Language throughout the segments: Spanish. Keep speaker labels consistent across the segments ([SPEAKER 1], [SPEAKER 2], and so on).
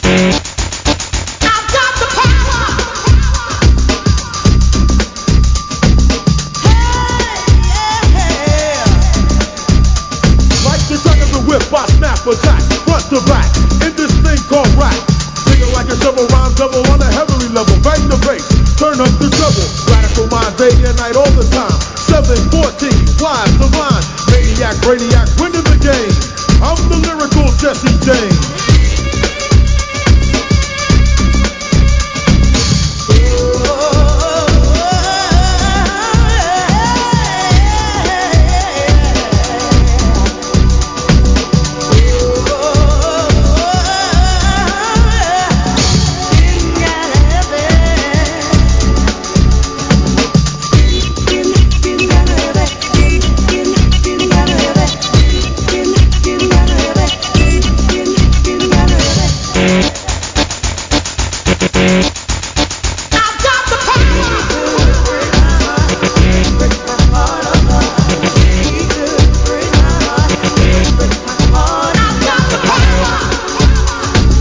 [SPEAKER 1] I've got the power. Hey, yeah.
[SPEAKER 2] Like the son of the whip, I snap attack, front to back, in this thing called rap. Nigga like a double rhyme double on a heavenly level, bang the bass, turn up the treble. Radical mind day and night all the time. 714, flies the line. Maniac, radiac, winning the game. I'm the lyrical Jesse James.
[SPEAKER 1] I've got the power. I've got the power.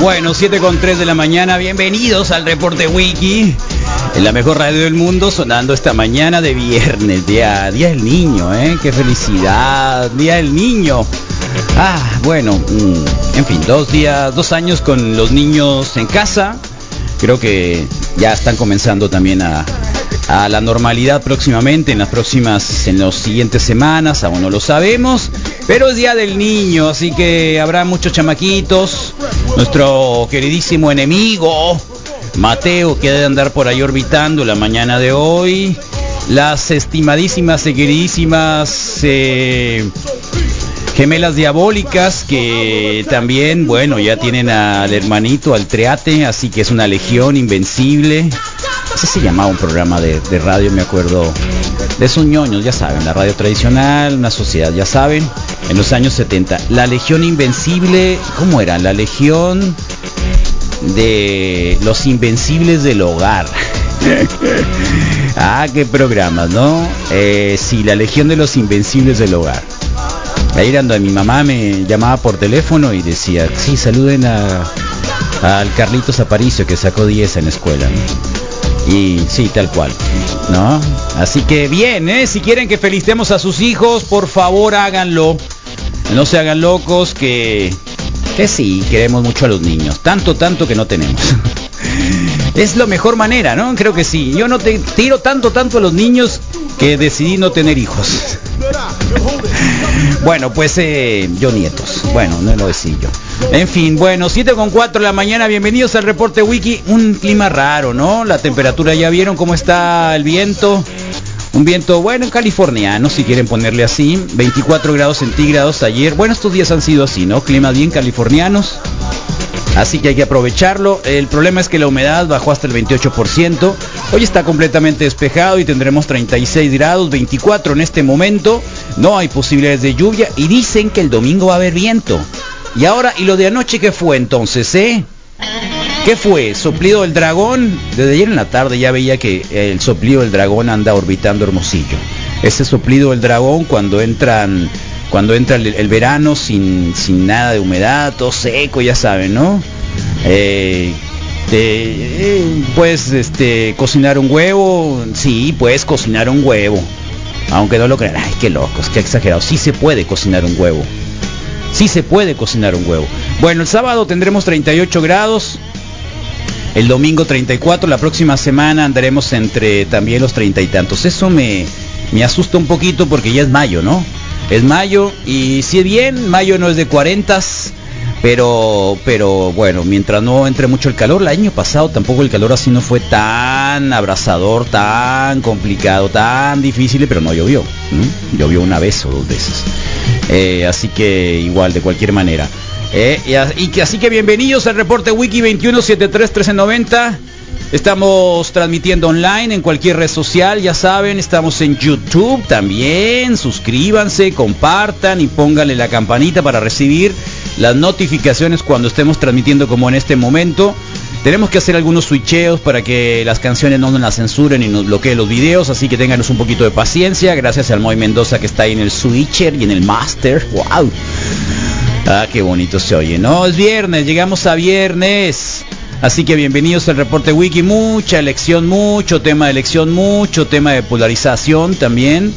[SPEAKER 3] Bueno, 7 con 3 de la mañana, bienvenidos al reporte Wiki. En la mejor radio del mundo sonando esta mañana de viernes, día, día del niño, ¿eh? Qué felicidad, día del niño. Ah, bueno, mm, en fin, dos días, dos años con los niños en casa. Creo que ya están comenzando también a, a la normalidad próximamente, en las próximas, en las siguientes semanas, aún no lo sabemos, pero es día del niño, así que habrá muchos chamaquitos, nuestro queridísimo enemigo, Mateo, que ha de andar por ahí orbitando la mañana de hoy, las estimadísimas y queridísimas... eh, Gemelas diabólicas que también, bueno, ya tienen al hermanito, al treate, así que es una legión invencible. Así se llamaba un programa de, de radio, me acuerdo. De esos ñoños, ya saben, la radio tradicional, una sociedad, ya saben, en los años 70. La legión invencible, ¿cómo era? La legión de los invencibles del hogar. ah, qué programas, ¿no? Eh, sí, la legión de los invencibles del hogar. Ahí era donde mi mamá me llamaba por teléfono y decía, sí, saluden a, al Carlitos Aparicio que sacó 10 en la escuela. ¿no? Y sí, tal cual, ¿no? Así que bien, ¿eh? Si quieren que felicitemos a sus hijos, por favor háganlo. No se hagan locos que... Que sí, queremos mucho a los niños. Tanto, tanto que no tenemos. Es la mejor manera, ¿no? Creo que sí. Yo no te tiro tanto, tanto a los niños que decidí no tener hijos. Bueno, pues eh, yo nietos. Bueno, no lo decía yo. En fin, bueno, 7 con 4 de la mañana, bienvenidos al reporte wiki. Un clima raro, ¿no? La temperatura, ya vieron cómo está el viento. Un viento, bueno, californiano, si quieren ponerle así. 24 grados centígrados ayer. Bueno, estos días han sido así, ¿no? Climas bien californianos. Así que hay que aprovecharlo. El problema es que la humedad bajó hasta el 28%. Hoy está completamente despejado y tendremos 36 grados, 24 en este momento. No hay posibilidades de lluvia y dicen que el domingo va a haber viento. Y ahora, ¿y lo de anoche qué fue entonces, eh? ¿Qué fue? ¿Soplido del dragón? Desde ayer en la tarde ya veía que el soplido del dragón anda orbitando Hermosillo. Ese soplido del dragón cuando entran, cuando entra el, el verano sin, sin nada de humedad, todo seco, ya saben, ¿no? Eh, te- eh, puedes este, cocinar un huevo, sí, puedes cocinar un huevo. Aunque no lo crean, ay, qué locos, qué exagerado. Sí se puede cocinar un huevo. Sí se puede cocinar un huevo. Bueno, el sábado tendremos 38 grados. El domingo 34, la próxima semana andaremos entre también los treinta y tantos. Eso me, me asusta un poquito porque ya es mayo, ¿no? Es mayo y si bien mayo no es de 40, pero, pero bueno, mientras no entre mucho el calor, el año pasado tampoco el calor así no fue tan abrazador, tan complicado, tan difícil, pero no llovió. ¿no? Llovió una vez o dos veces. Eh, así que igual, de cualquier manera. Eh, y, a- y que, así que bienvenidos al reporte Wiki 2173-1390. Estamos transmitiendo online en cualquier red social, ya saben, estamos en YouTube también. Suscríbanse, compartan y pónganle la campanita para recibir las notificaciones cuando estemos transmitiendo como en este momento. Tenemos que hacer algunos switcheos para que las canciones no nos las censuren y nos bloqueen los videos, así que ténganos un poquito de paciencia, gracias al Moy Mendoza que está ahí en el switcher y en el master. ¡Wow! Ah, qué bonito se oye. No, es viernes, llegamos a viernes. Así que bienvenidos al reporte wiki. Mucha elección, mucho tema de elección, mucho tema de polarización también.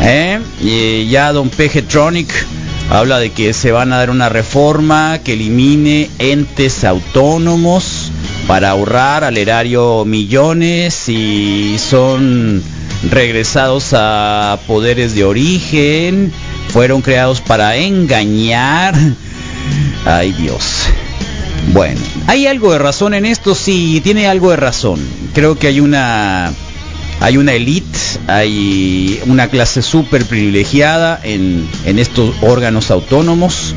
[SPEAKER 3] ¿Eh? Y ya don Pejetronic habla de que se van a dar una reforma que elimine entes autónomos para ahorrar al erario millones y son regresados a poderes de origen, fueron creados para engañar. Ay Dios. Bueno, hay algo de razón en esto, sí, tiene algo de razón. Creo que hay una hay una elite, hay una clase súper privilegiada en, en estos órganos autónomos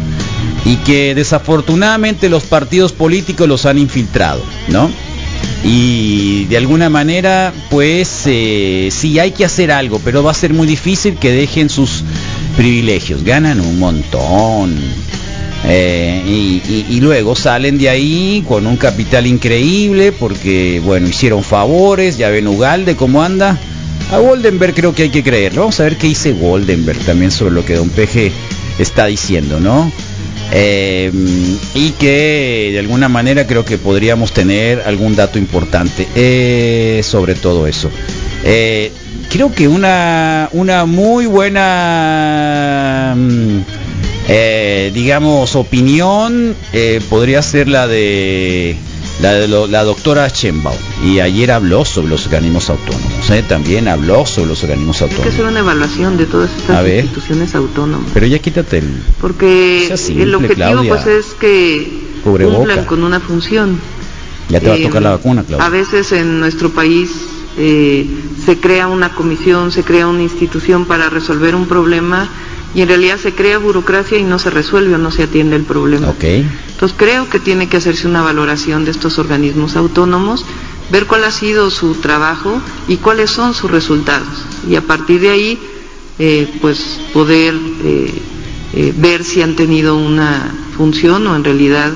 [SPEAKER 3] y que desafortunadamente los partidos políticos los han infiltrado, ¿no? Y de alguna manera, pues eh, sí hay que hacer algo, pero va a ser muy difícil que dejen sus privilegios. Ganan un montón. Eh, y, y- y luego salen de ahí con un capital increíble porque, bueno, hicieron favores, ya ven Ugalde cómo anda. A Goldenberg creo que hay que creerlo. Vamos a ver qué dice Goldenberg también sobre lo que Don Peje está diciendo, ¿no? Eh, y que de alguna manera creo que podríamos tener algún dato importante eh, sobre todo eso. Eh, creo que una, una muy buena... mm, eh, digamos, opinión eh, podría ser la de la, de lo- la doctora Chenbaum. Y ayer habló sobre los organismos autónomos. eh, también habló sobre los organismos
[SPEAKER 4] Hay que hacer
[SPEAKER 3] autónomos.
[SPEAKER 4] una evaluación de todas
[SPEAKER 3] A
[SPEAKER 4] estas
[SPEAKER 3] ver.
[SPEAKER 4] instituciones autónomas.
[SPEAKER 3] Pero ya quítate el...
[SPEAKER 4] Porque
[SPEAKER 3] Sea simple,
[SPEAKER 4] el objetivo
[SPEAKER 3] Claudia.
[SPEAKER 4] pues es que
[SPEAKER 3] Cubreboca.
[SPEAKER 4] cumplan con una función.
[SPEAKER 3] Ya te va a
[SPEAKER 4] Eh,
[SPEAKER 3] tocar la vacuna, Claudia.
[SPEAKER 4] A veces en nuestro país eh, se crea una comisión, se crea una institución para resolver un problema y en realidad se crea burocracia y no se resuelve o no se atiende el problema.
[SPEAKER 3] Ok.
[SPEAKER 4] Entonces creo que tiene que hacerse una valoración de estos organismos autónomos, ver cuál ha sido su trabajo y cuáles son sus resultados. Y a partir de ahí, eh, pues poder eh, eh, ver si han tenido una función o en realidad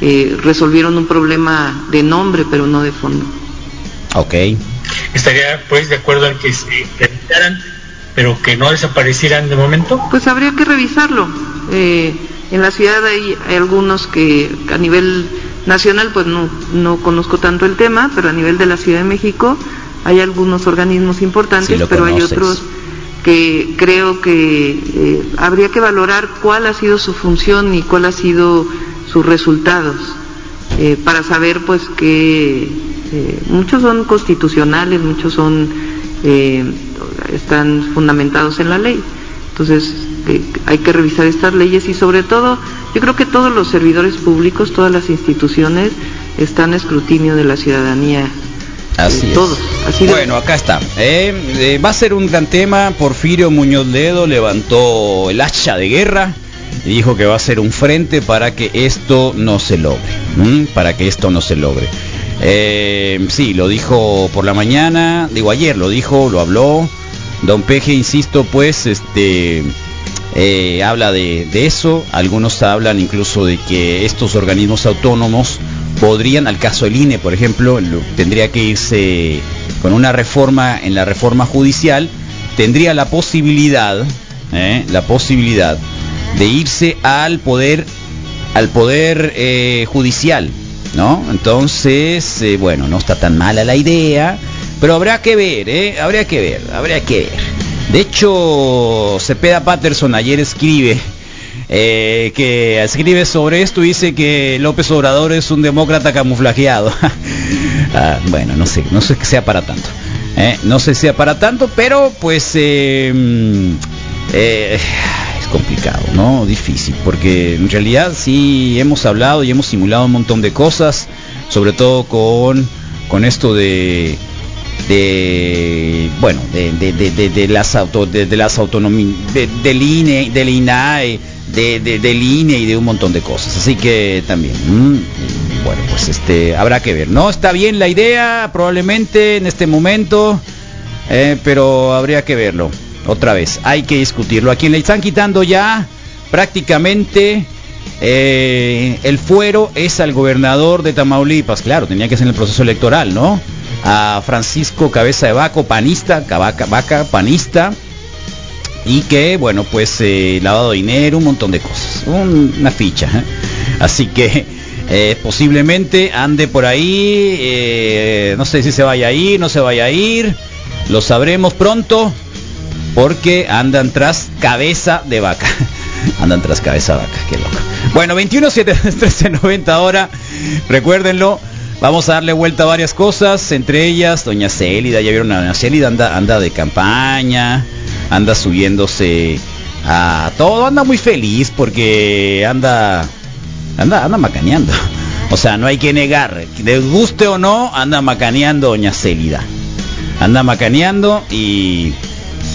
[SPEAKER 4] eh, resolvieron un problema de nombre pero no de fondo.
[SPEAKER 3] Ok.
[SPEAKER 5] estaría pues de acuerdo en que se evitaran, pero que no desaparecieran de momento.
[SPEAKER 4] Pues habría que revisarlo. Eh, en la ciudad hay, hay algunos que a nivel nacional, pues no, no conozco tanto el tema, pero a nivel de la Ciudad de México hay algunos organismos
[SPEAKER 3] Sí,
[SPEAKER 4] importantes,
[SPEAKER 3] lo
[SPEAKER 4] pero
[SPEAKER 3] conoces.
[SPEAKER 4] hay otros que creo que eh, habría que valorar cuál ha sido su función y cuál ha sido sus resultados eh, para saber pues que eh, muchos son constitucionales, muchos son eh, están fundamentados en la ley. Entonces eh, hay que revisar estas leyes y sobre todo yo creo que todos los servidores públicos, todas las instituciones están a escrutinio de la ciudadanía.
[SPEAKER 3] Así es.
[SPEAKER 4] Todos, así de-
[SPEAKER 3] Bueno, acá está. eh, eh, va a ser un gran tema. Porfirio Muñoz Ledo levantó el hacha de guerra y dijo que va a ser un frente para que esto no se logre. ¿m? Para que esto no se logre. Eh, sí, lo dijo por la mañana, digo ayer, lo dijo, lo habló. Don Peje, insisto, pues, este, eh, habla de, de eso. Algunos hablan incluso de que estos organismos autónomos podrían, al caso del INE, por ejemplo, lo- tendría que irse con una reforma en la reforma judicial, tendría la posibilidad, eh, la posibilidad de irse al poder al poder eh, judicial, ¿no? Entonces, eh, bueno, no está tan mala la idea, pero habrá que ver, ¿eh? Habría que ver, habría que ver. De hecho, Cepeda Patterson ayer escribe eh, que escribe sobre esto y dice que López Obrador es un demócrata camuflajeado. Ah, bueno, no sé, no sé que sea para tanto. Eh, no sé si sea para tanto, pero pues eh, mm, eh, es complicado, ¿no? Difícil, porque en realidad sí hemos hablado y hemos simulado un montón de cosas, sobre todo con, con esto de de bueno de, de- de- de- de las auto de, de las autonomías del INE del INAE de, de- del INE y de un montón de cosas así que también mm, bueno pues este habrá que ver no está bien la idea probablemente en este momento eh, pero habría que verlo otra vez hay que discutirlo a quien le están quitando ya prácticamente eh, el fuero es al gobernador de Tamaulipas, claro, tenía que ser en el proceso electoral, ¿no? A Francisco Cabeza de Vaco, panista, cabaca, vaca, panista, y que, bueno, pues eh, lavado de dinero, un montón de cosas, un- una ficha. ¿eh? Así que eh, posiblemente ande por ahí, eh, no sé si se vaya a ir, no se vaya a ir, lo sabremos pronto, porque andan tras cabeza de vaca. Andan tras cabeza de vaca, qué loco. Bueno, 21 7 13 90 hora, recuérdenlo. Vamos a darle vuelta a varias cosas, entre ellas Doña Célida, ya vieron a Doña Célida, anda, anda de campaña, anda subiéndose a todo, anda muy feliz porque anda, anda, anda macaneando. O sea, no hay que negar, les guste o no, anda macaneando Doña Célida. Anda macaneando y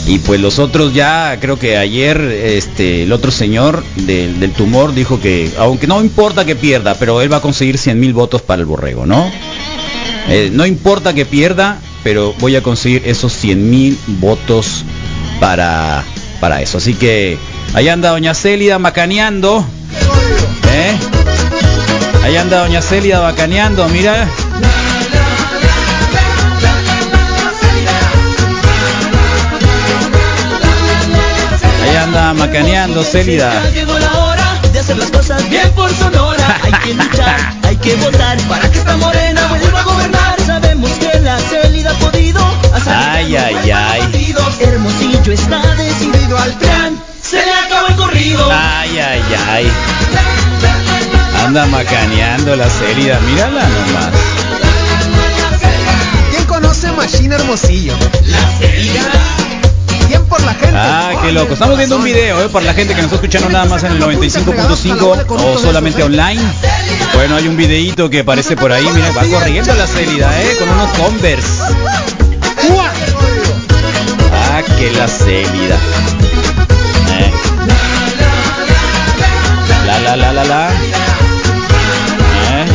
[SPEAKER 3] y pues los otros ya, creo que ayer este, el otro señor del, del tumor dijo que, aunque no importa que pierda, pero él va a conseguir 100 mil votos para el borrego, ¿no? Eh, no importa que pierda, pero voy a conseguir esos 100 mil votos para, para eso. Así que ahí anda doña Célida macaneando. ¿eh? Ahí anda doña Célida macaneando, mira. Ahí anda macaneando Célida.
[SPEAKER 6] Llegó la hora de hacer las cosas bien por Sonora. Hay que luchar, hay que votar para que esta morena vuelva a gobernar. Sabemos que la celida ha podido hacer
[SPEAKER 3] Ay, ay, ay.
[SPEAKER 6] Hermosillo está decidido al plan. Se le acabó el corrido.
[SPEAKER 3] Ay, ay, ay. Anda macaneando la Célida, mírala nomás.
[SPEAKER 7] ¿Quién conoce Machine Hermosillo? ¿Quién por la gente?
[SPEAKER 3] Ah, qué loco. Estamos viendo un video, eh, para la gente que nos está escuchando nada más en el 95.5 o solamente online. Bueno, hay un videíto que aparece por ahí, mira, va corriendo la Célida, eh, con unos Converse. Ah, que la Célida. Eh. La la la la la. Eh.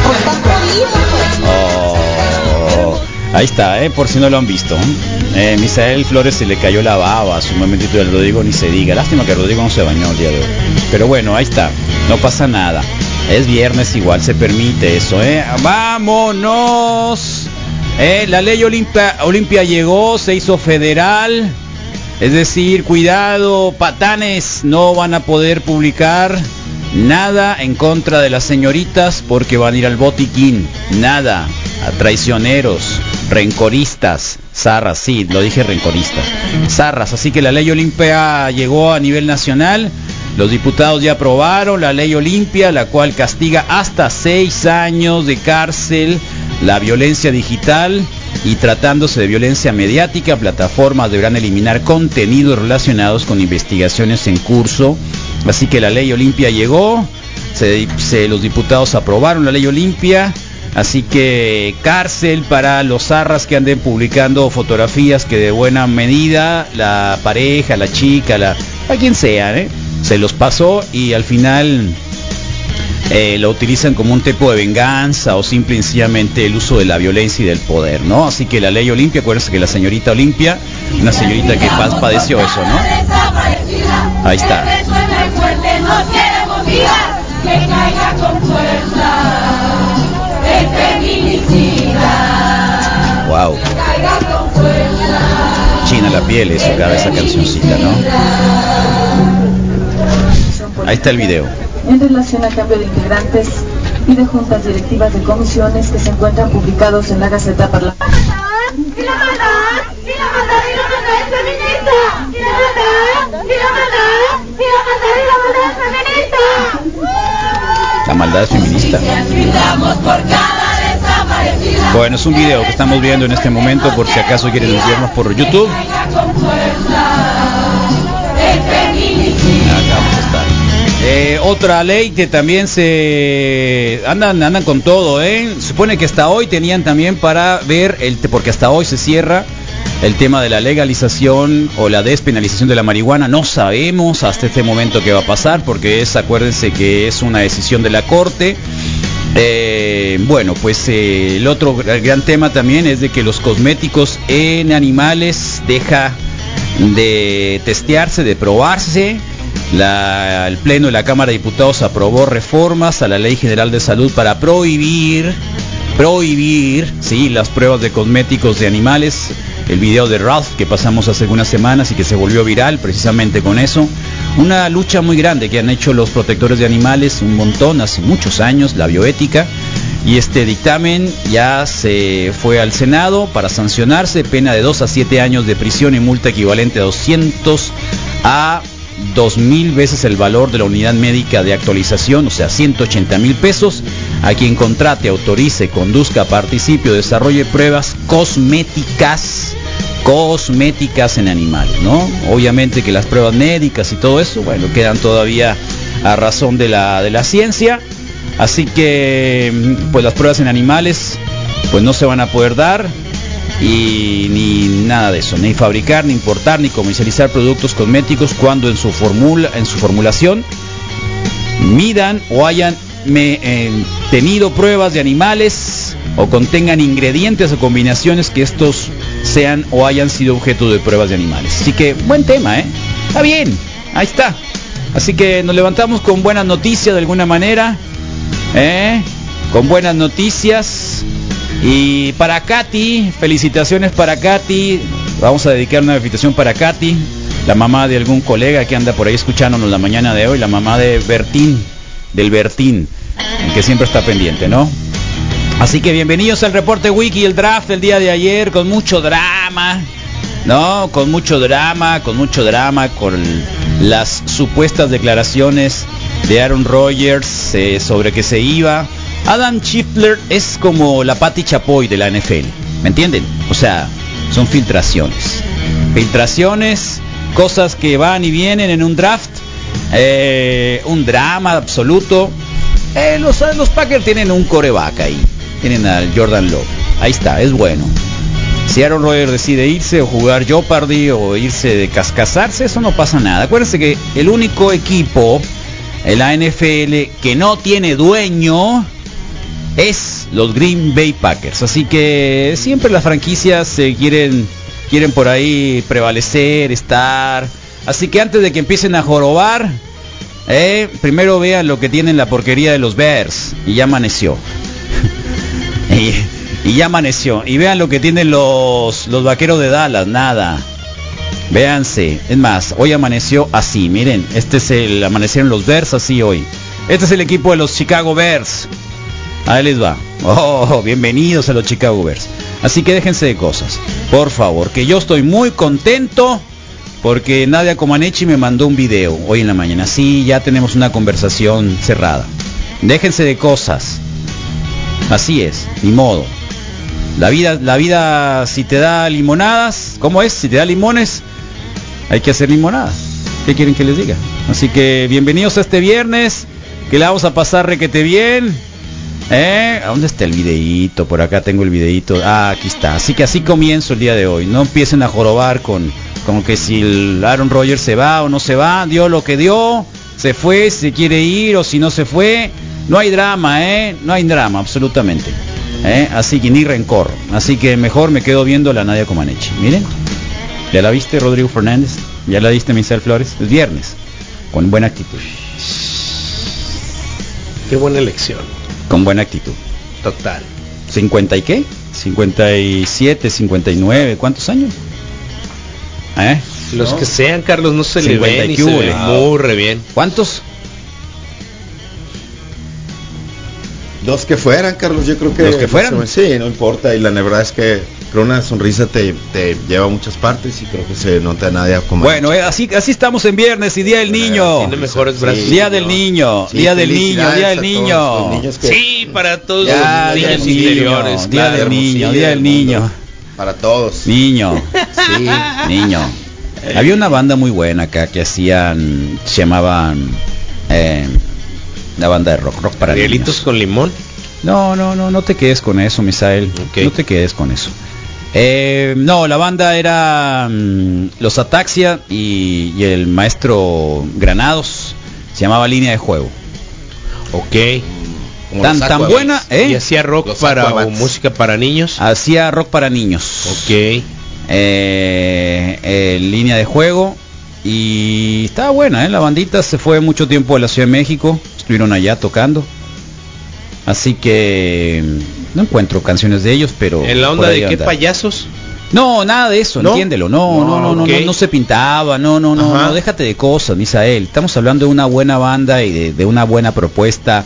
[SPEAKER 3] Oh, ahí está, eh, por si no lo han visto. Eh, Misael Flores se le cayó la baba, sumamente del Rodrigo ni se diga. Lástima que Rodrigo no se bañó el día de hoy. Pero bueno, ahí está, no pasa nada. Es viernes igual, se permite eso, eh. ¡Vámonos! Eh, la ley Olimpia, Olimpia llegó, se hizo federal. Es decir, cuidado, patanes, no van a poder publicar nada en contra de las señoritas porque van a ir al botiquín. Nada, a traicioneros, rencoristas, zarras, sí, lo dije rencoristas, zarras. Así que la ley Olimpia llegó a nivel nacional. Los diputados ya aprobaron la ley Olimpia, la cual castiga hasta seis años de cárcel la violencia digital y tratándose de violencia mediática, plataformas deberán eliminar contenidos relacionados con investigaciones en curso. Así que la ley Olimpia llegó, se- se- los diputados aprobaron la ley Olimpia, así que cárcel para los zarras que anden publicando fotografías que de buena medida la pareja, la chica, la, a quien sea, ¿eh? se los pasó y al final eh, lo utilizan como un tipo de venganza o simple y sencillamente el uso de la violencia y del poder, ¿no? Así que la ley Olimpia, acuérdense que la señorita Olimpia, una señorita que paz padeció eso, ¿no? Ahí está.
[SPEAKER 8] Que caiga con Este fuerza el feminicida.
[SPEAKER 3] Wow,
[SPEAKER 8] Que caiga con fuerza
[SPEAKER 3] china la piel eso,
[SPEAKER 8] el
[SPEAKER 3] cada esa cancioncita, ¿no?
[SPEAKER 8] feminicida.
[SPEAKER 3] Ahí está el video.
[SPEAKER 9] en relación al cambio de integrantes y de juntas directivas de comisiones que se encuentran publicados en la Gaceta Parlamentaria.
[SPEAKER 8] Si la matan, si la matan y la matan es feminista. Si la matan, si la matan, si la matan y la matan es feminista.
[SPEAKER 3] La maldad es feminista.
[SPEAKER 8] Gritamos por cada desaparecida.
[SPEAKER 3] Bueno, es un video que estamos viendo en este momento por si acaso quieren vernos por YouTube.
[SPEAKER 8] Que caiga con fuerza el feminicida.
[SPEAKER 3] Acá vamos a estar. Eh, otra ley que también se andan andan con todo, ¿eh? Supone que hasta hoy tenían también para ver el te- porque hasta hoy se cierra el tema de la legalización o la despenalización de la marihuana. No sabemos hasta este momento qué va a pasar porque es acuérdense que es una decisión de la corte. Eh, bueno, pues eh, el otro gr- gran tema también es de que los cosméticos en animales deja de testearse, de probarse La- el Pleno de la Cámara de Diputados aprobó reformas a la Ley General de Salud para prohibir, prohibir, sí, las pruebas de cosméticos de animales. El video de Ralph que pasamos hace algunas semanas y que se volvió viral precisamente con eso. Una lucha muy grande que han hecho los protectores de animales un montón, hace muchos años, la bioética. Y este dictamen ya se fue al Senado para sancionarse, pena de 2 a 7 años de prisión y multa equivalente a 200 a 2.000 veces el valor de la unidad médica de actualización, o sea, 180 mil pesos, a quien contrate, autorice, conduzca, participe o desarrolle pruebas cosméticas, cosméticas en animales, ¿no? Obviamente que las pruebas médicas y todo eso, bueno, quedan todavía a razón de la, de la ciencia, así que, mm, pues las pruebas en animales, pues no se van a poder dar, y ni nada de eso, ni fabricar, ni importar, ni comercializar productos cosméticos cuando en su formula, en su formulación midan o hayan me- eh, tenido pruebas de animales o contengan ingredientes o combinaciones que estos sean o hayan sido objeto de pruebas de animales. Así que buen tema, ¿eh? Está bien, ahí está. Así que nos levantamos con buenas noticias de alguna manera, ¿eh? Con buenas noticias. Y para Katy, felicitaciones para Katy. Vamos a dedicar una felicitación para Katy, la mamá de algún colega que anda por ahí escuchándonos la mañana de hoy, la mamá de Bertín, del Bertín, el que siempre está pendiente, ¿no? Así que bienvenidos al reporte wiki, el draft del día de ayer, con mucho drama, ¿no? Con mucho drama, con mucho drama, con las supuestas declaraciones de Aaron Rodgers eh, sobre que se iba. Adam Schiffler es como la Patty Chapoy de la NFL, ¿me entienden? O sea, son filtraciones. Filtraciones, cosas que van y vienen en un draft, eh, un drama absoluto. Eh, los, los Packers tienen un coreback ahí, tienen al Jordan Love. Ahí está, es bueno. Si Aaron Rodgers decide irse o jugar Jeopardy o irse de cascazarse, eso no pasa nada. Acuérdense que el único equipo en la NFL que no tiene dueño es los Green Bay Packers. Así que siempre las franquicias se quieren, quieren por ahí prevalecer, estar. Así que antes de que empiecen a jorobar, eh, primero vean lo que tienen la porquería de los Bears. Y ya amaneció. Y, y ya amaneció. Y vean lo que tienen los, los vaqueros de Dallas. Nada. Véanse. Es más, hoy amaneció así. Miren, este es el... Amanecieron los Bears así hoy. Este es el equipo de los Chicago Bears. Ahí les va. Oh, bienvenidos a los Chicago Bears. Así que déjense de cosas. Por favor, que yo estoy muy contento porque Nadia Comaneci me mandó un video hoy en la mañana. Sí, ya tenemos una conversación cerrada. Déjense de cosas. Así es, ni modo. La vida, la vida si te da limonadas, ¿cómo es? Si te da limones, hay que hacer limonadas. ¿Qué quieren que les diga? Así que bienvenidos a este viernes, que la vamos a pasar requete bien. ¿Eh? ¿A dónde está el videíto? Por acá tengo el videíto. Ah, aquí está. Así que así comienzo el día de hoy. No empiecen a jorobar con, con que si el Aaron Rodgers se va o no se va. Dio lo que dio. Se fue, si se quiere ir o si no se fue. No hay drama, ¿eh? No hay drama, absolutamente. ¿Eh? Así que ni rencor. Así que mejor me quedo viendo la Nadia Comaneci. Miren. ¿Ya la viste, Rodrigo Fernández? ¿Ya la viste, Michelle Flores? Es viernes. Con buena actitud.
[SPEAKER 10] Qué buena elección.
[SPEAKER 3] Con buena actitud.
[SPEAKER 10] Total.
[SPEAKER 3] 50 y qué? 57, 59, ¿cuántos años? ¿Eh?
[SPEAKER 10] Los
[SPEAKER 3] ¿No?
[SPEAKER 10] que sean, Carlos, no se le
[SPEAKER 3] 50
[SPEAKER 10] ven
[SPEAKER 3] y
[SPEAKER 10] y
[SPEAKER 3] qué
[SPEAKER 10] se
[SPEAKER 3] hubo,
[SPEAKER 10] ven
[SPEAKER 3] ¿no?
[SPEAKER 10] muy re bien.
[SPEAKER 3] ¿Cuántos?
[SPEAKER 11] Los que fueran, Carlos, yo creo que...
[SPEAKER 3] Los que fueran.
[SPEAKER 11] Sí, no importa. Y la verdad es que creo una sonrisa te, te lleva a muchas partes y creo que se nota a nadie como...
[SPEAKER 3] Bueno, eh, así, así estamos en viernes y Día del Niño.
[SPEAKER 10] Tiene mejores brazos.
[SPEAKER 3] Día del Niño,
[SPEAKER 11] Sí,
[SPEAKER 3] Día del Niño,
[SPEAKER 11] felicidades
[SPEAKER 3] Día
[SPEAKER 11] a
[SPEAKER 3] del
[SPEAKER 11] todos los
[SPEAKER 3] Niño.
[SPEAKER 11] niños que-
[SPEAKER 10] Sí, para todos
[SPEAKER 11] Ya,
[SPEAKER 10] los
[SPEAKER 11] ya,
[SPEAKER 10] niños
[SPEAKER 11] niño,
[SPEAKER 10] interiores.
[SPEAKER 3] Día
[SPEAKER 10] claro.
[SPEAKER 3] del Niño,
[SPEAKER 11] Hermosillo
[SPEAKER 3] Día del
[SPEAKER 11] del
[SPEAKER 3] Niño.
[SPEAKER 11] Para todos.
[SPEAKER 3] Niño,
[SPEAKER 11] Sí.
[SPEAKER 3] niño. Había una banda muy buena acá que hacían, se llamaban eh, la banda de rock, rock para
[SPEAKER 10] Arielitos
[SPEAKER 3] niños.
[SPEAKER 10] con limón.
[SPEAKER 3] No, no, no, no te quedes con eso, Misael.
[SPEAKER 10] Ok.
[SPEAKER 3] No te quedes con eso. Eh, no, la banda era mm, Los Ataxia y, y el maestro Granados. Se llamaba Línea de Juego.
[SPEAKER 10] Ok.
[SPEAKER 11] Como
[SPEAKER 3] Tan,
[SPEAKER 11] los
[SPEAKER 3] tan
[SPEAKER 11] Aquabats.
[SPEAKER 3] buena,
[SPEAKER 10] Y
[SPEAKER 3] ¿eh? Ah.
[SPEAKER 10] hacía rock
[SPEAKER 11] Los
[SPEAKER 10] para
[SPEAKER 11] Aquabats.
[SPEAKER 10] o música para niños.
[SPEAKER 3] Hacía rock para niños.
[SPEAKER 10] Ok.
[SPEAKER 3] eh, eh, línea de juego Y estaba buena, ¿eh? La bandita se fue mucho tiempo de la Ciudad de México. Estuvieron allá tocando. Así que mm, no encuentro canciones de ellos, pero...
[SPEAKER 10] ¿En la onda
[SPEAKER 3] por
[SPEAKER 10] de
[SPEAKER 3] ahí
[SPEAKER 10] qué
[SPEAKER 3] andan.
[SPEAKER 10] payasos?
[SPEAKER 3] No, nada de eso,
[SPEAKER 10] ¿No?
[SPEAKER 3] entiéndelo. No, no, no, no,
[SPEAKER 10] ok.
[SPEAKER 3] no, no se pintaba, no, no, no, no, déjate de cosas, Misael. Estamos hablando de una buena banda y de, de una buena propuesta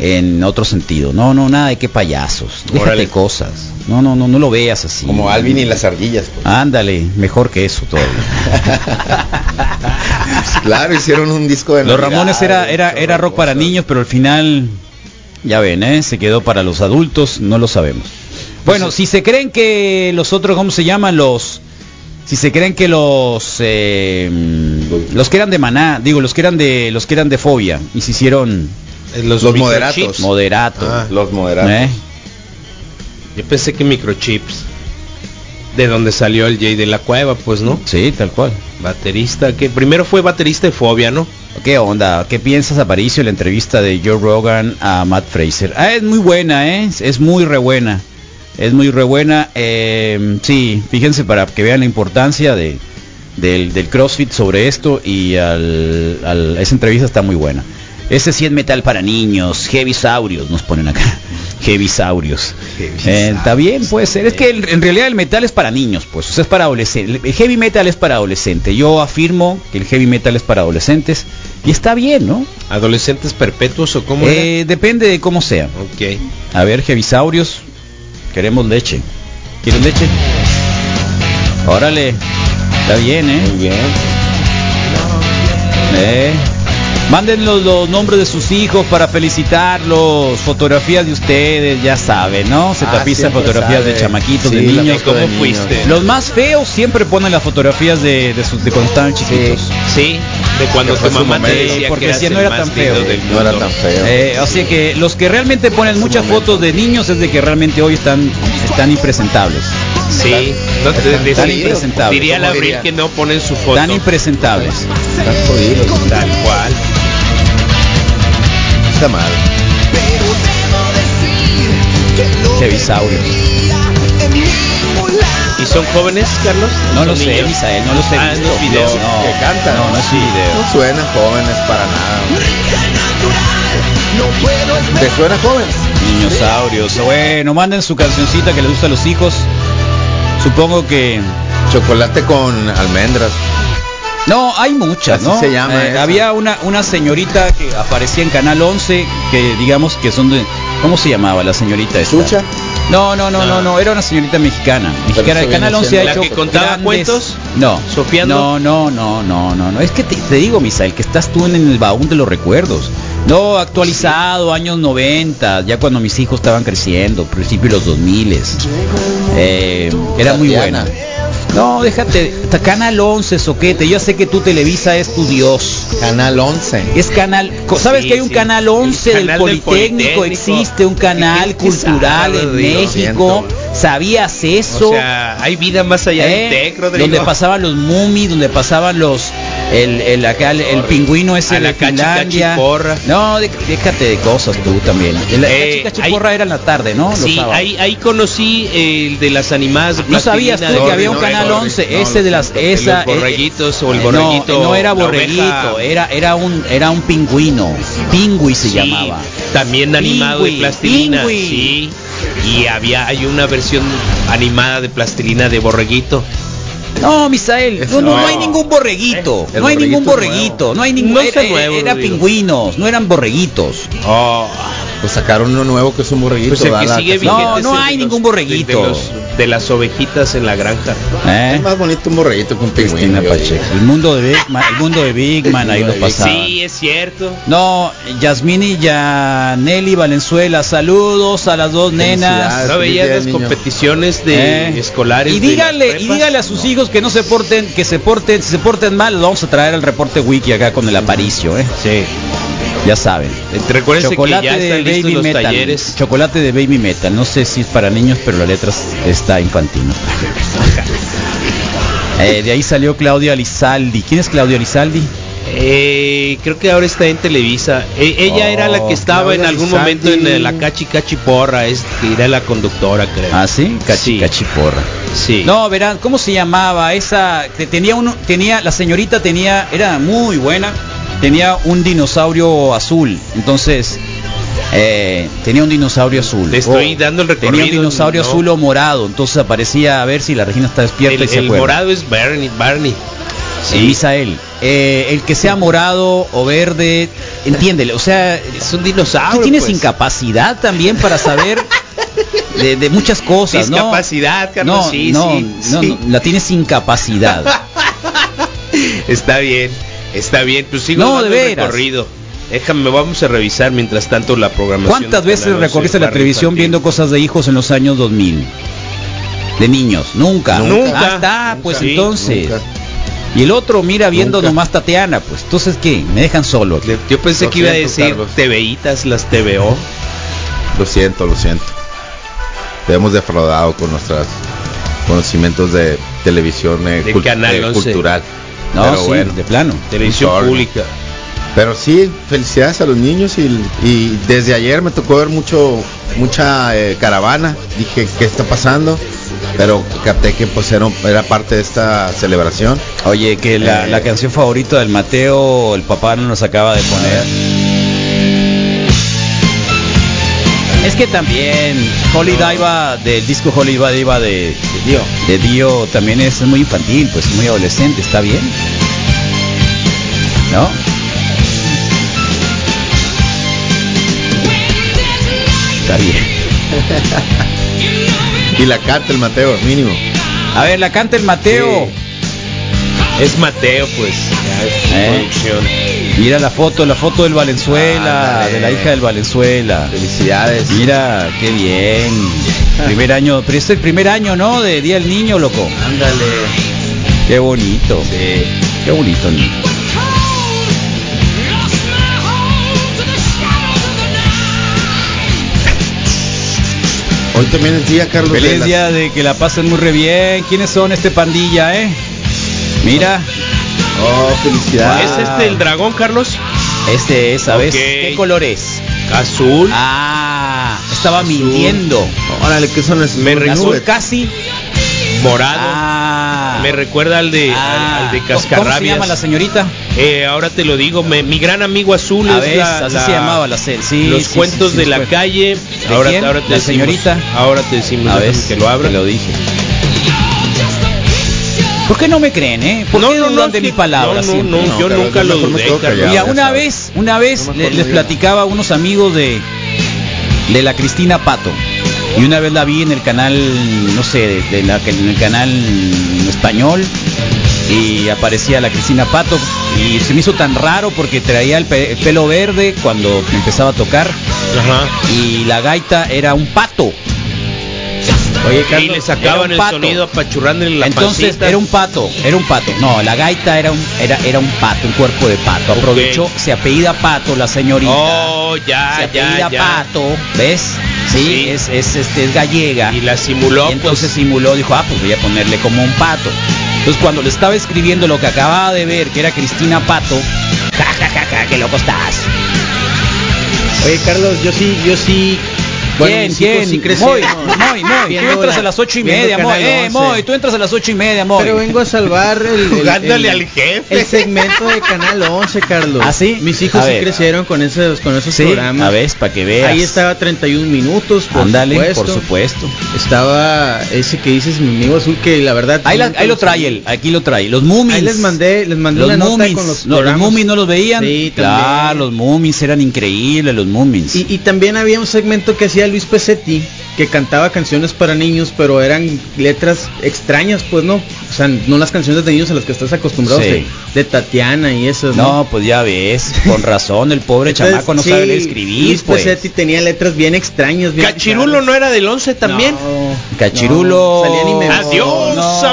[SPEAKER 3] en otro sentido. No, no, nada de qué payasos. Déjate
[SPEAKER 11] Órale.
[SPEAKER 3] de cosas. No, no, no, no lo veas así.
[SPEAKER 11] Como Alvin y las ardillas.
[SPEAKER 3] Ándale, mejor que eso todo.
[SPEAKER 11] pues, claro, hicieron un disco de
[SPEAKER 3] Los
[SPEAKER 11] Navidad,
[SPEAKER 3] Ramones era, era, era rock para niños, pero al final, ya ven, ¿eh? se quedó para los adultos, no lo sabemos. Bueno, si se creen que los otros, ¿cómo se llaman? Los... Si se creen que los eh, mm, los que eran de maná, digo, los que eran de los que eran de fobia y se hicieron
[SPEAKER 10] Los, microchips.
[SPEAKER 3] moderatos,
[SPEAKER 10] Ah,
[SPEAKER 11] los moderatos.
[SPEAKER 3] ¿eh?
[SPEAKER 10] Yo pensé que microchips. De donde salió el Jay de la Cueva, pues, ¿no?
[SPEAKER 3] Sí, tal cual.
[SPEAKER 10] Baterista, que primero fue baterista de Fobia, ¿no?
[SPEAKER 3] ¿Qué onda? ¿Qué piensas, Aparicio, de la entrevista de Joe Rogan a Matt Fraser? Ah, es muy buena, ¿eh? Es- Es muy re buena. Es muy re buena. eh, sí, fíjense para que vean la importancia de, del, del CrossFit sobre esto y al, al- esa entrevista está muy buena. Ese sí es metal para niños, Heavisaurios nos ponen acá. Heavisaurios. Eh, Está bien, puede ser. Es que
[SPEAKER 10] eh.
[SPEAKER 3] el- en realidad el metal es para niños, pues. o sea, es para adolescentes. El heavy metal es para adolescentes. Yo afirmo que el heavy metal es para adolescentes. Y está bien, ¿no?
[SPEAKER 10] ¿Adolescentes perpetuos o cómo era?
[SPEAKER 3] Eh, depende de cómo sea.
[SPEAKER 10] Ok.
[SPEAKER 3] A ver, Heavisaurios. Queremos leche. ¿Quieren leche? Órale. Está bien, ¿eh? Muy bien. Eh. Manden los, los nombres de sus hijos para felicitarlos, fotografías de ustedes, ya saben, ¿no? Se
[SPEAKER 11] Ah,
[SPEAKER 3] tapizan
[SPEAKER 11] siempre
[SPEAKER 3] fotografías de
[SPEAKER 11] sabe.
[SPEAKER 3] chamaquitos,
[SPEAKER 11] Sí,
[SPEAKER 3] de
[SPEAKER 11] la
[SPEAKER 3] niños.
[SPEAKER 11] foto de ¿Cómo niños. fuiste?
[SPEAKER 3] Los más feos siempre ponen las fotografías de, de sus de cuando estaban chiquitos.
[SPEAKER 10] Sí, de cuando
[SPEAKER 3] Que fue
[SPEAKER 10] tu
[SPEAKER 3] su
[SPEAKER 10] mamá te
[SPEAKER 3] momento.
[SPEAKER 10] decía
[SPEAKER 3] Porque
[SPEAKER 10] que eras
[SPEAKER 3] si
[SPEAKER 10] el
[SPEAKER 3] no era
[SPEAKER 10] más
[SPEAKER 3] tan feo.
[SPEAKER 10] lindo del
[SPEAKER 11] No era
[SPEAKER 10] mundo.
[SPEAKER 11] tan feo.
[SPEAKER 3] Eh, así que los que realmente ponen muchas fotos de niños es de que realmente hoy están, están impresentables.
[SPEAKER 10] Sí, no te
[SPEAKER 3] Están- están
[SPEAKER 10] decía-
[SPEAKER 3] impresentables.
[SPEAKER 10] Diría la
[SPEAKER 3] ¿Cómo
[SPEAKER 10] Abril
[SPEAKER 3] dirían?
[SPEAKER 10] que no ponen su foto.
[SPEAKER 3] Están impresentables.
[SPEAKER 11] Están jodidos.
[SPEAKER 10] Tal cual.
[SPEAKER 11] Está mal.
[SPEAKER 3] Heavisaurios.
[SPEAKER 10] ¿Y son jóvenes, Carlos?
[SPEAKER 3] No lo
[SPEAKER 10] ¿Son
[SPEAKER 3] sé,
[SPEAKER 10] niños?
[SPEAKER 3] Misael, no lo sé.
[SPEAKER 10] Ah, en los videos.
[SPEAKER 3] No,
[SPEAKER 11] Que cantan.
[SPEAKER 3] No, no es video.
[SPEAKER 11] No suenan jóvenes para nada. ¿Te suena joven?
[SPEAKER 3] Niñosaurios. Bueno, manden su cancioncita que les gusta a los hijos. Supongo que...
[SPEAKER 11] Chocolate con almendras.
[SPEAKER 3] No, hay muchas,
[SPEAKER 11] Así
[SPEAKER 3] ¿no?
[SPEAKER 11] se llama
[SPEAKER 3] Eh,
[SPEAKER 11] esa.
[SPEAKER 3] había una, una señorita que aparecía en Canal 11, que digamos que son de... ¿Cómo se llamaba la señorita esta?
[SPEAKER 11] ¿Chucha?
[SPEAKER 3] No, no, no, no, no, era una señorita mexicana. Mexicana,
[SPEAKER 11] eso
[SPEAKER 3] el Canal
[SPEAKER 11] viene
[SPEAKER 3] 11
[SPEAKER 11] siendo-
[SPEAKER 3] ha
[SPEAKER 11] ¿La
[SPEAKER 3] hecho
[SPEAKER 10] que contaba
[SPEAKER 3] grandes-
[SPEAKER 10] cuentos?
[SPEAKER 3] No.
[SPEAKER 10] ¿Sofiando?
[SPEAKER 3] No, no, no, no, no, no. Es que te, te digo, Misael, que estás tú en el baúl de los recuerdos. No, actualizado, años 90, ya cuando mis hijos estaban creciendo, principio de los 2000. Eh, era muy
[SPEAKER 11] Tatiana.
[SPEAKER 3] buena. No, déjate, ta- Canal 11, Soquete, yo sé que tú Televisa es tu Dios.
[SPEAKER 11] Canal 11.
[SPEAKER 3] Es canal, co- ¿sabes
[SPEAKER 10] Sí,
[SPEAKER 3] que hay un
[SPEAKER 10] sí.
[SPEAKER 3] canal 11
[SPEAKER 10] El
[SPEAKER 3] del,
[SPEAKER 10] canal del
[SPEAKER 3] Politécnico,
[SPEAKER 10] Politécnico.
[SPEAKER 3] Existe un canal
[SPEAKER 10] Qué
[SPEAKER 3] cultural
[SPEAKER 10] sábado,
[SPEAKER 3] en
[SPEAKER 10] digo.
[SPEAKER 3] México. ¿Sabías eso?
[SPEAKER 10] O sea, hay vida más allá
[SPEAKER 3] ¿Eh?
[SPEAKER 10] del tec, Rodrigo.
[SPEAKER 3] donde pasaban los mummies, donde pasaban los el el, acá, el, el pingüino ese
[SPEAKER 10] A
[SPEAKER 3] de
[SPEAKER 10] la cachi,
[SPEAKER 3] Finlandia.
[SPEAKER 10] cachiporra.
[SPEAKER 3] No, de- déjate de cosas tú también. La
[SPEAKER 10] Eh,
[SPEAKER 3] chica chiporra era en la tarde, ¿no? Los
[SPEAKER 10] Sí,
[SPEAKER 3] sábados.
[SPEAKER 10] ahí, ahí conocí eh, el de las animadas. de
[SPEAKER 3] No sabías tú
[SPEAKER 10] Plastilina,
[SPEAKER 3] que
[SPEAKER 10] de
[SPEAKER 3] había un
[SPEAKER 10] Orbe,
[SPEAKER 3] canal
[SPEAKER 10] Orbe.
[SPEAKER 3] 11,
[SPEAKER 10] No,
[SPEAKER 3] ese de las
[SPEAKER 10] de los
[SPEAKER 3] esa eh,
[SPEAKER 10] borreguitos o el
[SPEAKER 3] eh,
[SPEAKER 10] borreguito,
[SPEAKER 3] No, no era
[SPEAKER 10] la
[SPEAKER 3] borreguito,
[SPEAKER 10] oveja.
[SPEAKER 3] era era un era un pingüino, pingüi se
[SPEAKER 10] Sí,
[SPEAKER 3] llamaba.
[SPEAKER 10] También animado
[SPEAKER 3] Pingüi,
[SPEAKER 10] de plastilina.
[SPEAKER 3] pingüi.
[SPEAKER 10] Sí. Y había hay una versión animada de plastilina de borreguito.
[SPEAKER 3] No, Misael, no, no, no
[SPEAKER 11] nuevo.
[SPEAKER 3] hay ningún borreguito,
[SPEAKER 11] El
[SPEAKER 3] no hay ningún
[SPEAKER 11] borreguito
[SPEAKER 3] borreguito,
[SPEAKER 11] es
[SPEAKER 3] no hay ningún
[SPEAKER 10] No
[SPEAKER 3] era,
[SPEAKER 10] está nuevo,
[SPEAKER 3] era
[SPEAKER 10] Rodrigo.
[SPEAKER 3] pingüinos, no eran borreguitos.
[SPEAKER 10] Oh,
[SPEAKER 11] Pues sacaron uno nuevo que es un borreguito.
[SPEAKER 10] pues el
[SPEAKER 11] da
[SPEAKER 10] que
[SPEAKER 11] la
[SPEAKER 10] sigue
[SPEAKER 11] casualidad.
[SPEAKER 10] vigente
[SPEAKER 3] No,
[SPEAKER 10] es
[SPEAKER 3] no
[SPEAKER 10] el de
[SPEAKER 3] hay
[SPEAKER 10] los-
[SPEAKER 3] ningún
[SPEAKER 10] de-
[SPEAKER 3] borreguito.
[SPEAKER 10] De, los- de las ovejitas en la granja.
[SPEAKER 3] ¿Eh?
[SPEAKER 11] Es más bonito un borreguito que un
[SPEAKER 3] Cristina
[SPEAKER 11] pingüino. yo
[SPEAKER 3] Pacheco. El mundo de Big Man, el mundo de Big Man ahí lo
[SPEAKER 11] Ah.
[SPEAKER 3] pasaba.
[SPEAKER 10] Sí, es cierto.
[SPEAKER 3] No, Yasmín y Yaneli Valenzuela, saludos a las dos nenas.
[SPEAKER 11] Felicidades.
[SPEAKER 10] No
[SPEAKER 11] feliz
[SPEAKER 10] veías
[SPEAKER 11] día
[SPEAKER 10] las
[SPEAKER 11] del Ah, niño.
[SPEAKER 10] competiciones de
[SPEAKER 3] Eh,
[SPEAKER 10] escolares.
[SPEAKER 3] y
[SPEAKER 10] de las
[SPEAKER 3] díganle, y
[SPEAKER 10] prepas?
[SPEAKER 3] díganle a sus hijos que no se porten, que se porten, si se porten mal, lo vamos a traer al reporte wiki acá con el aparicio, eh.
[SPEAKER 10] Sí.
[SPEAKER 3] Ya saben.
[SPEAKER 10] Recuérdense que ya están listos los
[SPEAKER 3] metal.
[SPEAKER 10] talleres.
[SPEAKER 3] Chocolate de baby metal. No sé si es para niños, pero la letra está infantil. ¿no? Eh, de ahí salió Claudia Lizaldi. ¿Quién es Claudia Lizaldi?
[SPEAKER 10] Eh, creo que ahora está en Televisa. Eh, ella
[SPEAKER 3] Oh,
[SPEAKER 10] era la que estaba en
[SPEAKER 11] Claudia
[SPEAKER 10] algún
[SPEAKER 11] Lizaldi.
[SPEAKER 10] momento en eh, la Cachi Cachi Porra, es, era la conductora, creo.
[SPEAKER 3] Ah, sí, Cachi
[SPEAKER 10] Sí.
[SPEAKER 3] Cachiporra.
[SPEAKER 10] Sí.
[SPEAKER 3] No, verán, ¿cómo se llamaba esa? que Tenía uno, tenía, la señorita tenía, era muy buena, tenía un dinosaurio azul, entonces eh, tenía un dinosaurio azul. Oh,
[SPEAKER 10] Le estoy dando el
[SPEAKER 3] Tenía un
[SPEAKER 10] recorrido,
[SPEAKER 3] dinosaurio
[SPEAKER 10] no.
[SPEAKER 3] azul o morado, entonces aparecía a ver si la Regina está despierta
[SPEAKER 10] El,
[SPEAKER 3] y se
[SPEAKER 10] el
[SPEAKER 3] acuerda.
[SPEAKER 10] morado es Barney. Barney.
[SPEAKER 3] Sí. Misael, eh, el que sea morado o verde, entiéndele, o sea, es un dinosaurio. Tú tienes
[SPEAKER 10] pues.
[SPEAKER 3] incapacidad también para saber de, de muchas cosas, ¿no?
[SPEAKER 10] Discapacidad, Carlos,
[SPEAKER 3] No,
[SPEAKER 10] sí,
[SPEAKER 3] no,
[SPEAKER 10] sí,
[SPEAKER 3] no,
[SPEAKER 10] sí.
[SPEAKER 3] no, la tienes incapacidad.
[SPEAKER 10] Está bien, está bien. Pues sigo
[SPEAKER 3] No,
[SPEAKER 10] dando
[SPEAKER 3] de
[SPEAKER 10] el
[SPEAKER 3] veras.
[SPEAKER 10] recorrido. Déjame, vamos a revisar mientras tanto la programación.
[SPEAKER 3] ¿Cuántas
[SPEAKER 10] de
[SPEAKER 3] veces
[SPEAKER 10] noche,
[SPEAKER 3] recorriste la
[SPEAKER 10] barrio
[SPEAKER 3] televisión
[SPEAKER 10] infantil?
[SPEAKER 3] viendo cosas de hijos en los años 2000? De niños, nunca.
[SPEAKER 10] Nunca.
[SPEAKER 3] Ah, está, pues
[SPEAKER 10] Sí,
[SPEAKER 3] entonces.
[SPEAKER 10] nunca.
[SPEAKER 3] Y el otro mira viendo
[SPEAKER 10] Nunca.
[SPEAKER 3] nomás Tatiana, pues entonces qué, me dejan solo.
[SPEAKER 10] Yo pensé
[SPEAKER 3] Lo
[SPEAKER 10] que iba a
[SPEAKER 3] siento,
[SPEAKER 10] decir
[SPEAKER 3] Carlos.
[SPEAKER 10] TVitas, las TVO.
[SPEAKER 11] Lo siento, lo siento. Te hemos defraudado con nuestros conocimientos de televisión eh,
[SPEAKER 10] De
[SPEAKER 11] cul-
[SPEAKER 10] Canal
[SPEAKER 11] eh,
[SPEAKER 10] 11.
[SPEAKER 11] cultural.
[SPEAKER 3] No, sí, de plano.
[SPEAKER 10] Televisión
[SPEAKER 11] Sorry.
[SPEAKER 10] pública.
[SPEAKER 11] Pero sí, felicidades a los niños y, y desde ayer me tocó ver mucho mucha eh, caravana. Dije, ¿qué está pasando? Pero capté que pues era, era parte de esta celebración.
[SPEAKER 3] Oye, que la,
[SPEAKER 11] Eh.
[SPEAKER 3] la canción favorita del Mateo, el papá no nos acaba de poner. Es que también Holy Diva, del disco Holy Diva de, Dio, de Dio también es muy infantil, pues muy adolescente, está bien. ¿No?
[SPEAKER 11] Está bien. y la canta el Mateo, mínimo.
[SPEAKER 3] A ver, la canta el Mateo.
[SPEAKER 10] Es Mateo, pues. ya es
[SPEAKER 3] Eh.
[SPEAKER 10] producción.
[SPEAKER 3] Mira la foto, la foto del Valenzuela,
[SPEAKER 11] Ándale.
[SPEAKER 3] de la hija del Valenzuela.
[SPEAKER 11] Felicidades.
[SPEAKER 3] Mira, qué bien. Primer año, pero este es el primer año, ¿no? De Día del Niño, loco.
[SPEAKER 11] Ándale.
[SPEAKER 3] Qué bonito.
[SPEAKER 11] Sí.
[SPEAKER 3] Qué bonito, niño.
[SPEAKER 11] Hoy también es día, Carlos. de
[SPEAKER 3] Feliz
[SPEAKER 11] la-
[SPEAKER 3] día de que la pasen muy re bien. ¿Quiénes son este pandilla, eh? Mira,
[SPEAKER 11] Oh, felicidades.
[SPEAKER 10] ¿Es este el dragón, Carlos?
[SPEAKER 3] este es, ¿sabes?
[SPEAKER 10] Ok.
[SPEAKER 3] ¿Qué color es?
[SPEAKER 10] Azul.
[SPEAKER 3] Ah, estaba mintiendo.
[SPEAKER 11] Órale, ¿qué son las
[SPEAKER 10] Me
[SPEAKER 3] Azul
[SPEAKER 10] recuerda
[SPEAKER 3] casi.
[SPEAKER 10] morado.
[SPEAKER 3] Ah.
[SPEAKER 10] Me recuerda al de,
[SPEAKER 3] Ah.
[SPEAKER 10] al, al de
[SPEAKER 3] ¿Cómo se llama la
[SPEAKER 10] Cascarrabias.
[SPEAKER 3] señorita?
[SPEAKER 10] Eh, ahora te lo digo, me- mi gran amigo azul
[SPEAKER 3] A
[SPEAKER 10] es
[SPEAKER 3] ver,
[SPEAKER 10] la-
[SPEAKER 3] así
[SPEAKER 10] la-
[SPEAKER 3] se llamaba la se- sí,
[SPEAKER 10] los
[SPEAKER 3] sí,
[SPEAKER 10] cuentos
[SPEAKER 3] sí, sí,
[SPEAKER 10] de
[SPEAKER 3] los
[SPEAKER 10] la
[SPEAKER 3] cuentos.
[SPEAKER 10] calle.
[SPEAKER 3] ¿De quién? La
[SPEAKER 10] decimos-
[SPEAKER 3] señorita.
[SPEAKER 10] Ahora te decimos
[SPEAKER 3] A ver,
[SPEAKER 10] déjame que lo abra.
[SPEAKER 3] te lo dije. ¿Por qué no me creen, eh? ¿Por qué dudan de
[SPEAKER 10] es
[SPEAKER 3] mi
[SPEAKER 10] que-
[SPEAKER 3] palabra
[SPEAKER 10] no, no,
[SPEAKER 3] siempre?
[SPEAKER 10] no,
[SPEAKER 11] No,
[SPEAKER 10] yo
[SPEAKER 11] Carlos,
[SPEAKER 10] nunca
[SPEAKER 11] yo
[SPEAKER 10] lo
[SPEAKER 11] mejor me
[SPEAKER 10] dudé.
[SPEAKER 11] quedo
[SPEAKER 10] Carlos.
[SPEAKER 11] callado.
[SPEAKER 3] Mira,
[SPEAKER 11] Ya, ya
[SPEAKER 3] una
[SPEAKER 11] sabes.
[SPEAKER 3] vez, una vez le-
[SPEAKER 11] No me acuerdo
[SPEAKER 3] les
[SPEAKER 11] bien.
[SPEAKER 3] platicaba a unos amigos de de la Cristina Pato. Y una vez la vi en el canal, no sé, de, de la, en el canal español y aparecía la Cristina Pato y se me hizo tan raro porque traía el, pe- el pelo verde cuando empezaba a tocar
[SPEAKER 10] Ajá.
[SPEAKER 3] y la gaita era un pato.
[SPEAKER 10] Oye,
[SPEAKER 3] Carlos,
[SPEAKER 10] y le
[SPEAKER 3] era
[SPEAKER 10] sacaban
[SPEAKER 3] un
[SPEAKER 10] el
[SPEAKER 3] pato.
[SPEAKER 10] sonido apachurrándole la
[SPEAKER 3] Entonces
[SPEAKER 10] pancita.
[SPEAKER 3] era un pato, era un pato. No, la gaita era un, era, era un pato, un cuerpo de pato. Aprovechó,
[SPEAKER 10] Ok.
[SPEAKER 3] se apellida Pato la señorita.
[SPEAKER 10] Oh,
[SPEAKER 3] se
[SPEAKER 10] ya, ya,
[SPEAKER 3] apellida
[SPEAKER 10] ya.
[SPEAKER 3] Pato, ¿ves? Sí,
[SPEAKER 10] Sí.
[SPEAKER 3] Es, es, este, es gallega.
[SPEAKER 10] Y la simuló,
[SPEAKER 3] Y entonces
[SPEAKER 10] pues.
[SPEAKER 3] simuló, dijo, ah, pues voy a ponerle como un pato. Entonces cuando le estaba escribiendo lo que acababa de ver, que era Cristina Pato, ja, ja, ja, ja, qué loco estás.
[SPEAKER 10] pues.
[SPEAKER 12] Oye, Carlos, yo sí, yo sí.
[SPEAKER 3] ¿Quién?
[SPEAKER 12] mis hijos
[SPEAKER 3] ¿Quién?
[SPEAKER 12] sí
[SPEAKER 3] Moy,
[SPEAKER 12] crecieron
[SPEAKER 3] Moy, Moy, tú
[SPEAKER 12] viendo
[SPEAKER 3] entras
[SPEAKER 12] la-
[SPEAKER 3] a las ocho y
[SPEAKER 12] viendo
[SPEAKER 3] media, Moy.
[SPEAKER 12] Canal
[SPEAKER 3] Eh,
[SPEAKER 12] 11.
[SPEAKER 3] Moy, tú entras a las ocho y media, Moy.
[SPEAKER 12] Pero vengo a salvar el, el- el-
[SPEAKER 10] Jugándole al jefe.
[SPEAKER 12] el segmento de Canal 11, Carlos.
[SPEAKER 3] ¿Ah, sí?
[SPEAKER 12] Mis hijos
[SPEAKER 3] A
[SPEAKER 12] sí
[SPEAKER 3] ver.
[SPEAKER 12] crecieron con esos, con esos
[SPEAKER 3] Sí,
[SPEAKER 12] programas.
[SPEAKER 3] a ver, para que veas.
[SPEAKER 12] Ahí estaba 31 minutos, por
[SPEAKER 3] Ándale,
[SPEAKER 12] supuesto.
[SPEAKER 3] por supuesto.
[SPEAKER 12] Estaba ese que dices, mi amigo azul, que la verdad.
[SPEAKER 3] Ahí, la-
[SPEAKER 12] nunca
[SPEAKER 3] ahí lo
[SPEAKER 12] los-
[SPEAKER 3] trae él, aquí lo trae. Los Moomies.
[SPEAKER 12] Ahí les mandé, les mandé
[SPEAKER 3] Los
[SPEAKER 12] una nota
[SPEAKER 3] Moomies.
[SPEAKER 12] con los
[SPEAKER 3] no, los
[SPEAKER 12] programas.
[SPEAKER 3] Moomies no los veían.
[SPEAKER 12] Sí, también.
[SPEAKER 3] claro, los Moomies eran increíbles, los Moomies.
[SPEAKER 12] Y, y también había un segmento que hacía Luis Pesetti, que cantaba canciones para niños, pero eran letras extrañas, pues no. O sea, no las canciones de niños a las que estás acostumbrado,
[SPEAKER 3] Sí.
[SPEAKER 12] de, de Tatiana y esas, ¿no?
[SPEAKER 3] no, pues ya ves, con razón, el pobre
[SPEAKER 12] Entonces,
[SPEAKER 3] chamaco no
[SPEAKER 12] sí, eh,
[SPEAKER 3] sabe leer escribir,
[SPEAKER 12] Luis
[SPEAKER 3] pues.
[SPEAKER 12] Pesetti tenía letras bien extrañas. Bien
[SPEAKER 10] Cachirulo no era del 11 también.
[SPEAKER 3] Cachirulo.
[SPEAKER 12] no, salía ni me-
[SPEAKER 10] Adiós
[SPEAKER 3] No, no, no, pero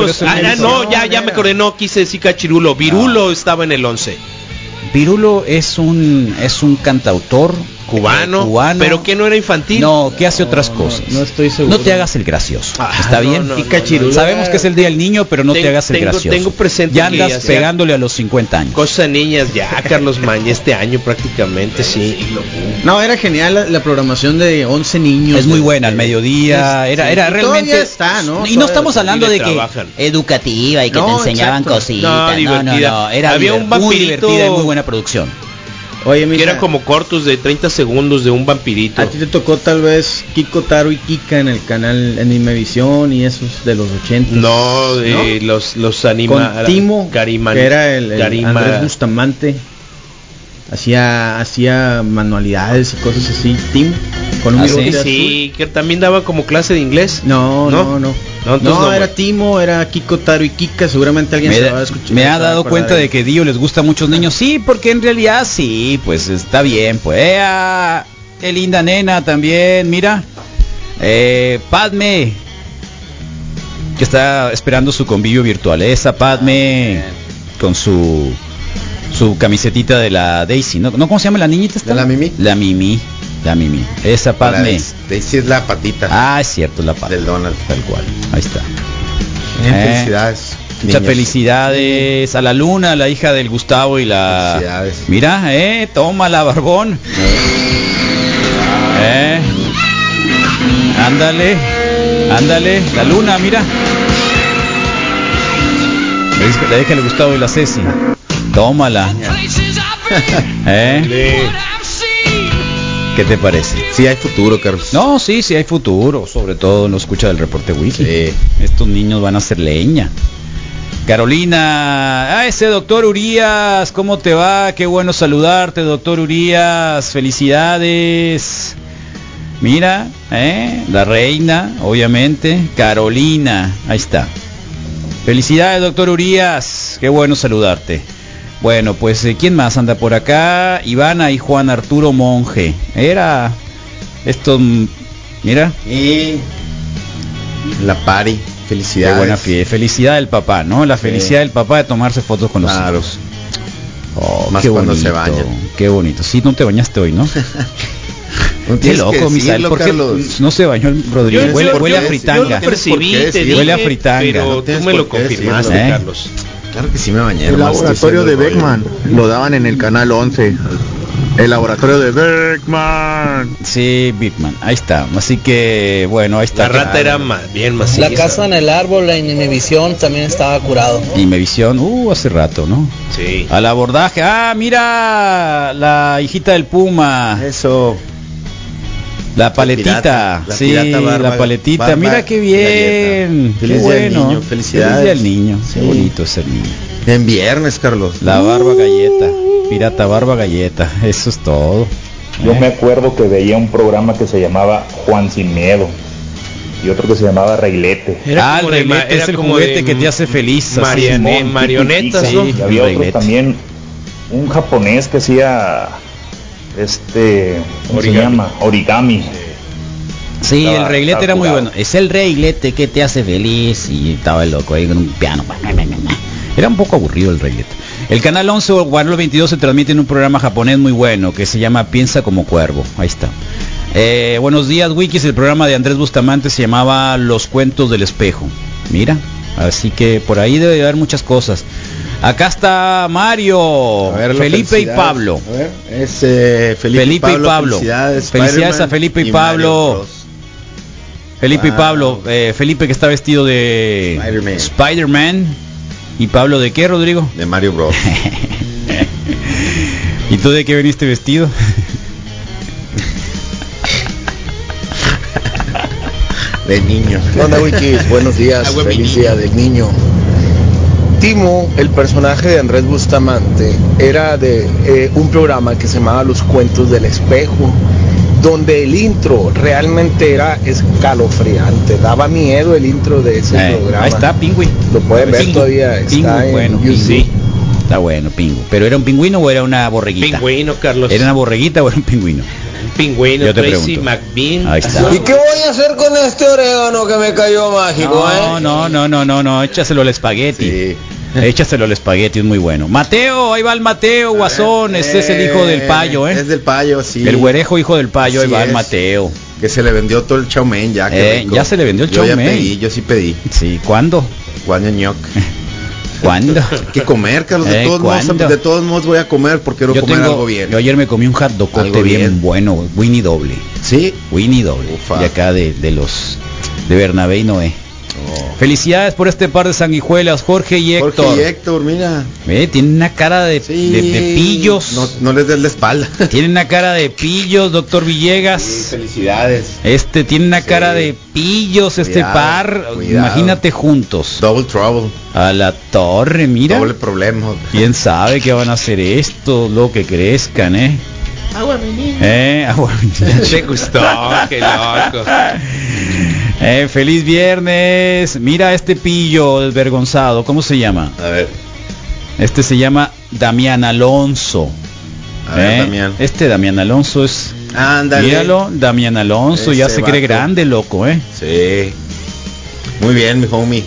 [SPEAKER 10] amigos.
[SPEAKER 3] eso no
[SPEAKER 10] Ah,
[SPEAKER 3] es-
[SPEAKER 10] no, ya, ya me acordé, no quise decir cachirulo. Virulo estaba en el 11.
[SPEAKER 3] Pirulo es un es un cantautor eh,
[SPEAKER 10] cubano,
[SPEAKER 3] cubano.
[SPEAKER 10] pero que no era infantil.
[SPEAKER 3] No, que hace otras cosas. No, estoy seguro. No te hagas el gracioso.
[SPEAKER 12] Ah,
[SPEAKER 3] ¿Está
[SPEAKER 10] no,
[SPEAKER 3] bien?
[SPEAKER 10] no, Y no, cachirulo.
[SPEAKER 3] Sabemos que es el día del niño, pero no
[SPEAKER 10] Ten-
[SPEAKER 3] te hagas el
[SPEAKER 10] tengo-
[SPEAKER 3] gracioso.
[SPEAKER 10] tengo presente
[SPEAKER 3] ya
[SPEAKER 10] que
[SPEAKER 3] andas
[SPEAKER 10] hacía-
[SPEAKER 3] pegándole a los 50 años.
[SPEAKER 10] Cosas a niñas ya, Carlos Maña, este año prácticamente, sí.
[SPEAKER 12] No, era genial la, la programación de 11 niños.
[SPEAKER 3] Es muy buena, al mediodía. Era,
[SPEAKER 12] Sí,
[SPEAKER 3] era
[SPEAKER 12] y
[SPEAKER 3] realmente.
[SPEAKER 12] todavía está, ¿no?
[SPEAKER 3] Y
[SPEAKER 12] Todavía
[SPEAKER 3] no estamos
[SPEAKER 12] está.
[SPEAKER 3] hablando
[SPEAKER 10] Y le
[SPEAKER 3] de que
[SPEAKER 10] trabajan.
[SPEAKER 3] educativa y que
[SPEAKER 10] No,
[SPEAKER 3] te enseñaban
[SPEAKER 10] exacto.
[SPEAKER 3] cositas.
[SPEAKER 10] No,
[SPEAKER 3] No, no, no,
[SPEAKER 10] divertida.
[SPEAKER 3] Era
[SPEAKER 10] Había
[SPEAKER 3] diver-
[SPEAKER 10] un
[SPEAKER 3] muy
[SPEAKER 10] vampirito-
[SPEAKER 3] divertida y muy buena producción.
[SPEAKER 12] Oye, mira,
[SPEAKER 10] Que era como cortos de 30 segundos de un vampirito.
[SPEAKER 12] a ti te tocó tal vez Kiko Taro y Kika en el canal en Imevisión y esos de los 80.
[SPEAKER 10] No, de los los anima
[SPEAKER 12] Con Timo,
[SPEAKER 10] Garima-
[SPEAKER 12] que era el, el
[SPEAKER 10] Garima-
[SPEAKER 12] Andrés Bustamante. Hacía, hacía manualidades y cosas así, Timo. Con un
[SPEAKER 10] Ah,
[SPEAKER 12] bigote
[SPEAKER 10] sí,
[SPEAKER 12] azul.
[SPEAKER 10] sí, que también daba como clase de inglés.
[SPEAKER 12] No, no, no. No,
[SPEAKER 10] No, entonces no,
[SPEAKER 12] era
[SPEAKER 10] güey.
[SPEAKER 12] Timo, era Kiko Taro y Kika. Seguramente alguien
[SPEAKER 3] Me,
[SPEAKER 12] se
[SPEAKER 3] da-
[SPEAKER 12] va a escuchar.
[SPEAKER 3] me
[SPEAKER 12] se va
[SPEAKER 3] ha
[SPEAKER 12] a
[SPEAKER 3] dado
[SPEAKER 12] acordar
[SPEAKER 3] cuenta
[SPEAKER 12] ahí.
[SPEAKER 3] de que Dio les gusta a muchos niños. Sí, porque en realidad sí, pues está bien. Pues, ¡Ea! ¡Qué linda nena también! Mira. Eh, Padme. Que está esperando su convivio virtual. Esa
[SPEAKER 11] Ah,
[SPEAKER 3] Padme. Con su su camisetita de la Daisy. ¿No, ¿No cómo se llama la niñita? Esta?
[SPEAKER 11] ¿De la Mimi?
[SPEAKER 3] La Mimi. La Mimi. Esa
[SPEAKER 11] La
[SPEAKER 3] Padme.
[SPEAKER 11] de- de- sí es la patita
[SPEAKER 3] Ah, es cierto, la Padme.
[SPEAKER 11] del Donald.
[SPEAKER 3] Tal cual. Ahí está.
[SPEAKER 11] Bien,
[SPEAKER 3] Eh.
[SPEAKER 11] felicidades.
[SPEAKER 3] Muchas
[SPEAKER 11] niños.
[SPEAKER 3] felicidades a la Luna, la hija del Gustavo y la...
[SPEAKER 11] Felicidades.
[SPEAKER 3] Mira, eh, toma la barbón. Eh. Ándale, ándale, la Luna, mira. La hija- La hija del Gustavo y la Ceci. Tómala. Eh, ¿Qué te parece?
[SPEAKER 11] Sí hay futuro, Carlos.
[SPEAKER 3] No, sí, sí hay futuro, sobre todo en lo escucha del reporte Wiki.
[SPEAKER 11] Sí.
[SPEAKER 3] Estos niños van a ser leña. Carolina, ah, ese doctor Urias, ¿cómo te va? Qué bueno saludarte, doctor Urias, felicidades. Mira, ¿eh? la reina, obviamente, Carolina, ahí está. Felicidades, doctor Urias, qué bueno saludarte. Bueno, pues, eh, ¿quién más anda por acá? Ivana y Juan Arturo Monje. Era esto, mm, mira,
[SPEAKER 11] Y la pari,
[SPEAKER 3] Qué
[SPEAKER 11] felicidades.
[SPEAKER 3] buena fie- Felicidad del papá, ¿no? La felicidad del papá de tomarse fotos con los
[SPEAKER 11] Claro.
[SPEAKER 3] hijos. Oh,
[SPEAKER 11] Más
[SPEAKER 3] qué
[SPEAKER 11] cuando
[SPEAKER 3] bonito,
[SPEAKER 11] se bañan.
[SPEAKER 3] Qué bonito. Sí, no te bañaste hoy, ¿no?
[SPEAKER 11] No
[SPEAKER 3] qué
[SPEAKER 11] tienes que
[SPEAKER 3] loco, Misael.
[SPEAKER 11] decirlo,
[SPEAKER 3] ¿Por qué
[SPEAKER 11] Carlos.
[SPEAKER 3] no se bañó el
[SPEAKER 10] Yo-
[SPEAKER 3] Rodrigo?
[SPEAKER 10] yo-
[SPEAKER 3] huele
[SPEAKER 10] yo-
[SPEAKER 3] huele a
[SPEAKER 10] yo- Yo
[SPEAKER 3] fritanga.
[SPEAKER 10] lo
[SPEAKER 11] No tienes
[SPEAKER 10] percibí,
[SPEAKER 11] por qué
[SPEAKER 10] te
[SPEAKER 11] decirlo.
[SPEAKER 10] dije,
[SPEAKER 3] Huele a fritanga. No
[SPEAKER 10] Pero
[SPEAKER 11] tienes
[SPEAKER 10] tú me
[SPEAKER 11] por
[SPEAKER 10] lo
[SPEAKER 11] qué
[SPEAKER 10] confirmaste,
[SPEAKER 3] decirlo. ¿Eh?
[SPEAKER 10] Carlos.
[SPEAKER 11] Claro que sí me bañé.
[SPEAKER 13] El
[SPEAKER 11] hermano, estoy
[SPEAKER 13] laboratorio de
[SPEAKER 11] siendo rollo.
[SPEAKER 13] Beckman lo daban en el canal 11. El laboratorio de Beckman.
[SPEAKER 3] Sí, Bigman. Ahí está. Así que, bueno, ahí está. Ah,
[SPEAKER 10] La rata era más, bien maciza.
[SPEAKER 6] en el árbol en Inevisión también estaba curado.
[SPEAKER 3] Y me visión, uh, hace rato, ¿no?
[SPEAKER 10] Sí.
[SPEAKER 3] Al abordaje. Ah, mira, la hijita del Puma.
[SPEAKER 11] Eso.
[SPEAKER 3] La paletita,
[SPEAKER 11] pirata, la
[SPEAKER 3] sí,
[SPEAKER 11] pirata Bárbara-
[SPEAKER 3] la paletita.
[SPEAKER 11] Bárbara
[SPEAKER 3] Mira qué
[SPEAKER 11] Glorieta.
[SPEAKER 3] bien, qué
[SPEAKER 11] Feliz día del
[SPEAKER 3] bueno.
[SPEAKER 11] niño, felicidades.
[SPEAKER 3] Feliz día del niño, qué
[SPEAKER 11] Sí.
[SPEAKER 3] bonito es el niño.
[SPEAKER 11] En viernes, Carlos.
[SPEAKER 3] La barba galleta, pirata barba galleta, eso es todo.
[SPEAKER 14] Yo
[SPEAKER 3] ¿eh?
[SPEAKER 14] me acuerdo que veía un programa que se llamaba Juan sin miedo y otro que se llamaba Reilete.
[SPEAKER 3] Ah, el
[SPEAKER 10] como de ma-
[SPEAKER 3] reglete
[SPEAKER 10] era
[SPEAKER 3] es el
[SPEAKER 10] como
[SPEAKER 3] juguete
[SPEAKER 10] de
[SPEAKER 3] que te hace feliz. así.
[SPEAKER 10] mariane-
[SPEAKER 14] Simón,
[SPEAKER 10] marionetas,
[SPEAKER 14] Pico
[SPEAKER 10] ¿no?
[SPEAKER 14] y Pico. Y
[SPEAKER 3] Sí,
[SPEAKER 14] había
[SPEAKER 3] Reilete.
[SPEAKER 14] otro también, un japonés que hacía este, ¿cómo se
[SPEAKER 10] Origami.
[SPEAKER 14] llama? Origami.
[SPEAKER 3] Sí, el
[SPEAKER 14] Estaba-
[SPEAKER 3] reglete
[SPEAKER 14] estaba
[SPEAKER 3] era muy
[SPEAKER 14] curado.
[SPEAKER 3] bueno. Es el reglete que te hace feliz y estaba el loco ahí con un piano. Era un poco aburrido el reglete. El canal 11 o Warner 22 se transmite en un programa japonés muy bueno que se llama Piensa como cuervo. Ahí está. Eh, buenos días, Wikis. El programa de Andrés Bustamante se llamaba Los cuentos del espejo. Mira, así que por ahí debe haber muchas cosas. Acá está Mario,
[SPEAKER 11] A ver, lo-
[SPEAKER 3] Felipe y
[SPEAKER 11] felicidades.
[SPEAKER 3] Pablo.
[SPEAKER 11] A ver, es, eh, Felipe,
[SPEAKER 3] Felipe y Pablo.
[SPEAKER 11] Felicidades,
[SPEAKER 3] Felicidades a
[SPEAKER 11] Spider-Man
[SPEAKER 3] Felipe y
[SPEAKER 11] Mario
[SPEAKER 3] Pablo.
[SPEAKER 11] Bros.
[SPEAKER 3] Felipe
[SPEAKER 13] Ah.
[SPEAKER 3] y
[SPEAKER 11] Wow.
[SPEAKER 3] Pablo, eh, Felipe que está vestido de
[SPEAKER 11] Spider-Man.
[SPEAKER 3] Spider-Man. y Pablo de qué, Rodrigo?
[SPEAKER 11] De Mario Bros.
[SPEAKER 3] ¿Y tú de qué veniste vestido?
[SPEAKER 11] De niño.
[SPEAKER 13] ¿Qué onda, Wikis? Buenos días. Feliz día del niño. Timo, el personaje de Andrés Bustamante, era de eh, un programa que se llamaba Los Cuentos del Espejo, donde el intro realmente era escalofriante, daba miedo el intro de ese
[SPEAKER 3] Eh,
[SPEAKER 13] programa.
[SPEAKER 3] ahí está, Pingüi.
[SPEAKER 13] Lo pueden ver
[SPEAKER 3] Pingüi.
[SPEAKER 13] todavía, está
[SPEAKER 3] Pingüi,
[SPEAKER 13] en
[SPEAKER 3] bueno, Pingüi.
[SPEAKER 13] YouTube.
[SPEAKER 3] Está bueno, Pingüi. ¿Pero era un pingüino o era una borreguita?
[SPEAKER 10] Pingüino, Carlos.
[SPEAKER 3] ¿Era una borreguita o era un pingüino?
[SPEAKER 10] Pingüino,
[SPEAKER 3] Yo te
[SPEAKER 10] Tracy
[SPEAKER 3] pregunto.
[SPEAKER 10] McBean.
[SPEAKER 3] Ahí está.
[SPEAKER 13] qué voy a hacer con este orégano que me cayó mágico,
[SPEAKER 3] No, no, no, no, no, no, échaselo al espagueti.
[SPEAKER 11] Sí.
[SPEAKER 3] Échaselo al espagueti, es muy bueno. Mateo, ahí va el Mateo, guasón. Este es el hijo del payo, ¿eh?
[SPEAKER 11] Es del payo, sí.
[SPEAKER 3] El güerejo hijo del payo, ahí
[SPEAKER 11] Así
[SPEAKER 3] va el
[SPEAKER 11] es.
[SPEAKER 3] Mateo.
[SPEAKER 11] Que se le vendió todo el chow mein ya. qué
[SPEAKER 3] Eh,
[SPEAKER 11] rico.
[SPEAKER 3] ya se le vendió el
[SPEAKER 11] Yo
[SPEAKER 3] chow
[SPEAKER 11] ya
[SPEAKER 3] mein.
[SPEAKER 11] pedí, yo sí pedí.
[SPEAKER 3] Sí, ¿cuándo?
[SPEAKER 11] ¿Cuándo, ñoc?
[SPEAKER 3] ¿Cuándo?
[SPEAKER 11] Hay que comer, Carlos. De,
[SPEAKER 3] Eh,
[SPEAKER 11] todos modos,
[SPEAKER 3] ¿cuándo?
[SPEAKER 11] de todos modos voy a comer porque quiero comer
[SPEAKER 3] tengo-
[SPEAKER 11] algo bien.
[SPEAKER 3] yo ayer me comí un hot
[SPEAKER 11] Algo
[SPEAKER 3] dogote bien,
[SPEAKER 11] bien.
[SPEAKER 3] bueno, güey, Winnie doble.
[SPEAKER 11] ¿Sí?
[SPEAKER 3] Winnie doble. De acá de, de los de Bernabé y Noé. Felicidades por este par de sanguijuelas, Jorge y Héctor.
[SPEAKER 11] Oh. Jorge y Héctor, mira.
[SPEAKER 3] Eh, tienen una cara de,
[SPEAKER 11] Sí.
[SPEAKER 3] de- de pillos.
[SPEAKER 11] No, no les des la espalda.
[SPEAKER 3] Tienen una cara de pillos, doctor Villegas.
[SPEAKER 11] Felicidades.
[SPEAKER 3] Este tiene una cara de pillos este
[SPEAKER 11] Cuidado,
[SPEAKER 3] par.
[SPEAKER 11] cuidado.
[SPEAKER 3] Imagínate juntos.
[SPEAKER 11] Double trouble.
[SPEAKER 3] A la torre, mira.
[SPEAKER 11] Doble problema.
[SPEAKER 3] ¿Quién sabe qué van a hacer esto? Lo que crezcan, ¿eh?
[SPEAKER 6] Agua, mi niño.
[SPEAKER 3] Eh, agua-
[SPEAKER 10] Te gustó, qué loco.
[SPEAKER 3] Eh, feliz viernes. Mira este pillo desvergonzado. ¿Cómo se llama?
[SPEAKER 11] A ver.
[SPEAKER 3] Este se llama Damián Alonso.
[SPEAKER 11] A ver, Damián.
[SPEAKER 3] Este Damián Alonso es.
[SPEAKER 11] Ándale.
[SPEAKER 3] Míralo, Damián Alonso ya
[SPEAKER 11] Ese
[SPEAKER 3] se cree
[SPEAKER 11] vato.
[SPEAKER 3] grande, loco, ¿eh?
[SPEAKER 11] Sí. Muy bien, mi homie.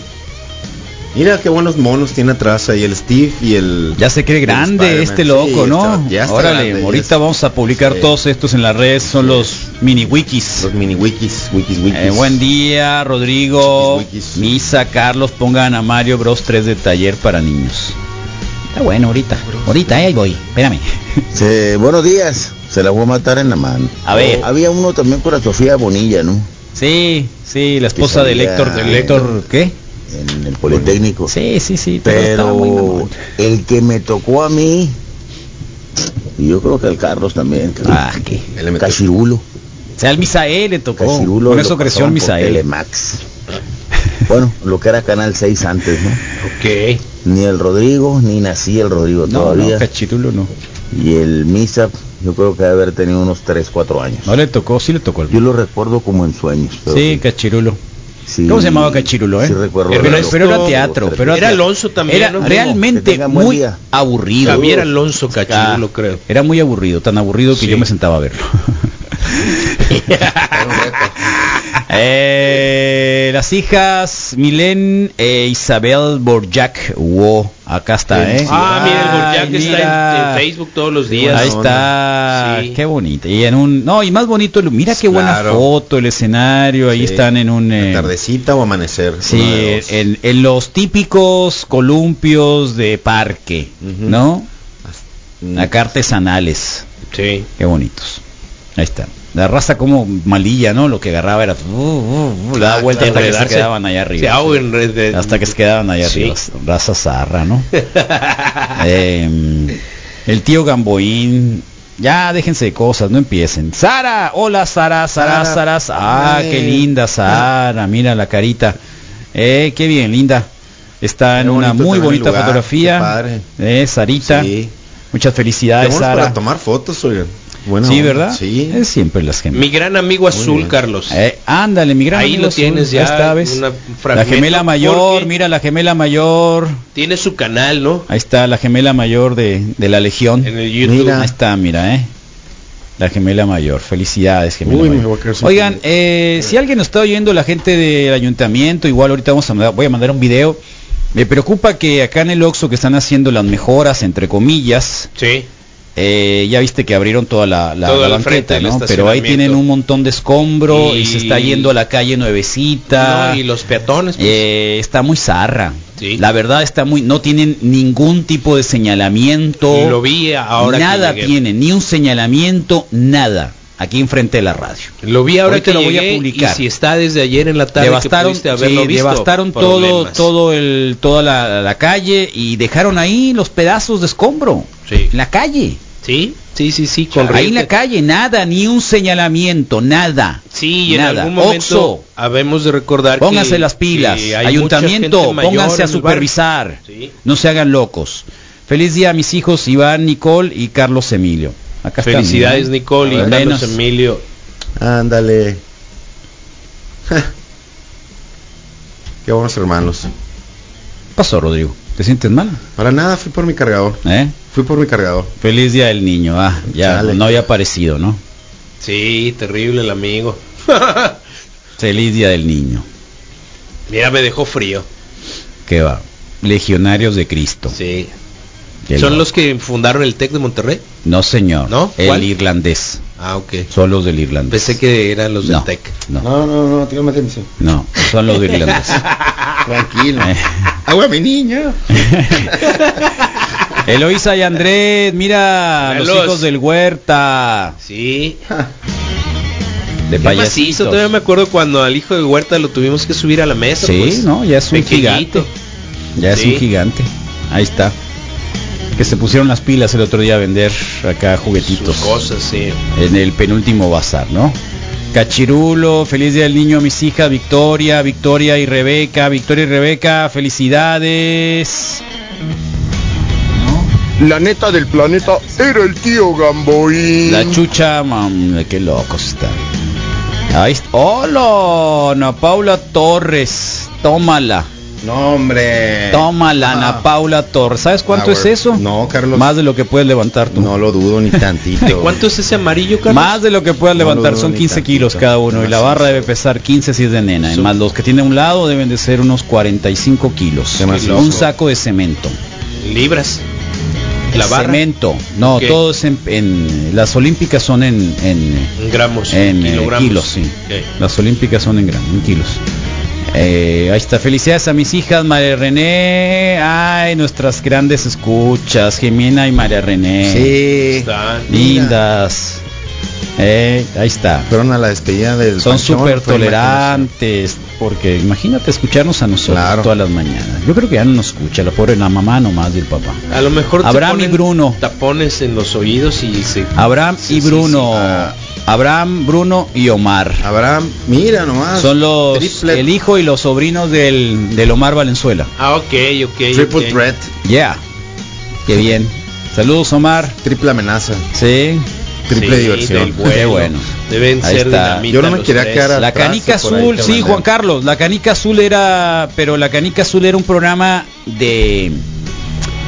[SPEAKER 11] Mira qué buenos monos tiene atrás ahí el Steve y el.
[SPEAKER 3] Ya se cree
[SPEAKER 11] el
[SPEAKER 3] grande
[SPEAKER 11] Spider-Man.
[SPEAKER 3] este
[SPEAKER 11] Sí,
[SPEAKER 3] loco, ¿no?
[SPEAKER 11] está- ya está
[SPEAKER 3] Órale,
[SPEAKER 11] grande, ya
[SPEAKER 3] ahorita
[SPEAKER 11] está-
[SPEAKER 3] vamos a publicar
[SPEAKER 11] Sí.
[SPEAKER 3] todos estos en las redes, son los mini wikis.
[SPEAKER 11] Los mini wikis, wikis, wikis.
[SPEAKER 3] Eh, buen día, Rodrigo, Misa, Carlos, pongan a Mario Bros 3 de taller para niños. Está bueno ahorita, ahorita, eh, ahí voy, espérame.
[SPEAKER 15] Se- buenos días, se la voy a matar en la mano. Oh,
[SPEAKER 3] A ver.
[SPEAKER 15] Había uno también con la Sofía Bonilla, ¿no?
[SPEAKER 3] Sí, sí, la esposa
[SPEAKER 15] Que
[SPEAKER 3] del
[SPEAKER 15] salía
[SPEAKER 3] Héctor, del Héctor, ¿qué?
[SPEAKER 15] En el Politécnico.
[SPEAKER 3] Sí, sí, sí. estaba muy
[SPEAKER 15] Pero el que me tocó a mí, y yo creo que al Carlos también,
[SPEAKER 3] Ah, ¿qué?
[SPEAKER 15] Cachirulo.
[SPEAKER 3] O sea, el Misael le tocó,
[SPEAKER 15] Cachirulo
[SPEAKER 3] con
[SPEAKER 15] lo
[SPEAKER 3] eso
[SPEAKER 15] pasaban
[SPEAKER 3] creció el
[SPEAKER 15] por
[SPEAKER 3] Misael.
[SPEAKER 15] Telemax. Bueno, lo que era Canal 6 antes, ¿no?
[SPEAKER 10] Ok.
[SPEAKER 15] Ni el Rodrigo, ni nací el Rodrigo
[SPEAKER 3] No,
[SPEAKER 15] todavía.
[SPEAKER 3] no, Cachirulo no.
[SPEAKER 15] Y el Misa, yo creo que debe haber tenido unos 3, 4 años.
[SPEAKER 3] No le tocó, sí le tocó.
[SPEAKER 15] Yo lo recuerdo como en sueños. pero
[SPEAKER 3] Sí, Cachirulo.
[SPEAKER 15] sí,
[SPEAKER 3] ¿Cómo se llamaba Cachirulo, eh?
[SPEAKER 15] Sí recuerdo.
[SPEAKER 3] Pero,
[SPEAKER 15] haberlo-
[SPEAKER 3] pero era teatro. Pero
[SPEAKER 10] Era
[SPEAKER 3] teatro.
[SPEAKER 10] Alonso también,
[SPEAKER 3] Era
[SPEAKER 10] ¿no?
[SPEAKER 15] Que
[SPEAKER 3] realmente
[SPEAKER 15] tengan buen
[SPEAKER 3] muy
[SPEAKER 15] día.
[SPEAKER 3] aburrido.
[SPEAKER 10] Javier Alonso Cachirulo, creo.
[SPEAKER 3] Era muy aburrido, tan aburrido que yo me sentaba a verlo. Eh, las hijas Milen e Isabel Borjak Wo. Acá está, ¿eh?
[SPEAKER 10] Ah, mira, el Gorjak
[SPEAKER 3] Ay,
[SPEAKER 10] está en- en,
[SPEAKER 3] mira.
[SPEAKER 10] Facebook todos los días.
[SPEAKER 3] Ahí está, qué bonito. Y en un, no, y más bonito, el- mira qué buena
[SPEAKER 11] Claro.
[SPEAKER 3] foto, el escenario, ahí
[SPEAKER 11] Sí.
[SPEAKER 3] están en un... eh,
[SPEAKER 11] Tardecita o amanecer.
[SPEAKER 3] Sí,
[SPEAKER 11] una de dos.
[SPEAKER 3] en, en los típicos columpios de parque, ¿no? Acá artesanales.
[SPEAKER 10] Sí.
[SPEAKER 3] Qué bonitos. Ahí está. La raza como malilla, ¿no? Lo que agarraba era... uh, uh, uh, le daba vuelta hasta que se
[SPEAKER 10] Enredarse.
[SPEAKER 3] quedaban allá
[SPEAKER 10] Sí,
[SPEAKER 3] arriba.
[SPEAKER 10] ah, en red de-
[SPEAKER 3] Hasta que se quedaban allá
[SPEAKER 10] Sí.
[SPEAKER 3] arriba. Raza zarra, ¿no? Eh, el tío Gamboín... Ya, déjense de cosas, no empiecen. Sara, hola Sara, Sara, Sara. Sara. Ah, qué
[SPEAKER 11] Eh.
[SPEAKER 3] linda Sara, mira la carita. Eh, qué bien, linda. Está en
[SPEAKER 11] Qué
[SPEAKER 3] una
[SPEAKER 11] bonito
[SPEAKER 3] muy
[SPEAKER 11] también el
[SPEAKER 3] bonita
[SPEAKER 11] lugar, qué
[SPEAKER 3] fotografía.
[SPEAKER 11] padre.
[SPEAKER 3] Eh, Sarita.
[SPEAKER 11] Sí.
[SPEAKER 3] Muchas felicidades,
[SPEAKER 11] Tenemos para
[SPEAKER 3] Sara.
[SPEAKER 11] tomar fotos, oigan. Buena
[SPEAKER 3] Ah, sí,
[SPEAKER 11] onda.
[SPEAKER 3] ¿verdad?
[SPEAKER 11] Sí.
[SPEAKER 3] Es siempre las gemelas.
[SPEAKER 10] Mi gran amigo azul, Carlos.
[SPEAKER 3] Eh, ándale, mi gran
[SPEAKER 10] Ahí
[SPEAKER 3] amigo
[SPEAKER 10] lo
[SPEAKER 3] azul,
[SPEAKER 10] tienes ya,
[SPEAKER 3] ahí está, ¿ves?
[SPEAKER 10] una- un
[SPEAKER 3] La
[SPEAKER 10] fragmento,
[SPEAKER 3] gemela mayor,
[SPEAKER 10] porque-
[SPEAKER 3] mira la gemela mayor.
[SPEAKER 10] Tiene su canal, ¿no?
[SPEAKER 3] Ahí está la gemela mayor de, de la legión.
[SPEAKER 10] En el YouTube.
[SPEAKER 3] Mira. Ahí está, mira, eh. La gemela mayor. Felicidades, gemela
[SPEAKER 11] Uy, me voy
[SPEAKER 3] mayor.
[SPEAKER 11] a quedar sin
[SPEAKER 3] Oigan, eh, si alguien nos está oyendo, la gente del ayuntamiento, igual ahorita vamos a mandar, voy a mandar un video. Me preocupa que acá en el Oxxo que están haciendo las mejoras, entre comillas,
[SPEAKER 10] Sí.
[SPEAKER 3] eh, ya viste que abrieron toda la, la-
[SPEAKER 10] Todo
[SPEAKER 3] la
[SPEAKER 10] al frente
[SPEAKER 3] banqueta,
[SPEAKER 10] del
[SPEAKER 3] ¿no? Pero ahí
[SPEAKER 10] estacionamiento.
[SPEAKER 3] tienen un montón de escombro y,
[SPEAKER 10] Y-
[SPEAKER 3] se está yendo a la calle nuevecita.
[SPEAKER 10] No, y los peatones. pues.
[SPEAKER 3] Eh, está muy zarra. La verdad está muy, no tienen ningún tipo de señalamiento.
[SPEAKER 10] Lo vi ahora que
[SPEAKER 3] Nada
[SPEAKER 10] llegué.
[SPEAKER 3] tienen, ni un señalamiento, nada. Aquí enfrente de la radio.
[SPEAKER 10] Lo vi ahora
[SPEAKER 3] Ahorita
[SPEAKER 10] que
[SPEAKER 3] lo voy a
[SPEAKER 10] llegué,
[SPEAKER 3] publicar.
[SPEAKER 10] Y si está desde ayer en la tarde, que
[SPEAKER 3] Devastaron,
[SPEAKER 10] pudiste haberlo
[SPEAKER 3] sí,
[SPEAKER 10] visto,
[SPEAKER 3] devastaron todo,
[SPEAKER 10] problemas.
[SPEAKER 3] todo el, toda la, la calle y dejaron ahí los pedazos de escombro. En la calle.
[SPEAKER 10] Sí, sí, sí, sí. Con
[SPEAKER 3] Ahí en
[SPEAKER 10] reírte.
[SPEAKER 3] la calle, nada, ni un señalamiento, nada.
[SPEAKER 10] Sí, y en
[SPEAKER 3] nada.
[SPEAKER 10] algún momento
[SPEAKER 3] Oxxo,
[SPEAKER 10] habemos de recordar que-
[SPEAKER 3] Pónganse las pilas.
[SPEAKER 10] que hay mucha
[SPEAKER 3] Ayuntamiento,
[SPEAKER 10] gente mayor
[SPEAKER 3] pónganse a
[SPEAKER 10] en el barrio.
[SPEAKER 3] supervisar.
[SPEAKER 10] Sí.
[SPEAKER 3] No se hagan locos. Feliz día a mis hijos Iván, Nicole y Carlos Emilio. Acá están,
[SPEAKER 10] Felicidades,
[SPEAKER 3] ¿no?
[SPEAKER 10] Nicole y
[SPEAKER 3] Al
[SPEAKER 10] Carlos
[SPEAKER 3] menos.
[SPEAKER 10] Emilio.
[SPEAKER 11] Ándale. Qué buenos hermanos.
[SPEAKER 3] ¿Qué pasó, Rodrigo? ¿Te sientes mal?
[SPEAKER 11] Para nada, fui por mi cargador.
[SPEAKER 3] ¿Eh?
[SPEAKER 11] Fui por mi cargador.
[SPEAKER 3] Feliz día del niño. Ah, ya
[SPEAKER 11] Chale.
[SPEAKER 3] no había aparecido, ¿no?
[SPEAKER 10] Sí, terrible el amigo.
[SPEAKER 3] Feliz día del niño.
[SPEAKER 10] Mira, me dejó frío.
[SPEAKER 3] ¿Qué va? Legionarios de Cristo.
[SPEAKER 10] Sí.
[SPEAKER 3] Qué
[SPEAKER 10] ¿Son
[SPEAKER 3] loco.
[SPEAKER 10] los que fundaron el TEC de Monterrey?
[SPEAKER 3] No, señor.
[SPEAKER 10] ¿No?
[SPEAKER 3] El
[SPEAKER 10] ¿Cuál?
[SPEAKER 3] irlandés.
[SPEAKER 10] Ah, ok.
[SPEAKER 3] Son los del irlandés.
[SPEAKER 10] Pensé que eran los del
[SPEAKER 3] No.
[SPEAKER 10] TEC.
[SPEAKER 3] No.
[SPEAKER 11] No, no, no, tírame atención.
[SPEAKER 3] No, son los Eh. del irlandés.
[SPEAKER 11] Tranquilo. Agua, mi niño.
[SPEAKER 3] Eloisa y Andrés, mira, los
[SPEAKER 10] Velos.
[SPEAKER 3] hijos del huerta.
[SPEAKER 10] Sí.
[SPEAKER 3] De
[SPEAKER 10] Qué
[SPEAKER 3] payasitos.
[SPEAKER 10] macizo, todavía me acuerdo cuando al hijo de Huerta lo tuvimos que subir a la mesa.
[SPEAKER 3] Sí,
[SPEAKER 10] pues.
[SPEAKER 3] no, ya es un
[SPEAKER 10] Pequeñito.
[SPEAKER 3] Ya
[SPEAKER 10] Sí.
[SPEAKER 3] es un gigante. Ahí está. Que se pusieron las pilas el otro día a vender acá juguetitos.
[SPEAKER 10] Cosas, sí.
[SPEAKER 3] En el penúltimo bazar, ¿no? Cachirulo, feliz día del niño a mis hijas, Victoria, Victoria y Rebeca, Victoria y Rebeca, felicidades.
[SPEAKER 16] La neta del planeta era el tío Gamboín.
[SPEAKER 3] La chucha, mam, qué locos están. Ahí está. ¡Hola! Ana Paula Torres, tómala.
[SPEAKER 11] No, hombre.
[SPEAKER 3] Tómala, Ana Paula Torres. ¿Sabes cuánto
[SPEAKER 11] Ah,
[SPEAKER 3] es
[SPEAKER 11] bueno.
[SPEAKER 3] eso?
[SPEAKER 11] Eh. Ah. No, Carlos.
[SPEAKER 3] Más de lo que puedes levantar tú.
[SPEAKER 11] No lo dudo ni tantito.
[SPEAKER 10] ¿De cuánto es ese amarillo, Carlos?
[SPEAKER 3] Más de lo que puedas
[SPEAKER 11] No lo
[SPEAKER 3] levantar,
[SPEAKER 11] dudo
[SPEAKER 3] son
[SPEAKER 11] ni
[SPEAKER 3] 15
[SPEAKER 11] tantito.
[SPEAKER 3] kilos cada uno y la
[SPEAKER 11] Así
[SPEAKER 3] barra debe pesar 15 si es de nena. Y más los que tiene a un lado deben de ser unos 45 kilos.
[SPEAKER 10] macizo.
[SPEAKER 3] Un saco de cemento.
[SPEAKER 10] Libras. La barra.
[SPEAKER 3] Cemento. No,
[SPEAKER 10] Ok.
[SPEAKER 3] todos en, en- las olímpicas son en, en,
[SPEAKER 10] En gramos.
[SPEAKER 3] en, eh,
[SPEAKER 10] kilogramos.
[SPEAKER 3] kilos, sí.
[SPEAKER 10] Ok.
[SPEAKER 3] Las olímpicas son en gramos, en kilos. Eh, ahí está, felicidades a mis hijas, María René. Ay, nuestras grandes escuchas, Gemina y María René.
[SPEAKER 11] Sí.
[SPEAKER 10] Está.
[SPEAKER 3] Lindas. Eh, ahí está.
[SPEAKER 11] Fueron a la despedida del
[SPEAKER 3] Son
[SPEAKER 11] panchón,
[SPEAKER 3] súper
[SPEAKER 11] fue imaginación.
[SPEAKER 3] tolerantes, porque imagínate escucharnos a nosotros
[SPEAKER 11] Claro.
[SPEAKER 3] todas las mañanas. Yo creo que ya no nos escucha, la pobre la mamá nomás y el papá.
[SPEAKER 10] A lo mejor te
[SPEAKER 3] Abraham y
[SPEAKER 10] ponen
[SPEAKER 3] Bruno. Ah.
[SPEAKER 10] tapones en los oídos y se...
[SPEAKER 3] Abraham
[SPEAKER 10] Sí,
[SPEAKER 3] y
[SPEAKER 10] sí,
[SPEAKER 3] Bruno.
[SPEAKER 10] sí. Ah.
[SPEAKER 3] Abraham, Bruno y Omar.
[SPEAKER 11] Abraham, mira nomás.
[SPEAKER 3] Son los
[SPEAKER 11] Triplet.
[SPEAKER 3] el hijo y los sobrinos del, del Omar Valenzuela.
[SPEAKER 10] Ah, ok, ok.
[SPEAKER 11] Triple
[SPEAKER 10] ok.
[SPEAKER 11] threat.
[SPEAKER 3] Yeah. Qué bien. Saludos Omar.
[SPEAKER 11] Triple amenaza.
[SPEAKER 3] Sí.
[SPEAKER 11] Triple
[SPEAKER 10] Sí, del
[SPEAKER 11] diversión.
[SPEAKER 10] vuelo.
[SPEAKER 3] Qué bueno.
[SPEAKER 10] Deben
[SPEAKER 3] Ahí
[SPEAKER 10] ser
[SPEAKER 3] está.
[SPEAKER 10] dinamita
[SPEAKER 11] Yo no me
[SPEAKER 10] los
[SPEAKER 11] quería
[SPEAKER 10] tres.
[SPEAKER 11] quedar
[SPEAKER 3] La
[SPEAKER 11] atrás,
[SPEAKER 3] canica
[SPEAKER 11] por ahí
[SPEAKER 3] azul,
[SPEAKER 11] te
[SPEAKER 3] sí,
[SPEAKER 11] mandé.
[SPEAKER 3] Juan Carlos. La canica azul era, pero la canica azul era un programa de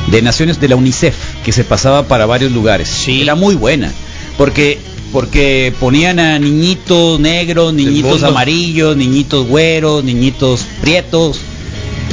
[SPEAKER 3] de Naciones de la UNICEF que se pasaba para varios lugares. Era muy buena, porque porque ponían a niñitos negros, niñitos
[SPEAKER 10] mundo.
[SPEAKER 3] amarillos, niñitos güeros, niñitos prietos.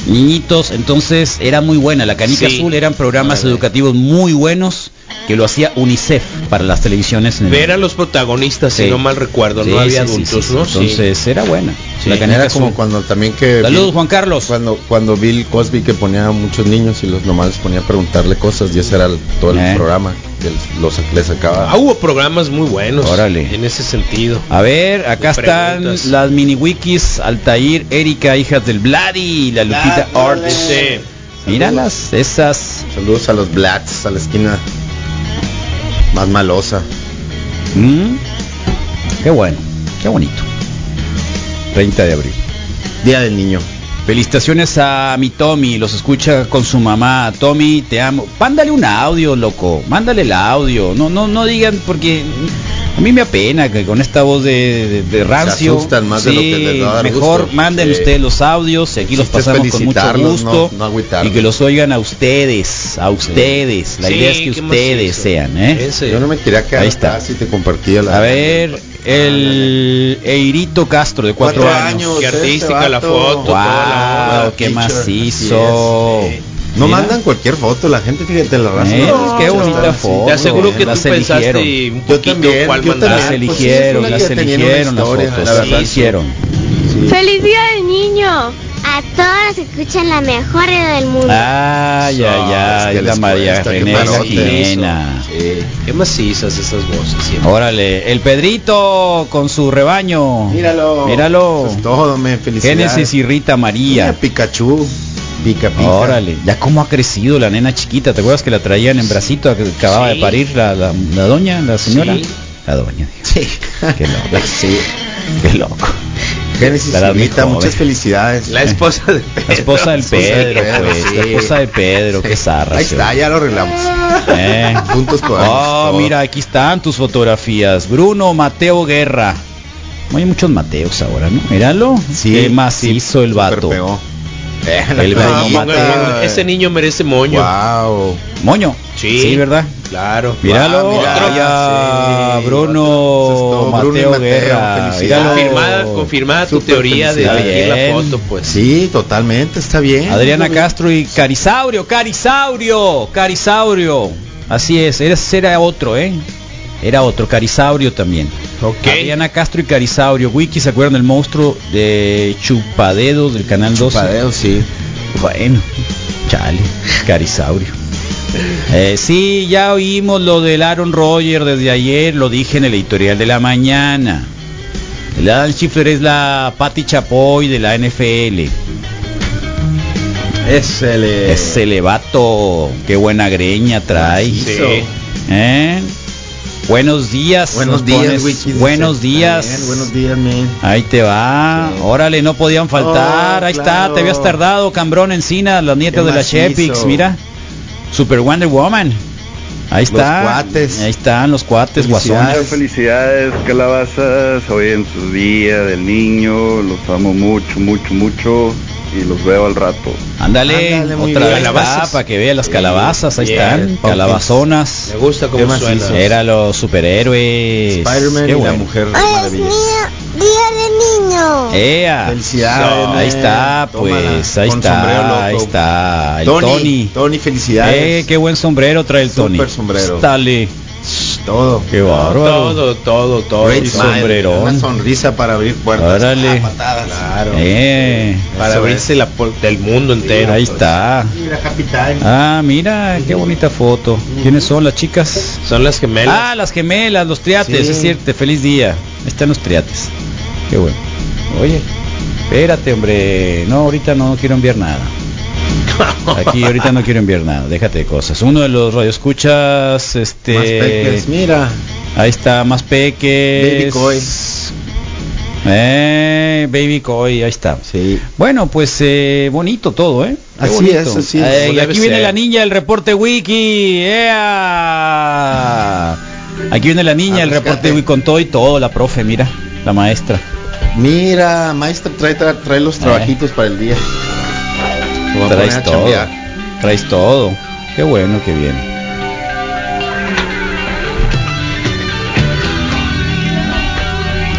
[SPEAKER 3] Niñitos, entonces era muy buena. La Canica
[SPEAKER 10] Sí.
[SPEAKER 3] Azul eran programas educativos muy buenos que lo hacía UNICEF para las televisiones. en el-
[SPEAKER 10] Ver a los protagonistas,
[SPEAKER 3] Sí.
[SPEAKER 10] si no mal recuerdo,
[SPEAKER 3] Sí,
[SPEAKER 10] no había
[SPEAKER 3] sí, sí,
[SPEAKER 10] adultos,
[SPEAKER 3] sí, sí.
[SPEAKER 10] ¿no? Sí.
[SPEAKER 3] Entonces era buena.
[SPEAKER 10] Sí.
[SPEAKER 3] La canica
[SPEAKER 11] Era como
[SPEAKER 3] azul.
[SPEAKER 11] cuando también que
[SPEAKER 3] Saludos, Juan Carlos.
[SPEAKER 11] cuando cuando Bill Cosby que ponía a muchos niños y los nomás les ponía a preguntarle cosas y ese era el- todo el
[SPEAKER 3] Eh.
[SPEAKER 11] programa que los les sacaba.
[SPEAKER 10] Ah, hubo programas muy buenos
[SPEAKER 3] Órale.
[SPEAKER 10] en ese sentido.
[SPEAKER 3] A ver, acá
[SPEAKER 10] De
[SPEAKER 3] están
[SPEAKER 10] preguntas.
[SPEAKER 3] las mini wikis, Altair, Erika, hijas del Vladi, la Lupita Art.
[SPEAKER 10] Sí.
[SPEAKER 3] Míralas, esas.
[SPEAKER 11] Saludos a los Blats a la esquina más malosa.
[SPEAKER 3] Mm, Qué bueno, qué bonito. 30 de abril.
[SPEAKER 11] Día del niño.
[SPEAKER 3] Felicitaciones a mi Tommy, los escucha con su mamá. Tommy, te amo. Mándale un audio, loco. Mándale el audio. No, no, no digan porque a mí me apena que con esta voz de, de- de rancio.
[SPEAKER 11] asustan más de lo que les va a dar
[SPEAKER 3] Mejor
[SPEAKER 11] gusto.
[SPEAKER 3] manden
[SPEAKER 11] Sí.
[SPEAKER 3] ustedes los audios y aquí los
[SPEAKER 11] chiste es
[SPEAKER 3] pasamos con mucho
[SPEAKER 11] felicitarlos,
[SPEAKER 3] gusto
[SPEAKER 11] no- no agüitarlos.
[SPEAKER 3] y que los oigan a ustedes, a ustedes. La
[SPEAKER 10] Sí,
[SPEAKER 3] idea es que
[SPEAKER 10] qué
[SPEAKER 3] ustedes
[SPEAKER 10] macizo.
[SPEAKER 3] sean, ¿eh?
[SPEAKER 10] Ese.
[SPEAKER 11] Yo no me quería quedar
[SPEAKER 3] Ahí está.
[SPEAKER 11] atrás y te compartía la
[SPEAKER 3] A
[SPEAKER 11] Ah,
[SPEAKER 3] ver, el Eirito Castro de cuatro,
[SPEAKER 11] Cuatro
[SPEAKER 3] años.
[SPEAKER 11] años.
[SPEAKER 10] Qué
[SPEAKER 11] Este
[SPEAKER 10] artística la
[SPEAKER 11] vato.
[SPEAKER 10] foto, toda la
[SPEAKER 3] Wow,
[SPEAKER 10] onda.
[SPEAKER 3] qué
[SPEAKER 11] teacher.
[SPEAKER 3] macizo.
[SPEAKER 10] Así es, sí.
[SPEAKER 11] No
[SPEAKER 3] Mira.
[SPEAKER 11] mandan cualquier foto, la gente fíjate la raza.
[SPEAKER 3] Eh,
[SPEAKER 11] no,
[SPEAKER 3] qué
[SPEAKER 11] no,
[SPEAKER 3] bonita
[SPEAKER 11] no,
[SPEAKER 3] foto.
[SPEAKER 11] sí.
[SPEAKER 10] Te aseguro
[SPEAKER 3] eh,
[SPEAKER 10] que tú
[SPEAKER 3] las
[SPEAKER 10] pensaste
[SPEAKER 3] eligieron.
[SPEAKER 10] un
[SPEAKER 11] Yo
[SPEAKER 10] poquito
[SPEAKER 11] también,
[SPEAKER 10] cuál
[SPEAKER 11] yo
[SPEAKER 10] mandar.
[SPEAKER 3] Las
[SPEAKER 11] también. pues, sí,
[SPEAKER 3] eligieron,
[SPEAKER 11] es una
[SPEAKER 3] las
[SPEAKER 11] que tenía una
[SPEAKER 3] eligieron las
[SPEAKER 11] historia,
[SPEAKER 3] fotos,
[SPEAKER 11] la
[SPEAKER 3] las
[SPEAKER 10] verdad.
[SPEAKER 3] eligieron.
[SPEAKER 8] ¡Feliz día del niño! A todos escuchan la mejor radio del mundo.
[SPEAKER 3] Ay, ay,
[SPEAKER 11] Ah, es
[SPEAKER 3] ay,
[SPEAKER 11] que
[SPEAKER 3] la
[SPEAKER 11] les
[SPEAKER 3] María
[SPEAKER 11] cuesta, qué
[SPEAKER 3] René
[SPEAKER 11] parote.
[SPEAKER 3] Jiménez.
[SPEAKER 10] Sí. Qué macizas esas voces siempre.
[SPEAKER 3] Órale, el Pedrito con su rebaño.
[SPEAKER 11] Míralo.
[SPEAKER 3] Míralo.
[SPEAKER 11] Eso es todo, me felicidades.
[SPEAKER 3] Génesis y Rita
[SPEAKER 11] Mira,
[SPEAKER 3] María.
[SPEAKER 11] Pikachu. Pica, pica.
[SPEAKER 3] Órale, ya cómo ha crecido la nena chiquita, ¿te acuerdas que la traían en bracito, que acababa
[SPEAKER 10] Sí.
[SPEAKER 3] de parir la, la- la doña, la señora?
[SPEAKER 10] Sí.
[SPEAKER 3] La doña.
[SPEAKER 11] Sí.
[SPEAKER 3] Qué loco.
[SPEAKER 11] Sí.
[SPEAKER 3] Qué loco.
[SPEAKER 11] Génesis
[SPEAKER 3] La
[SPEAKER 11] y
[SPEAKER 3] edad ¿eh? muy
[SPEAKER 11] Rita,
[SPEAKER 3] joven.
[SPEAKER 11] muchas felicidades.
[SPEAKER 10] La esposa de Pedro.
[SPEAKER 3] La esposa del
[SPEAKER 11] esposa de
[SPEAKER 3] Pedro,
[SPEAKER 11] Pedro,
[SPEAKER 3] pues, la
[SPEAKER 11] sí.
[SPEAKER 3] esposa de Pedro, qué zarra.
[SPEAKER 11] Ahí
[SPEAKER 3] se
[SPEAKER 11] está,
[SPEAKER 3] ve.
[SPEAKER 11] ya lo arreglamos.
[SPEAKER 3] Eh.
[SPEAKER 11] Juntos podemos
[SPEAKER 3] Oh,
[SPEAKER 11] todo.
[SPEAKER 3] mira, aquí están tus fotografías. Bruno Mateo Guerra. No Hay muchos Mateos ahora, ¿no? Míralo.
[SPEAKER 11] Sí,
[SPEAKER 3] Qué macizo el
[SPEAKER 11] Súper
[SPEAKER 3] vato.
[SPEAKER 11] feo. Eh, la
[SPEAKER 3] El
[SPEAKER 11] carita.
[SPEAKER 3] Bruno
[SPEAKER 10] Pongan-
[SPEAKER 3] Mateo.
[SPEAKER 10] Ese niño merece moño.
[SPEAKER 11] Wow.
[SPEAKER 3] Moño. Sí, ¿verdad?
[SPEAKER 10] Claro.
[SPEAKER 3] Míralo,
[SPEAKER 10] Ah, mira,
[SPEAKER 3] ahí a
[SPEAKER 10] sí.
[SPEAKER 3] Bruno,
[SPEAKER 10] Otro
[SPEAKER 3] Mateo,
[SPEAKER 10] Bruno y Mateo,
[SPEAKER 3] Guerra.
[SPEAKER 10] felicidades.
[SPEAKER 3] míralo.
[SPEAKER 10] Confirmada, confirmada tu
[SPEAKER 3] Súper
[SPEAKER 10] teoría de
[SPEAKER 3] felicidades.
[SPEAKER 10] elegir la
[SPEAKER 3] Bien.
[SPEAKER 10] foto, pues.
[SPEAKER 11] Sí, totalmente, está ¿eh? bien.
[SPEAKER 3] Adriana Castro y Carisaurio, Carisaurio, Carisaurio. Así es, era, era otro, ¿eh? Era otro, Carisaurio también. Adriana Castro y Carisaurio. Wiki, ¿se acuerdan del monstruo de Chupadedo del Canal 12?
[SPEAKER 11] Chupadedo, sí.
[SPEAKER 3] Bueno, chale, Carisaurio. Eh, sí, ya oímos lo del Aaron Rodgers desde ayer, lo dije en el editorial de la mañana. El Adam Schiffer es la Patty Chapoy de la NFL.
[SPEAKER 11] Es el
[SPEAKER 3] Es el vato. Qué buena greña trae.
[SPEAKER 11] Macizo.
[SPEAKER 3] ¿Eh? Buenos días.
[SPEAKER 11] Buenos
[SPEAKER 3] nos
[SPEAKER 11] días,
[SPEAKER 3] pones.
[SPEAKER 11] Wiki, dice.
[SPEAKER 3] Buenos
[SPEAKER 11] Está bien,
[SPEAKER 3] días.
[SPEAKER 11] buenos días, men.
[SPEAKER 3] Ahí te va. Órale, no podían faltar.
[SPEAKER 11] Oh,
[SPEAKER 3] Ahí
[SPEAKER 11] claro.
[SPEAKER 3] está, te habías tardado, Cambrón Encina, la nieta
[SPEAKER 11] Qué
[SPEAKER 3] de la
[SPEAKER 11] macizo.
[SPEAKER 3] Shepix, mira. Super Wonder Woman. Ahí
[SPEAKER 11] Los
[SPEAKER 3] está.
[SPEAKER 11] cuates.
[SPEAKER 3] Ahí están los cuates,
[SPEAKER 17] Muchas
[SPEAKER 3] guasones.
[SPEAKER 17] felicidades, calabazas. Hoy en su día del niño. Los amo mucho, mucho, mucho. Y los veo al rato.
[SPEAKER 3] Ándale,
[SPEAKER 17] Ándale, muy
[SPEAKER 3] otra
[SPEAKER 17] bien.
[SPEAKER 3] vez
[SPEAKER 17] Calabazas.
[SPEAKER 3] para que vean las calabazas, ahí
[SPEAKER 17] Bien,
[SPEAKER 3] están,
[SPEAKER 17] pumpkins.
[SPEAKER 3] calabazonas.
[SPEAKER 10] Me gusta cómo
[SPEAKER 3] Qué macizo.
[SPEAKER 10] suena.
[SPEAKER 3] Era los superhéroes.
[SPEAKER 11] Spider-Man
[SPEAKER 3] Qué
[SPEAKER 11] y la
[SPEAKER 3] bueno.
[SPEAKER 11] mujer maravilla.
[SPEAKER 8] niño.
[SPEAKER 3] ¡Ea!
[SPEAKER 11] Felicidades,
[SPEAKER 3] Ahí
[SPEAKER 11] man.
[SPEAKER 3] está,
[SPEAKER 11] Tómala.
[SPEAKER 3] pues, ahí
[SPEAKER 11] Con sombrero loco.
[SPEAKER 3] está, ahí está. El
[SPEAKER 11] Tony,
[SPEAKER 3] Tony.
[SPEAKER 11] Tony, felicidades.
[SPEAKER 3] Eh, qué buen sombrero trae el Tony.
[SPEAKER 11] Súper sombrero.
[SPEAKER 3] Dale.
[SPEAKER 11] Todo.
[SPEAKER 3] Qué bárbaro.
[SPEAKER 10] Todo, todo, todo.
[SPEAKER 11] Great
[SPEAKER 10] Y
[SPEAKER 11] smile,
[SPEAKER 10] sombrerón.
[SPEAKER 11] Una sonrisa para abrir puertas.
[SPEAKER 3] Órale.
[SPEAKER 11] Ah, patadas. Claro.
[SPEAKER 3] Eh,
[SPEAKER 10] Para
[SPEAKER 3] eso
[SPEAKER 10] abrirse la por- del mundo entero.
[SPEAKER 3] Ahí
[SPEAKER 10] pues.
[SPEAKER 3] está.
[SPEAKER 11] Mira, Happy Time.
[SPEAKER 3] Ah, mira, qué bonita foto. ¿Quiénes son las chicas?
[SPEAKER 10] Son las gemelas.
[SPEAKER 3] Ah, las gemelas, los triates,
[SPEAKER 10] Sí.
[SPEAKER 3] es cierto. Feliz día. Ahí están los triates. Qué bueno. Oye, espérate, hombre. No, ahorita no quiero enviar nada. Aquí ahorita no quiero enviar nada. Déjate de cosas. Uno de los radioescuchas, este.
[SPEAKER 11] Más peques, mira.
[SPEAKER 3] Ahí está, más peques.
[SPEAKER 11] Baby Coy.
[SPEAKER 3] Eh, Baby Coy, ahí está. Bueno, pues eh, bonito todo, ¿eh? Qué
[SPEAKER 11] Así
[SPEAKER 3] bonito.
[SPEAKER 11] es, así es.
[SPEAKER 3] Eh,
[SPEAKER 11] Como
[SPEAKER 3] y
[SPEAKER 11] debe
[SPEAKER 3] aquí viene
[SPEAKER 11] ser.
[SPEAKER 3] la niña del reporte wiki. ¡Ea! Aquí viene la niña del reporte wiki con todo y todo, la profe, mira, la maestra.
[SPEAKER 11] Mira, maestra, trae, trae, trae los trabajitos para el día. Lo voy a
[SPEAKER 3] Eh.
[SPEAKER 11] poner
[SPEAKER 3] Traes
[SPEAKER 11] a
[SPEAKER 3] todo.
[SPEAKER 11] chambear.
[SPEAKER 3] Traes todo. Qué bueno que viene.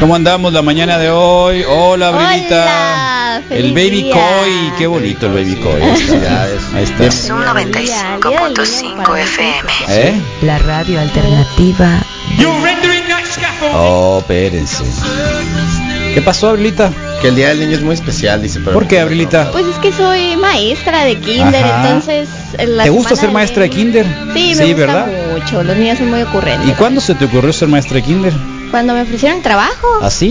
[SPEAKER 3] ¿Cómo andamos la mañana de hoy? Hola, Brilita.
[SPEAKER 18] Hola, feliz
[SPEAKER 3] el baby
[SPEAKER 18] día.
[SPEAKER 3] coy, qué bonito el baby coy. Ahí está. Ahí está.
[SPEAKER 18] Zoom 95.5 FM.
[SPEAKER 3] ¿Eh?
[SPEAKER 18] La radio alternativa.
[SPEAKER 3] Oh, espérense. ¿Qué pasó, Abrilita?
[SPEAKER 11] Que el día del niño es muy especial, dice. Pero
[SPEAKER 3] ¿Por qué, Abrilita?
[SPEAKER 18] Pues es que soy maestra de kinder,
[SPEAKER 3] Ajá.
[SPEAKER 18] entonces en la
[SPEAKER 3] ¿Te gusta
[SPEAKER 18] semana
[SPEAKER 3] ser
[SPEAKER 18] de-
[SPEAKER 3] maestra de kinder?
[SPEAKER 18] Sí, me gusta mucho. Los niños son muy
[SPEAKER 3] ¿Y
[SPEAKER 18] ocurrentes.
[SPEAKER 3] cuándo se te ocurrió ser maestra de kinder?
[SPEAKER 18] Cuando me ofrecieron trabajo,
[SPEAKER 3] ¿Así?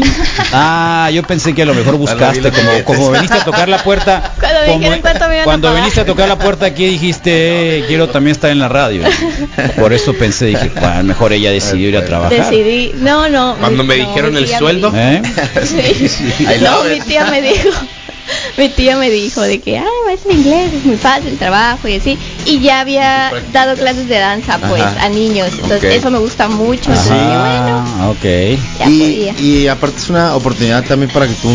[SPEAKER 3] Ah, yo pensé que a lo mejor buscaste, como, como viniste a tocar la puerta.
[SPEAKER 18] cuando me
[SPEAKER 3] como-
[SPEAKER 18] dijeron cuánto me iban a
[SPEAKER 3] Cuando
[SPEAKER 18] pagar.
[SPEAKER 3] viniste a tocar la puerta aquí dijiste, "Eh, quiero también estar en la radio. Por eso pensé, dije, "Bueno, mejor ella decidió ir a trabajar.
[SPEAKER 18] Decidí, no, no.
[SPEAKER 3] Cuando me
[SPEAKER 18] no,
[SPEAKER 3] dijeron
[SPEAKER 18] mi
[SPEAKER 3] el
[SPEAKER 18] tía me
[SPEAKER 3] sueldo.
[SPEAKER 18] dijo.
[SPEAKER 3] ¿Eh?
[SPEAKER 18] Sí. No, mi tía me dijo, mi tía me dijo de que, ah, maestra de inglés, es muy fácil el trabajo y así. Y ya había dado clases de danza, pues,
[SPEAKER 11] Ajá.
[SPEAKER 18] a niños. Entonces,
[SPEAKER 11] Ok.
[SPEAKER 18] eso me gusta mucho. así que bueno,
[SPEAKER 3] Ah, ok.
[SPEAKER 18] ya
[SPEAKER 11] Y,
[SPEAKER 18] podía.
[SPEAKER 11] y aparte es una oportunidad también para que tú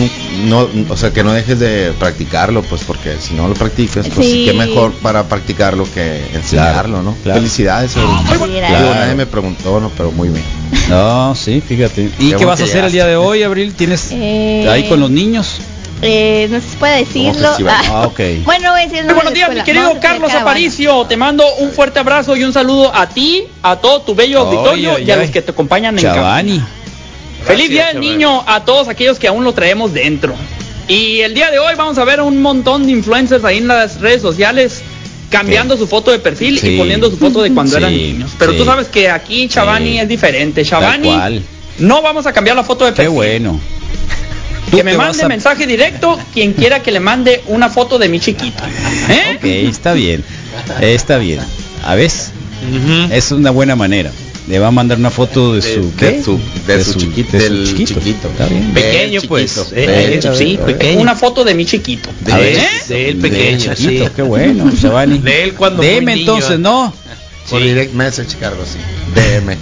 [SPEAKER 11] no, o sea, que no dejes de practicarlo, pues porque si no lo practicas, pues
[SPEAKER 18] Sí.
[SPEAKER 11] qué mejor para practicarlo que enseñarlo, ¿no? Felicidades. Aurelita.
[SPEAKER 18] Sí,
[SPEAKER 11] Digo,
[SPEAKER 3] gracias.
[SPEAKER 11] nadie me preguntó, no, pero muy bien.
[SPEAKER 3] No, sí, fíjate. ¿Y qué,
[SPEAKER 11] bueno
[SPEAKER 3] vas a
[SPEAKER 11] que
[SPEAKER 3] hacer el día de hoy, Abril? ¿Tienes
[SPEAKER 18] Eh,
[SPEAKER 3] ahí con los niños?
[SPEAKER 18] Eh, no sé si puede decirlo. Ah.
[SPEAKER 3] Ah, ok.
[SPEAKER 18] Bueno, voy a decir el nombre
[SPEAKER 19] Buenos
[SPEAKER 18] de
[SPEAKER 19] días,
[SPEAKER 18] escuela.
[SPEAKER 19] mi querido
[SPEAKER 18] Vamos a hacer
[SPEAKER 19] Carlos
[SPEAKER 18] caravana.
[SPEAKER 19] Aparicio. Te mando un fuerte abrazo y un saludo a ti, a todo tu bello
[SPEAKER 3] Ay,
[SPEAKER 19] auditorio
[SPEAKER 3] ay,
[SPEAKER 19] y a
[SPEAKER 3] ay.
[SPEAKER 19] los que te acompañan en camino.
[SPEAKER 3] Chavani.
[SPEAKER 19] Feliz día del niño a todos aquellos que aún lo traemos dentro. Y el día de hoy vamos a ver a un montón de influencers ahí en las redes sociales cambiando su foto de perfil
[SPEAKER 3] Sí.
[SPEAKER 19] y poniendo su foto de cuando
[SPEAKER 3] Sí,
[SPEAKER 19] eran niños. Pero
[SPEAKER 3] sí.
[SPEAKER 19] tú sabes que aquí Chavani es diferente.
[SPEAKER 3] Tal
[SPEAKER 19] Chavani,
[SPEAKER 3] cual.
[SPEAKER 19] no vamos a cambiar la foto de perfil.
[SPEAKER 3] Qué bueno. Tú
[SPEAKER 19] Que me
[SPEAKER 3] te
[SPEAKER 19] mande
[SPEAKER 3] vas a-
[SPEAKER 19] mensaje directo quien quiera que le mande una foto de mi chiquito. ¿Eh?
[SPEAKER 3] Ok, está bien. Está bien. A ves,
[SPEAKER 10] Eh,
[SPEAKER 3] es una buena manera. Le va a mandar una foto de su
[SPEAKER 11] de
[SPEAKER 3] ¿qué?
[SPEAKER 11] su- de su chiquito,
[SPEAKER 3] de su
[SPEAKER 11] del
[SPEAKER 3] chiquito.
[SPEAKER 11] chiquito.
[SPEAKER 3] Está bien.
[SPEAKER 19] Pequeño, pues. Eh, eh, sí, pequeño. Una foto de mi chiquito.
[SPEAKER 3] A ver,
[SPEAKER 19] ¿Eh?
[SPEAKER 3] de él
[SPEAKER 10] pequeño,
[SPEAKER 3] chiquito,
[SPEAKER 10] sí.
[SPEAKER 3] qué bueno, Chavani.
[SPEAKER 10] De él cuando
[SPEAKER 3] Deme
[SPEAKER 10] fue niño.
[SPEAKER 3] entonces, ¿no?
[SPEAKER 11] Por direct message, Carlos, sí. DM.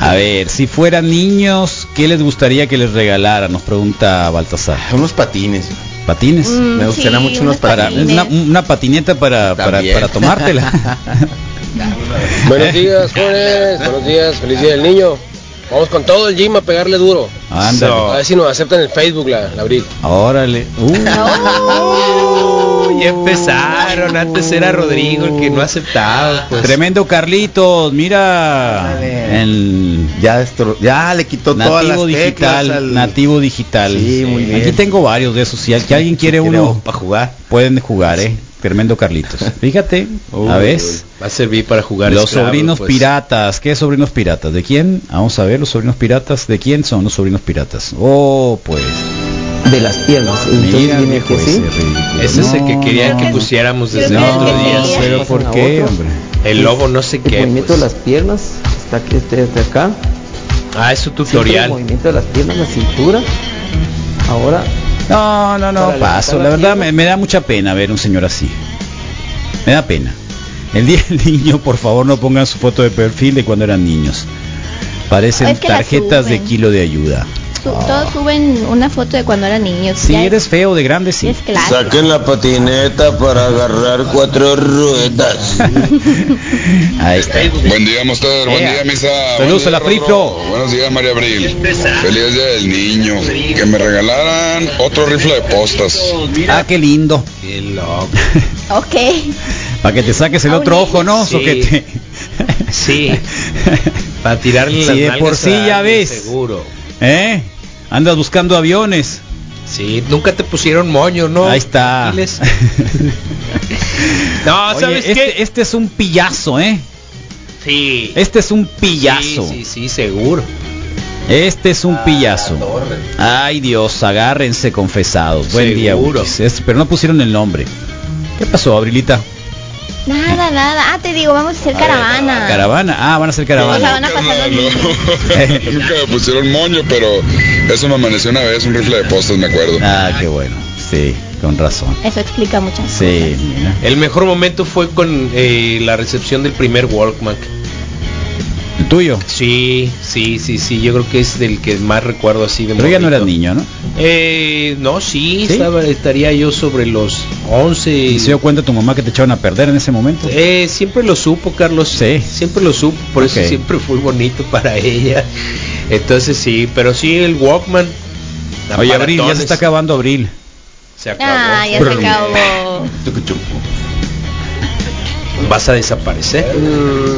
[SPEAKER 3] A ver, si fueran niños, ¿qué les gustaría que les regalara? Nos pregunta Baltasar.
[SPEAKER 11] Unos patines.
[SPEAKER 3] ¿Patines?
[SPEAKER 11] Mm, Me gustaría sí, mucho unos unos
[SPEAKER 3] para,
[SPEAKER 11] patines.
[SPEAKER 3] una, una patineta para, para,
[SPEAKER 11] También.
[SPEAKER 3] para tomártela.
[SPEAKER 20] Buenos días, jóvenes. Buenos días. Feliz día del niño. Vamos con todo el gym a pegarle duro.
[SPEAKER 3] Ándale.
[SPEAKER 10] Oh.
[SPEAKER 20] A ver si nos aceptan en Facebook, la, la Abril.
[SPEAKER 3] Órale. Uh.
[SPEAKER 10] Ya empezaron. Antes era Rodrigo el que no aceptaba. Pues.
[SPEAKER 3] Tremendo Carlitos, mira. El
[SPEAKER 11] ya destro- ya le quitó todas las
[SPEAKER 3] nativo digital,
[SPEAKER 11] teclas al-
[SPEAKER 3] nativo digital.
[SPEAKER 11] Sí, muy bien.
[SPEAKER 3] Aquí tengo varios de esos. Si al- que alguien quiere uno,
[SPEAKER 11] para jugar.
[SPEAKER 3] pueden jugar, eh. Tremendo Carlitos. Fíjate,
[SPEAKER 10] Uy,
[SPEAKER 3] a ves.
[SPEAKER 10] uy, Va a servir para jugar.
[SPEAKER 3] Los
[SPEAKER 10] Scrabble,
[SPEAKER 3] sobrinos
[SPEAKER 10] pues.
[SPEAKER 3] piratas, ¿qué sobrinos piratas? ¿De quién? Vamos a ver, los sobrinos piratas, ¿de quién son los sobrinos piratas? Oh, pues.
[SPEAKER 21] De las piernas. Entonces
[SPEAKER 3] Mira,
[SPEAKER 21] viene
[SPEAKER 3] viejo,
[SPEAKER 21] que sí.
[SPEAKER 3] ese ridículo.
[SPEAKER 10] Ese es el que
[SPEAKER 3] No,
[SPEAKER 10] querían
[SPEAKER 3] no,
[SPEAKER 10] que
[SPEAKER 3] no.
[SPEAKER 10] pusiéramos desde
[SPEAKER 3] No,
[SPEAKER 10] el otro día.
[SPEAKER 3] pero ¿por
[SPEAKER 21] pasan a
[SPEAKER 3] qué,
[SPEAKER 21] otro.
[SPEAKER 3] hombre?
[SPEAKER 10] El lobo no sé
[SPEAKER 21] El
[SPEAKER 10] qué.
[SPEAKER 21] movimiento
[SPEAKER 10] pues.
[SPEAKER 21] de las piernas. Está aquí, este, este acá.
[SPEAKER 10] Ah, es su
[SPEAKER 21] Siempre El
[SPEAKER 10] tutorial.
[SPEAKER 21] movimiento de las piernas, la cintura. Ahora.
[SPEAKER 3] No, no, no, paso. La verdad me, me da mucha pena ver un señor así. Me da pena. El día del niño, por favor, no pongan su foto de perfil de cuando eran niños. Parecen
[SPEAKER 18] Ah, Es que la
[SPEAKER 3] tarjetas de
[SPEAKER 18] suben.
[SPEAKER 3] kilo de ayuda.
[SPEAKER 18] Su- Todos suben una foto de cuando eran niños.
[SPEAKER 3] Si
[SPEAKER 18] ya
[SPEAKER 3] eres feo de grande, sí.
[SPEAKER 18] es clásico.
[SPEAKER 15] Saquen la patineta para agarrar cuatro ruedas.
[SPEAKER 3] Ahí está.
[SPEAKER 22] Buen día, Mostar. Buen
[SPEAKER 3] Ea.
[SPEAKER 22] día, misa.
[SPEAKER 3] Saludos
[SPEAKER 22] Buen
[SPEAKER 3] a la
[SPEAKER 22] día, Rorro.
[SPEAKER 3] Priflo.
[SPEAKER 22] Buenos días, María Abril. Feliz día del niño. Que me regalaran otro rifle de postas.
[SPEAKER 3] Ah, qué lindo.
[SPEAKER 10] Qué loco.
[SPEAKER 18] Ok.
[SPEAKER 3] Para que te saques el otro ojo, ¿no?
[SPEAKER 10] Sí.
[SPEAKER 3] Soquete.
[SPEAKER 10] Ah, Sí. Para tirarle las
[SPEAKER 3] Si de
[SPEAKER 10] nalgas
[SPEAKER 3] por sí
[SPEAKER 10] a
[SPEAKER 3] ya
[SPEAKER 10] alguien,
[SPEAKER 3] ves.
[SPEAKER 10] Seguro.
[SPEAKER 3] ¿Eh? Andas buscando aviones.
[SPEAKER 10] Sí, nunca te pusieron moño, ¿no?
[SPEAKER 3] Ahí está.
[SPEAKER 10] Oh, Diles. No,
[SPEAKER 3] Oye,
[SPEAKER 10] ¿sabes
[SPEAKER 3] este,
[SPEAKER 10] qué?
[SPEAKER 3] este es un pillazo, ¿eh?
[SPEAKER 10] Sí.
[SPEAKER 3] Este es un pillazo.
[SPEAKER 10] Sí, Ah, sí, sí, seguro.
[SPEAKER 3] Este es un pillazo. Ay Dios, agárrense confesados. Buen día,
[SPEAKER 10] Seguro.
[SPEAKER 3] Ulises. Es- pero no pusieron el nombre. ¿Qué pasó, Abrilita?
[SPEAKER 18] Nada, nada. Ah, te digo, vamos a hacer caravana.
[SPEAKER 3] Caravana. Ah, van a ser
[SPEAKER 18] O sea,
[SPEAKER 3] caravana.
[SPEAKER 18] van a pasar los niños.
[SPEAKER 22] Nunca me pusieron moño, pero eso me amaneció una vez, un rifle de postas, me acuerdo.
[SPEAKER 3] Ah, qué bueno. Sí, con razón.
[SPEAKER 18] Eso explica muchas
[SPEAKER 3] Sí, mira.
[SPEAKER 10] El mejor momento fue con eh, la recepción del primer Walkman.
[SPEAKER 3] El tuyo.
[SPEAKER 10] Sí, sí, sí, sí. Yo creo que es del que más recuerdo así de
[SPEAKER 3] Pero ya no
[SPEAKER 10] morrito.
[SPEAKER 3] eras niño, ¿no?
[SPEAKER 10] Eh, no, sí, estaba- estaría yo sobre los 11.
[SPEAKER 3] ¿Y se dio cuenta tu mamá que te echaron a perder en ese momento?
[SPEAKER 10] Eh, siempre lo supo, Carlos. Siempre lo supo, por
[SPEAKER 3] Ok.
[SPEAKER 10] eso siempre fue bonito para ella. Entonces sí, pero sí el Walkman.
[SPEAKER 3] Oye, Abril, ya se está acabando Abril.
[SPEAKER 10] Se acabó.
[SPEAKER 18] Ah, ya se acabó.
[SPEAKER 10] Vas a desaparecer.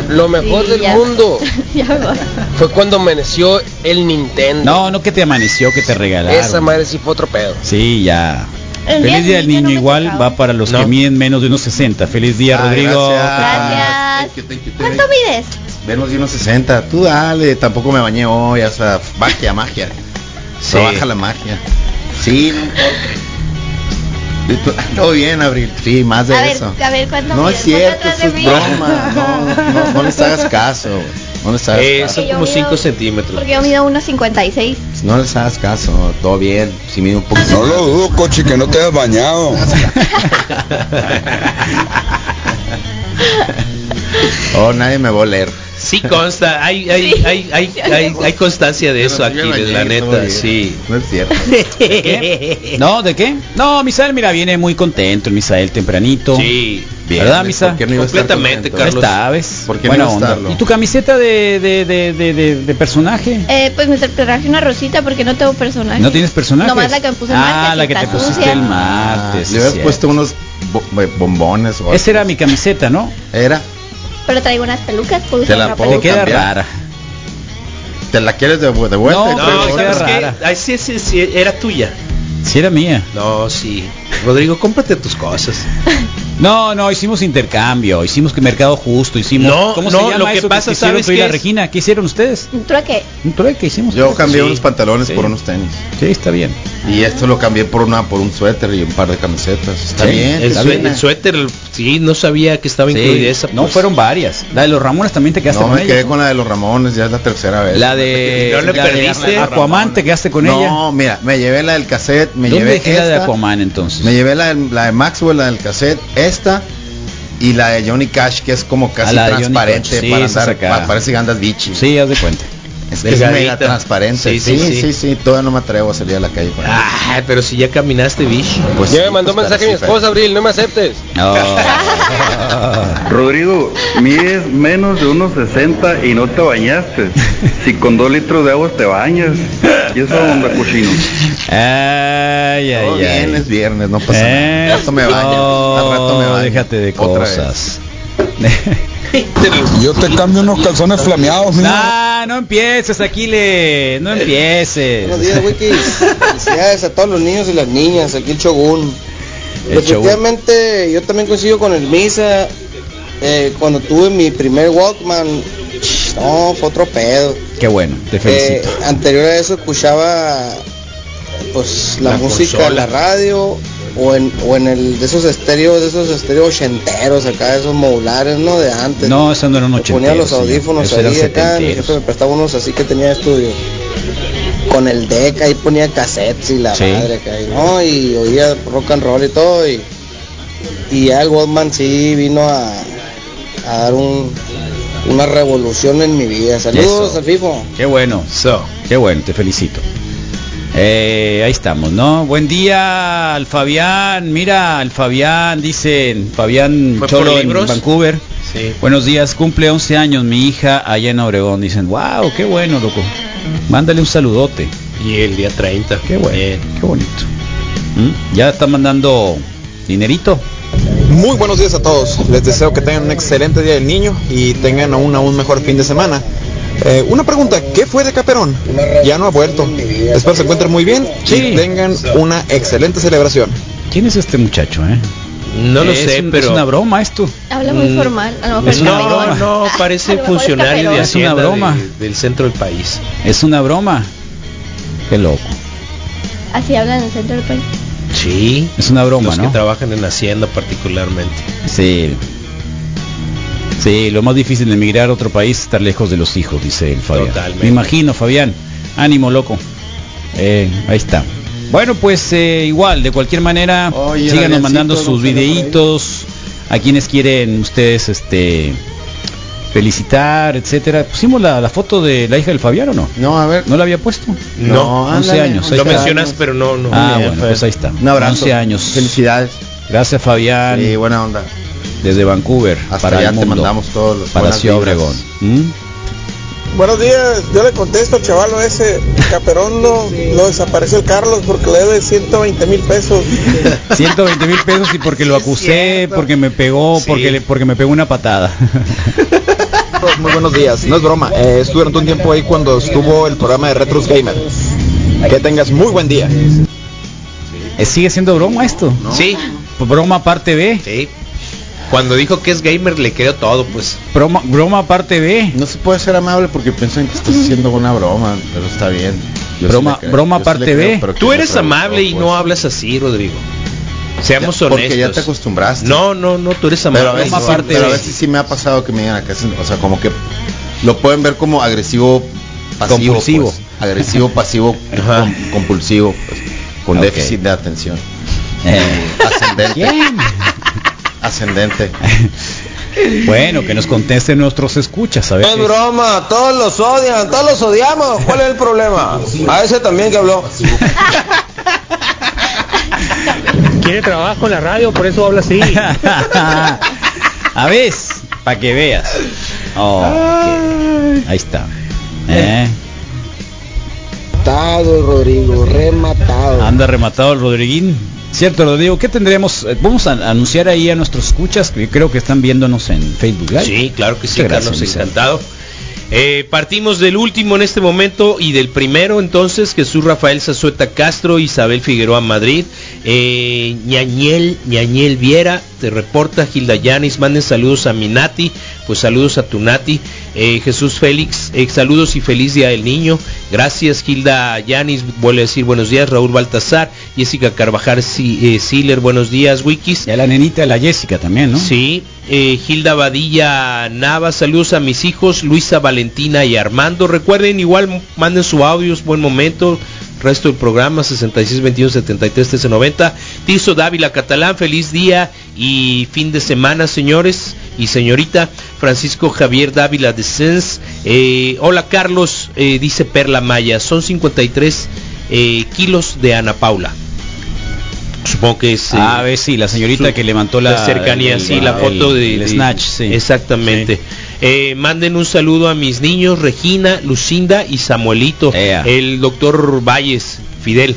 [SPEAKER 20] Lo mejor
[SPEAKER 18] Sí,
[SPEAKER 20] del
[SPEAKER 18] ya.
[SPEAKER 20] mundo
[SPEAKER 18] Ya me voy.
[SPEAKER 20] fue cuando amaneció el Nintendo.
[SPEAKER 3] No, no que te amaneció, que te regalaron.
[SPEAKER 20] Esa madre sí fue otro pedo.
[SPEAKER 3] Sí, ya.
[SPEAKER 18] El
[SPEAKER 3] Feliz día del niño
[SPEAKER 18] no me
[SPEAKER 3] igual
[SPEAKER 18] tocaba.
[SPEAKER 3] va para los que miden menos de unos 60. Feliz día,
[SPEAKER 11] Ay,
[SPEAKER 3] Rodrigo.
[SPEAKER 18] Gracias. ¿Cuánto mides?
[SPEAKER 11] Menos de unos 60. Tú dale, tampoco me bañé hoy. O sea, magia, magia.
[SPEAKER 10] Sí.
[SPEAKER 11] Trabaja la magia. Sí, no importa. Y tú- "Ah, Todo bien, Abril. Sí, más de
[SPEAKER 18] A ver,
[SPEAKER 11] eso.
[SPEAKER 18] a ver, ¿cuánto
[SPEAKER 11] no
[SPEAKER 18] mides?
[SPEAKER 11] es cierto,
[SPEAKER 18] Ponte atrás
[SPEAKER 11] eso es
[SPEAKER 18] de mí.
[SPEAKER 11] broma. No, no, no les hagas caso. güey. No les hagas
[SPEAKER 10] Eh,
[SPEAKER 11] caso.
[SPEAKER 10] son
[SPEAKER 18] Porque yo
[SPEAKER 10] como
[SPEAKER 18] mido-
[SPEAKER 10] 5 centímetros.
[SPEAKER 18] Porque yo mido 1.56.
[SPEAKER 11] No les hagas caso. Todo bien. Si mide un poquito.
[SPEAKER 22] No lo dudo, coche, que no te has bañado.
[SPEAKER 11] Oh, nadie me va a leer.
[SPEAKER 10] Sí consta, hay, hay, hay, hay, hay, hay constancia de eso aquí, de la neta, sí.
[SPEAKER 11] No es cierto.
[SPEAKER 3] ¿Qué? ¿No? ¿De qué? No, Misael, mira, viene muy contento el Misael tempranito.
[SPEAKER 10] Sí.
[SPEAKER 3] ¿Verdad, Misa?
[SPEAKER 11] ¿por qué no iba a estar
[SPEAKER 10] Completamente,
[SPEAKER 11] contento?
[SPEAKER 3] Ahí
[SPEAKER 10] Carlos.
[SPEAKER 3] está, ¿ves?
[SPEAKER 11] ¿Por qué no
[SPEAKER 3] Buena
[SPEAKER 11] iba a
[SPEAKER 3] onda.
[SPEAKER 11] estarlo?
[SPEAKER 3] ¿Y tu camiseta de, de, de, de, de- de personaje?
[SPEAKER 18] Eh, pues me traje una rosita porque no tengo personaje.
[SPEAKER 3] ¿No tienes personaje?
[SPEAKER 18] Nomás la que me puse el
[SPEAKER 3] Ah,
[SPEAKER 18] martes,
[SPEAKER 3] la
[SPEAKER 18] y
[SPEAKER 3] que te
[SPEAKER 18] está
[SPEAKER 3] pusiste
[SPEAKER 18] sucia.
[SPEAKER 3] el martes.
[SPEAKER 11] Le
[SPEAKER 3] es
[SPEAKER 11] habías
[SPEAKER 3] cierto.
[SPEAKER 11] puesto unos bo- bombones o algo.
[SPEAKER 3] Esa era mi camiseta, ¿no?
[SPEAKER 11] Era.
[SPEAKER 18] Pero traigo unas pelucas, puedo
[SPEAKER 11] Te
[SPEAKER 18] usar
[SPEAKER 11] la
[SPEAKER 18] una
[SPEAKER 11] puedo
[SPEAKER 3] Te
[SPEAKER 18] peluca.
[SPEAKER 3] queda
[SPEAKER 11] Oh, cambiar.
[SPEAKER 3] rara.
[SPEAKER 11] ¿Te la quieres de, vu- de vuelta?
[SPEAKER 3] No,
[SPEAKER 11] Pero-
[SPEAKER 10] No,
[SPEAKER 3] Pero
[SPEAKER 10] ¿sabes
[SPEAKER 3] era
[SPEAKER 10] qué?
[SPEAKER 3] rara.
[SPEAKER 10] Ay, sí, sí, sí, era tuya.
[SPEAKER 3] Si era mía.
[SPEAKER 10] No, sí. Rodrigo, cómprate tus cosas.
[SPEAKER 3] No, no, hicimos intercambio, hicimos que mercado justo, hicimos.
[SPEAKER 10] No,
[SPEAKER 3] ¿Cómo
[SPEAKER 10] no,
[SPEAKER 3] se llama
[SPEAKER 10] lo que
[SPEAKER 3] eso
[SPEAKER 10] pasa,
[SPEAKER 3] hicieron
[SPEAKER 10] ¿sabes
[SPEAKER 3] tú y
[SPEAKER 10] qué
[SPEAKER 3] la
[SPEAKER 10] es?
[SPEAKER 3] Regina? ¿Qué hicieron ustedes?
[SPEAKER 18] ¿Un trueque?
[SPEAKER 3] Un trueque hicimos.
[SPEAKER 11] Yo cambié
[SPEAKER 10] Sí.
[SPEAKER 11] unos pantalones
[SPEAKER 3] Sí.
[SPEAKER 11] por unos tenis.
[SPEAKER 3] Sí, está bien.
[SPEAKER 11] Y esto lo cambié por una por un suéter y un par de camisetas. Está
[SPEAKER 3] Sí,
[SPEAKER 11] bien.
[SPEAKER 10] El,
[SPEAKER 11] está
[SPEAKER 10] sue-
[SPEAKER 11] bien.
[SPEAKER 10] el suéter, el- sí, no sabía que estaba
[SPEAKER 3] Sí,
[SPEAKER 10] incluida esa.
[SPEAKER 3] no
[SPEAKER 10] pues.
[SPEAKER 3] fueron varias. La de los Ramones también te quedaste
[SPEAKER 11] No,
[SPEAKER 3] con
[SPEAKER 11] me
[SPEAKER 3] ella.
[SPEAKER 11] quedé con la de los Ramones, ya es la tercera vez.
[SPEAKER 3] La de
[SPEAKER 10] No le
[SPEAKER 3] la de
[SPEAKER 10] perdiste.
[SPEAKER 3] Aquaman te quedaste con
[SPEAKER 11] no,
[SPEAKER 3] ella.
[SPEAKER 11] mira, me llevé la del cassette, me
[SPEAKER 3] ¿Dónde
[SPEAKER 11] llevé
[SPEAKER 3] dejé la de
[SPEAKER 11] esta,
[SPEAKER 3] Aquaman entonces?
[SPEAKER 11] me llevé la, del- la de Maxwell, la del cassette, esta y la de Johnny Cash que es como
[SPEAKER 3] Ah,
[SPEAKER 11] casi
[SPEAKER 3] la de Johnny
[SPEAKER 11] transparente
[SPEAKER 3] Cash, sí,
[SPEAKER 11] para
[SPEAKER 3] esa
[SPEAKER 11] andar,
[SPEAKER 3] acá.
[SPEAKER 11] pa- parece que andas bichi.
[SPEAKER 3] Sí, haz de cuenta.
[SPEAKER 11] Es que es
[SPEAKER 10] Delgadita.
[SPEAKER 11] mega transparente.
[SPEAKER 10] Sí,
[SPEAKER 11] Sí
[SPEAKER 10] sí,
[SPEAKER 11] sí
[SPEAKER 10] sí.
[SPEAKER 11] sí, Todavía no me atrevo a salir a la calle con ella.
[SPEAKER 10] Ah, pero si ya caminaste, bicho.
[SPEAKER 11] Pues
[SPEAKER 20] ya
[SPEAKER 11] sí,
[SPEAKER 20] me mandó
[SPEAKER 11] pues,
[SPEAKER 20] mensaje
[SPEAKER 11] claro,
[SPEAKER 20] mi
[SPEAKER 11] sí,
[SPEAKER 20] esposa, Abril, no me aceptes.
[SPEAKER 3] No.
[SPEAKER 17] Rodrigo, mides menos de unos 60 y no te bañaste. Si con dos litros de agua te bañas. Y eso onda cochino.
[SPEAKER 3] Ay, ay,
[SPEAKER 11] Todo
[SPEAKER 3] ay.
[SPEAKER 11] bien, es viernes, no pasa nada. Al
[SPEAKER 3] Eso,
[SPEAKER 11] rato me baño, al rato me baño.
[SPEAKER 3] Déjate de
[SPEAKER 11] Otra vez.
[SPEAKER 3] cosas.
[SPEAKER 22] Yo te cambio unos calzones flameados, mira.
[SPEAKER 3] Ah, no empieces, Aquile.
[SPEAKER 11] Eh,
[SPEAKER 3] No
[SPEAKER 20] Buenos
[SPEAKER 3] empieces.
[SPEAKER 20] días, Wikis. Felicidades a todos los niños y las niñas. Aquí el Shogun.
[SPEAKER 3] El
[SPEAKER 20] Efectivamente, yo también coincido con el Misa. Eh, cuando tuve mi primer Walkman, no, fue otro pedo.
[SPEAKER 3] Qué bueno, te felicito.
[SPEAKER 20] Eh, anterior a eso escuchaba pues la,
[SPEAKER 3] La
[SPEAKER 20] música
[SPEAKER 3] consola.
[SPEAKER 20] en la radio o en, o en el de esos estéreos, de esos estéreos ochenteros acá, de esos modulares, ¿no? De antes.
[SPEAKER 3] no, eso no era un
[SPEAKER 20] Me ponía
[SPEAKER 3] ochentero,
[SPEAKER 20] los
[SPEAKER 3] señor.
[SPEAKER 20] audífonos
[SPEAKER 3] Eso era
[SPEAKER 20] ahí acá, mi
[SPEAKER 3] setentero.
[SPEAKER 20] jefe me prestaba unos así que tenía de estudio. Con el deck ahí ponía cassettes y la
[SPEAKER 3] Sí.
[SPEAKER 20] madre acá, y ¿no? Y oía rock and roll y todo y, y ya el Walkman sí vino a, a dar un, una revolución en mi vida. Saludos
[SPEAKER 3] Eso.
[SPEAKER 20] al FIFO.
[SPEAKER 3] Qué bueno. Qué bueno, te felicito. Eh, ahí estamos, ¿no? Buen día al Fabián. Mira, al Fabián, dicen. Fabián
[SPEAKER 10] ¿Fue por
[SPEAKER 3] Cholo en
[SPEAKER 10] libros?
[SPEAKER 3] Vancouver.
[SPEAKER 10] Sí.
[SPEAKER 3] Buenos días, cumple 11 años mi hija allá en Obregón. Dicen, wow, qué bueno, loco. Mándale un saludote.
[SPEAKER 10] Y el día Eh. 30.
[SPEAKER 3] Qué bueno, qué bonito. ¿Mm? Ya está mandando dinerito.
[SPEAKER 23] Muy buenos días a todos. Les deseo que tengan un excelente día del niño y tengan un aún mejor fin de semana. Eh, una pregunta, ¿qué fue de Caperón? Ya no ha vuelto. Espero se encuentren muy bien y tengan una excelente celebración.
[SPEAKER 3] ¿Quién es este muchacho, eh?
[SPEAKER 10] No lo
[SPEAKER 3] Es
[SPEAKER 10] sé,
[SPEAKER 3] un-
[SPEAKER 10] pero.
[SPEAKER 3] Es una broma esto.
[SPEAKER 18] Habla muy
[SPEAKER 10] Mm.
[SPEAKER 18] formal. A lo mejor
[SPEAKER 10] Es una
[SPEAKER 18] Caperón.
[SPEAKER 10] broma. No, parece
[SPEAKER 18] mejor
[SPEAKER 10] funcionario de
[SPEAKER 18] Caperón.
[SPEAKER 3] Es una
[SPEAKER 10] Hacienda
[SPEAKER 3] broma.
[SPEAKER 10] de- del centro del país.
[SPEAKER 3] Es una broma. Qué loco.
[SPEAKER 18] Así hablan en el centro del país.
[SPEAKER 10] Sí.
[SPEAKER 3] Es una broma,
[SPEAKER 10] Los
[SPEAKER 3] ¿no?
[SPEAKER 10] que trabajan en Hacienda particularmente.
[SPEAKER 3] Sí. Sí, lo más difícil de emigrar a otro país es estar lejos de los hijos, dice el Fabián.
[SPEAKER 10] Totalmente.
[SPEAKER 3] Me imagino, Fabián. Ánimo, loco. Eh, ahí está. Bueno, pues eh, igual, de cualquier manera,
[SPEAKER 11] Oye,
[SPEAKER 3] síganos
[SPEAKER 11] Adriancito,
[SPEAKER 3] mandando
[SPEAKER 11] ¿no
[SPEAKER 3] sus
[SPEAKER 11] salió por ahí?
[SPEAKER 3] videitos, a quienes quieren ustedes este felicitar, etcétera. ¿Pusimos la, la foto de la hija del Fabián o no?
[SPEAKER 11] No, a ver.
[SPEAKER 3] ¿No la había puesto?
[SPEAKER 10] No,
[SPEAKER 3] 11
[SPEAKER 11] ándale,
[SPEAKER 3] años. ahí
[SPEAKER 10] Lo
[SPEAKER 3] está.
[SPEAKER 10] mencionas, pero no, no.
[SPEAKER 3] Ah,
[SPEAKER 10] Bien,
[SPEAKER 3] bueno,
[SPEAKER 10] Fer.
[SPEAKER 3] pues ahí está.
[SPEAKER 11] Un abrazo.
[SPEAKER 3] 11 años.
[SPEAKER 11] Felicidades.
[SPEAKER 3] Gracias, Fabián.
[SPEAKER 11] Y buena onda.
[SPEAKER 3] Desde Vancouver.
[SPEAKER 11] Hasta
[SPEAKER 3] para
[SPEAKER 11] allá
[SPEAKER 3] el
[SPEAKER 11] te
[SPEAKER 3] mundo.
[SPEAKER 11] mandamos todos los
[SPEAKER 3] Palacio
[SPEAKER 11] buenas vibras.
[SPEAKER 3] Obregón. ¿Mm?
[SPEAKER 20] Buenos días, yo le contesto al chavalo ese, Caperón lo, lo desapareció el Carlos porque le debe 120 mil pesos.
[SPEAKER 3] 120 mil pesos y porque lo acusé, porque me pegó, porque le, porque me pegó una patada.
[SPEAKER 23] Todos Muy buenos días. No es broma. eh, estuve durante un tiempo ahí cuando estuvo el programa de Retros Gamer. Que tengas muy buen día.
[SPEAKER 3] Eh, ¿Sigue siendo broma esto?
[SPEAKER 10] Sí,
[SPEAKER 3] Broma parte B.
[SPEAKER 10] sí. Cuando dijo que es gamer le creo todo, pues.
[SPEAKER 3] Broma, broma parte B.
[SPEAKER 11] No se puede ser amable porque piensan que estás haciendo una broma, pero está bien. Yo sí
[SPEAKER 3] Broma-
[SPEAKER 11] le creo,
[SPEAKER 3] broma
[SPEAKER 11] yo sí
[SPEAKER 3] parte
[SPEAKER 11] le creo,
[SPEAKER 3] B.
[SPEAKER 11] pero
[SPEAKER 10] Tú
[SPEAKER 11] que
[SPEAKER 10] eres
[SPEAKER 11] no creo,
[SPEAKER 10] amable y
[SPEAKER 11] pues.
[SPEAKER 10] no hablas así, Rodrigo. Seamos honestos.
[SPEAKER 11] Porque ya te acostumbraste.
[SPEAKER 10] No, no, no, tú eres amable.
[SPEAKER 11] Pero a veces,
[SPEAKER 3] broma
[SPEAKER 11] sí,
[SPEAKER 3] parte
[SPEAKER 11] pero a
[SPEAKER 3] B.
[SPEAKER 11] veces sí me ha pasado que me digan acá, o sea, como que lo pueden ver como agresivo pasivo,
[SPEAKER 3] Compulsivo.
[SPEAKER 11] pues. agresivo pasivo com- compulsivo, pues, con
[SPEAKER 3] Ok.
[SPEAKER 11] déficit de atención.
[SPEAKER 3] Eh,
[SPEAKER 11] Ascendente.
[SPEAKER 3] bien.
[SPEAKER 11] Ascendente.
[SPEAKER 3] Bueno, que nos contesten nuestros escuchas, a ver.
[SPEAKER 20] Es broma, todos los odian, todos los odiamos. ¿Cuál es el problema? A ese también que habló.
[SPEAKER 5] Quiere trabajo en la radio, por eso habla así.
[SPEAKER 3] a ver, para que veas. Oh, ok. Ahí está. Eh,
[SPEAKER 20] Matado, Rodrigo, rematado.
[SPEAKER 3] anda rematado el Rodriguín. Cierto, Rodrigo, ¿qué tendremos? Eh, Vamos a anunciar ahí a nuestros escuchas que creo que están viéndonos en Facebook Live.
[SPEAKER 10] Sí, claro que sí,
[SPEAKER 3] Muchas gracias,
[SPEAKER 10] Carlos,
[SPEAKER 3] Vicente.
[SPEAKER 10] encantado. Eh, partimos del último en este momento y del primero entonces, Jesús Rafael Zazueta Castro, Isabel Figueroa Madrid, eh, Ñañel, Ñañel Viera, te reporta Gilda Yanis, manden saludos a Minati, pues saludos a Tunati, eh, Jesús Félix, eh, saludos y feliz día del niño, gracias Gilda Yanis, vuelve a decir buenos días, Raúl Baltasar, Jessica Carvajal Si- eh, Siler, buenos días, Wikis,
[SPEAKER 3] Y a la nenita, la Jessica también, ¿no?
[SPEAKER 10] Sí, eh, Gilda Badilla Nava, saludos a mis hijos, Luisa Valentina y Armando. Recuerden, igual manden su audios, buen momento. Resto del programa 6621-73-1390. Tizo Dávila Catalán, feliz día y fin de semana, señores y señorita. Francisco Javier Dávila de Sens. Eh, hola Carlos, eh, dice Perla Maya. Son 53 eh, kilos de Ana Paula. supongo que es.
[SPEAKER 3] Ah, a ver, sí, la señorita que levantó la-
[SPEAKER 10] cercanía,
[SPEAKER 3] el-
[SPEAKER 10] sí, la
[SPEAKER 3] el-
[SPEAKER 10] foto de,
[SPEAKER 3] el
[SPEAKER 10] de-
[SPEAKER 3] snatch, sí.
[SPEAKER 10] Exactamente. Eh, manden un saludo a mis niños, Regina, Lucinda y Samuelito. El doctor Valles, Fidel.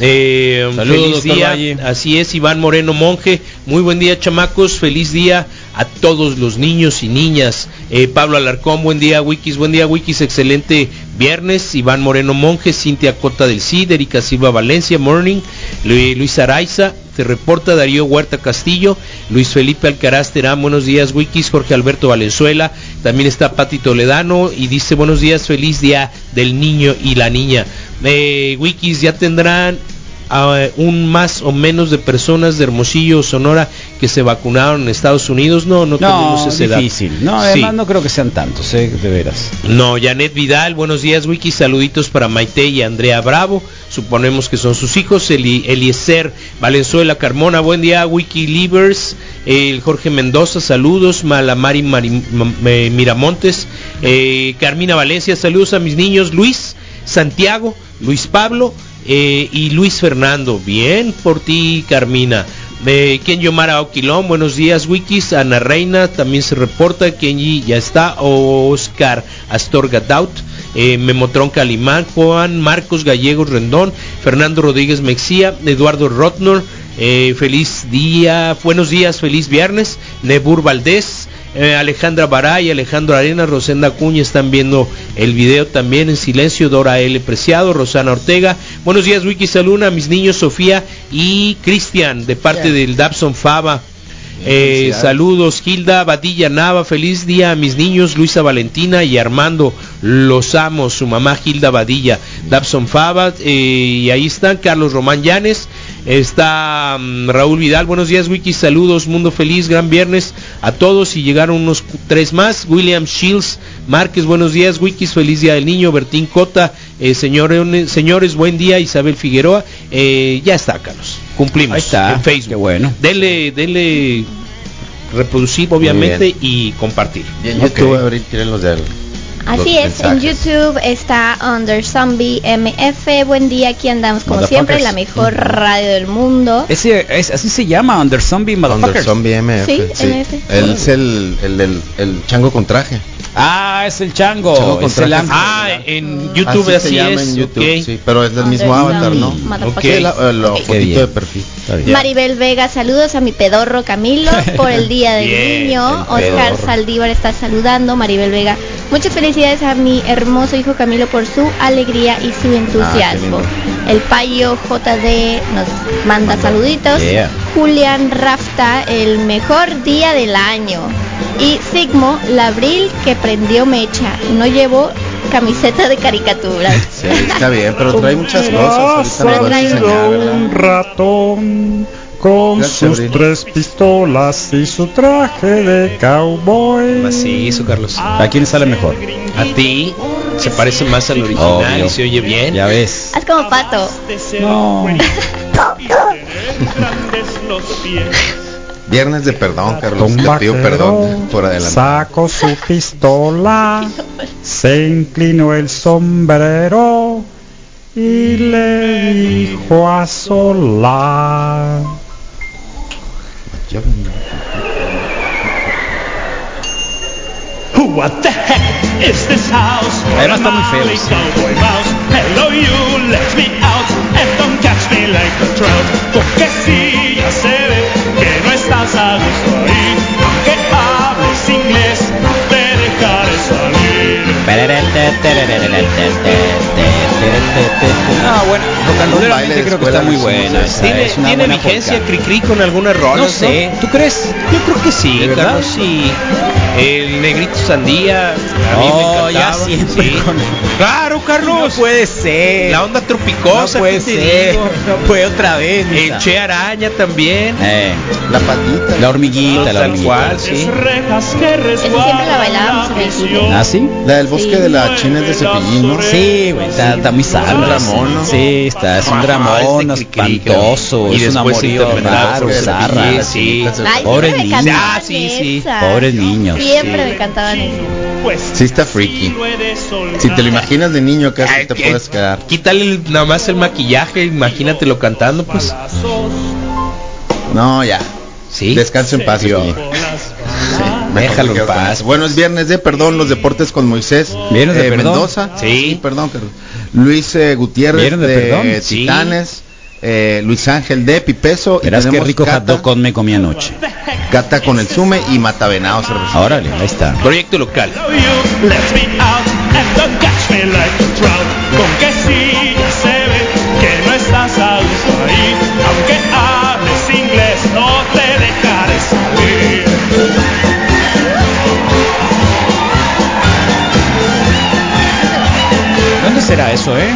[SPEAKER 10] Eh,
[SPEAKER 3] Saludos,
[SPEAKER 10] feliz
[SPEAKER 3] doctor
[SPEAKER 10] día.
[SPEAKER 3] Valle.
[SPEAKER 10] Así es, Iván Moreno Monje. Muy buen día, chamacos. Feliz día a todos los niños y niñas. Eh, Pablo Alarcón, buen día, Wikis. Buen día, Wikis. Excelente viernes. Iván Moreno Monje, Cintia Cota del Cid, Erika Silva Valencia, Morning. Lu- Luis Araiza, te reporta Darío Huerta Castillo. Luis Felipe Alcaraz Terán, buenos días, Wikis. Jorge Alberto Valenzuela. También está Pati Toledano y dice buenos días, feliz día del niño y la niña. Eh, Wikis, ya tendrán a eh, un más o menos de personas de Hermosillo o Sonora que se vacunaron en Estados Unidos. No, no,
[SPEAKER 3] No,
[SPEAKER 10] tenemos esa edad.
[SPEAKER 3] difícil. No,
[SPEAKER 10] Sí.
[SPEAKER 3] además no creo que sean tantos, eh, de veras.
[SPEAKER 10] No, Janet Vidal, buenos días, Wiki. Saluditos para Maite y Andrea Bravo. Suponemos que son sus hijos. Eli- Eliezer Valenzuela Carmona, buen día, Wiki Livers. El Jorge Mendoza, saludos. Malamari Mari- Ma- eh, Miramontes. Eh, Carmina Valencia, saludos a mis niños. Luis Santiago, Luis Pablo eh, y Luis Fernando. Bien por ti, Carmina. Eh, Kenji Omar Aoquilón, buenos días, Wikis. Ana Reina también se reporta. Kenji ya está. Oscar Astorga Daut. eh, Memotron Calimán. Juan Marcos Gallegos Rendón. Fernando Rodríguez Mexía. Eduardo Rotnor. eh, feliz día. Buenos días, feliz viernes. Nebur Valdés. Eh, Alejandra Baray, Alejandro Arena, Rosenda Acuña están viendo el video también en silencio. Dora L. Preciado, Rosana Ortega. Buenos días, Wiki Saluna, mis niños Sofía y Cristian, de parte del Dabson Fava. Eh,
[SPEAKER 13] felicidades.
[SPEAKER 10] saludos, Gilda, Badilla Nava, feliz día a mis niños, Luisa Valentina y Armando, los amo, su mamá Gilda Badilla, Dabson Fava, eh, y ahí están Carlos Román Llanes, está mm, Raúl Vidal, buenos días Wiki, saludos, mundo feliz, gran viernes a todos y llegaron unos cu- tres más, William Shields Márquez, buenos días Wikis, feliz día del niño, Bertín Cota, eh, señores, señores, buen día, Isabel Figueroa, eh, ya está Carlos, cumplimos en Facebook, bueno. denle, denle reproducir obviamente
[SPEAKER 11] bien.
[SPEAKER 10] y compartir.
[SPEAKER 11] Y en YouTube abrir tienen los de
[SPEAKER 18] Así es, en YouTube está Under Zombie MF. Buen día, aquí andamos como siempre, la mejor radio del mundo.
[SPEAKER 3] Ese, es, así se llama, Under Zombie
[SPEAKER 11] Under
[SPEAKER 3] Motherfuckers.
[SPEAKER 11] Zombie MF.
[SPEAKER 18] Sí, MF.
[SPEAKER 11] Él es el, el, el- el chango con traje.
[SPEAKER 3] Ah, es el chango.
[SPEAKER 11] Chango con
[SPEAKER 3] es el
[SPEAKER 11] traje.
[SPEAKER 3] ángel.
[SPEAKER 10] Ah, en YouTube
[SPEAKER 11] se
[SPEAKER 10] así,
[SPEAKER 11] llama
[SPEAKER 10] es.
[SPEAKER 11] en YouTube,
[SPEAKER 10] ok.
[SPEAKER 11] sí, pero es del
[SPEAKER 1] Ah,
[SPEAKER 11] mismo
[SPEAKER 18] Under
[SPEAKER 11] avatar, ¿no?
[SPEAKER 18] Zombie
[SPEAKER 11] Ok,
[SPEAKER 18] Motherfuckers.
[SPEAKER 11] la, la
[SPEAKER 18] Ok.
[SPEAKER 11] fotito
[SPEAKER 18] Qué bien.
[SPEAKER 11] de perfil. Está bien.
[SPEAKER 18] Maribel Vega, saludos a mi pedorro Camilo por el Día del
[SPEAKER 11] Bien,
[SPEAKER 18] Niño.
[SPEAKER 11] el
[SPEAKER 18] Oscar
[SPEAKER 11] pedorro.
[SPEAKER 18] Saldívar está saludando, Maribel Vega. Muchas felicidades a mi hermoso hijo Camilo por su alegría y su entusiasmo.
[SPEAKER 11] Ah,
[SPEAKER 18] el payo JD nos manda saluditos.
[SPEAKER 11] Yeah.
[SPEAKER 18] Julián Rafta, el mejor día del año. Y Sigmo, la abril que prendió mecha. No llevó camiseta de caricaturas.
[SPEAKER 11] Sí, está bien, pero trae muchas cosas. ahorita nos va a enseñar, ¿verdad?
[SPEAKER 1] un ratón con
[SPEAKER 11] Gracias,
[SPEAKER 1] sus
[SPEAKER 11] Abril.
[SPEAKER 1] tres pistolas y su traje de cowboy.
[SPEAKER 10] Macizo, Carlos.
[SPEAKER 3] ¿A quién sale mejor?
[SPEAKER 10] A ti se parece más al original
[SPEAKER 3] Obvio.
[SPEAKER 10] y se oye bien.
[SPEAKER 3] Ya ves.
[SPEAKER 18] Haz como pato.
[SPEAKER 1] No.
[SPEAKER 11] Viernes de perdón, Carlos. Te pido
[SPEAKER 1] vaquero
[SPEAKER 11] perdón por adelante.
[SPEAKER 1] Sacó su pistola, se inclinó el sombrero y le dijo a Solar.
[SPEAKER 6] What the heck is this house?
[SPEAKER 3] Además está muy feo.
[SPEAKER 6] Molly Cowboy Mouse. Hello, you let me out and don't catch me like a trout. Porque si ya se ve que no estás a gusto ahí. Aunque hables inglés, no te dejaré salir.
[SPEAKER 3] Ah, bueno, rocanroleramente creo que está muy buena. esa,
[SPEAKER 10] ¿Tiene,
[SPEAKER 3] es una
[SPEAKER 10] tiene
[SPEAKER 3] buena
[SPEAKER 10] vigencia
[SPEAKER 3] polka.
[SPEAKER 10] Cricri con alguna rola?
[SPEAKER 3] No sé, ¿tú crees?
[SPEAKER 10] Yo creo que sí,
[SPEAKER 3] ¿De verdad?
[SPEAKER 10] Carlos, sí. El negrito sandía. A mí
[SPEAKER 3] Oh,
[SPEAKER 10] me
[SPEAKER 3] ya
[SPEAKER 10] encantaba.
[SPEAKER 3] siempre
[SPEAKER 10] Sí.
[SPEAKER 3] con-
[SPEAKER 10] Claro, Carlos.
[SPEAKER 3] puede ser.
[SPEAKER 10] La onda tropicosa.
[SPEAKER 3] No puede
[SPEAKER 10] ¿qué te
[SPEAKER 3] ser.
[SPEAKER 10] digo?
[SPEAKER 3] No puede otra vez.
[SPEAKER 10] El
[SPEAKER 3] mija.
[SPEAKER 10] Che Araña también.
[SPEAKER 3] Eh,
[SPEAKER 11] La patita.
[SPEAKER 3] la hormiguita, la
[SPEAKER 10] Tal
[SPEAKER 3] hormiguita.
[SPEAKER 10] cual, sí.
[SPEAKER 6] Rejas que
[SPEAKER 18] siempre la
[SPEAKER 6] resguardan
[SPEAKER 18] bailábamos en el
[SPEAKER 6] prisión.
[SPEAKER 3] ¿Ah, sí?
[SPEAKER 11] La del bosque
[SPEAKER 18] Sí.
[SPEAKER 11] de la China es de cepillín, ¿no?
[SPEAKER 3] Sí, güey, está, está muy salva.
[SPEAKER 11] un dramón, ¿no?
[SPEAKER 3] Sí, está, es un dramón espantoso.
[SPEAKER 10] Ah, este Y
[SPEAKER 3] es un
[SPEAKER 10] después se
[SPEAKER 3] amorío
[SPEAKER 10] interpretaba
[SPEAKER 3] raro,
[SPEAKER 10] por
[SPEAKER 3] zarra.
[SPEAKER 10] Cepillín, sí.
[SPEAKER 18] Ay, siempre
[SPEAKER 3] Pobres
[SPEAKER 18] me
[SPEAKER 3] niños.
[SPEAKER 18] cantaban
[SPEAKER 3] Ah, sí, sí.
[SPEAKER 18] esa.
[SPEAKER 3] Pobres niños.
[SPEAKER 18] Siempre me cantaban eso.
[SPEAKER 6] pues,
[SPEAKER 11] Sí está freaky. Si te lo imaginas de niño casi te puedes quedar.
[SPEAKER 10] Quítale el- nada más el maquillaje, imagínatelo cantando, pues.
[SPEAKER 11] No, ya. Sí. Descanso en paz, yo. Déjalo en paz. Bueno, es viernes de perdón, los deportes con Moisés.
[SPEAKER 3] pues. Viernes de
[SPEAKER 11] eh,
[SPEAKER 3] perdón.
[SPEAKER 11] Mendoza.
[SPEAKER 10] Sí.
[SPEAKER 11] perdón, Carlos. Luis eh, Gutiérrez
[SPEAKER 3] Viernes de
[SPEAKER 11] de,
[SPEAKER 3] perdón. Sí.
[SPEAKER 11] Titanes. eh, Luis Ángel de Pipeso.
[SPEAKER 3] Verás qué rico hot
[SPEAKER 11] Cata,
[SPEAKER 3] dog con me comí anoche.
[SPEAKER 11] Cata con el Sume y Matavenados.
[SPEAKER 3] Órale, ahí está.
[SPEAKER 10] Proyecto local.
[SPEAKER 6] Let me out and don't catch me like a trout. Con que sí ya se ve que no estás a gusto ahí. Aunque hables inglés, no te dejaré salir.
[SPEAKER 10] ¿Dónde será eso, eh?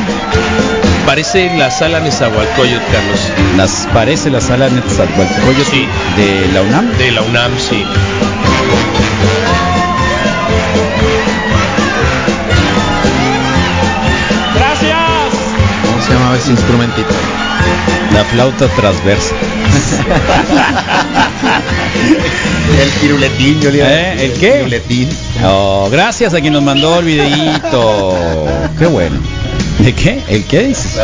[SPEAKER 10] Parece la sala Nezahualcóyotl, Carlos.
[SPEAKER 3] Las parece la sala Nezahualcóyotl
[SPEAKER 10] Sí.
[SPEAKER 3] de la UNAM.
[SPEAKER 10] De la UNAM, sí.
[SPEAKER 6] Gracias.
[SPEAKER 11] ¿Cómo se llamaba ese instrumentito?
[SPEAKER 3] La flauta transversa.
[SPEAKER 11] El piruletín, yo le iba a
[SPEAKER 3] ¿Eh?
[SPEAKER 11] decir,
[SPEAKER 3] ¿El qué?
[SPEAKER 11] Piruletín.
[SPEAKER 3] Oh, gracias a quien nos mandó el videíto. Qué bueno. ¿De qué? ¿El qué dices?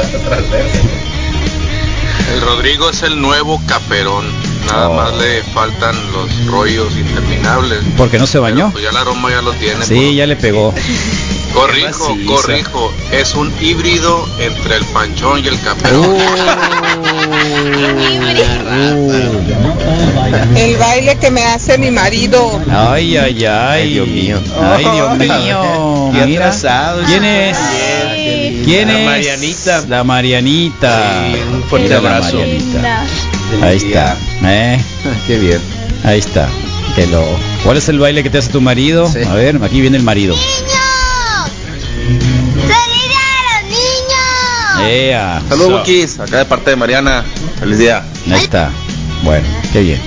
[SPEAKER 2] El Rodrigo es el nuevo caperón. Nada más le faltan los rollos interminables.
[SPEAKER 3] Porque no se bañó.
[SPEAKER 2] Pues ya el aroma ya lo tiene.
[SPEAKER 3] Sí, ya le pegó.
[SPEAKER 2] Corrijo,
[SPEAKER 3] maciza.
[SPEAKER 2] corrijo. Es un híbrido entre el panchón y el caperón.
[SPEAKER 4] El baile que me hace mi marido.
[SPEAKER 3] Ay, ay, ay. Dios mío. Ay, Dios mío.
[SPEAKER 10] Qué
[SPEAKER 3] Mira.
[SPEAKER 10] atrasado.
[SPEAKER 3] ¿Quién es? ¿Quién
[SPEAKER 10] La
[SPEAKER 3] es?
[SPEAKER 10] Marianita.
[SPEAKER 3] La Marianita.
[SPEAKER 10] un fuerte
[SPEAKER 3] Mira la
[SPEAKER 10] abrazo.
[SPEAKER 3] Marianita. Ahí está. ¿Eh? Qué bien. Ahí está. Qué loco. ¿Cuál es el baile que te hace tu marido? A ver, aquí viene el marido. ¡Ea!
[SPEAKER 22] Saludos, Bukis. Acá de parte de Mariana. Feliz día.
[SPEAKER 3] Ahí está. Bueno, qué bien.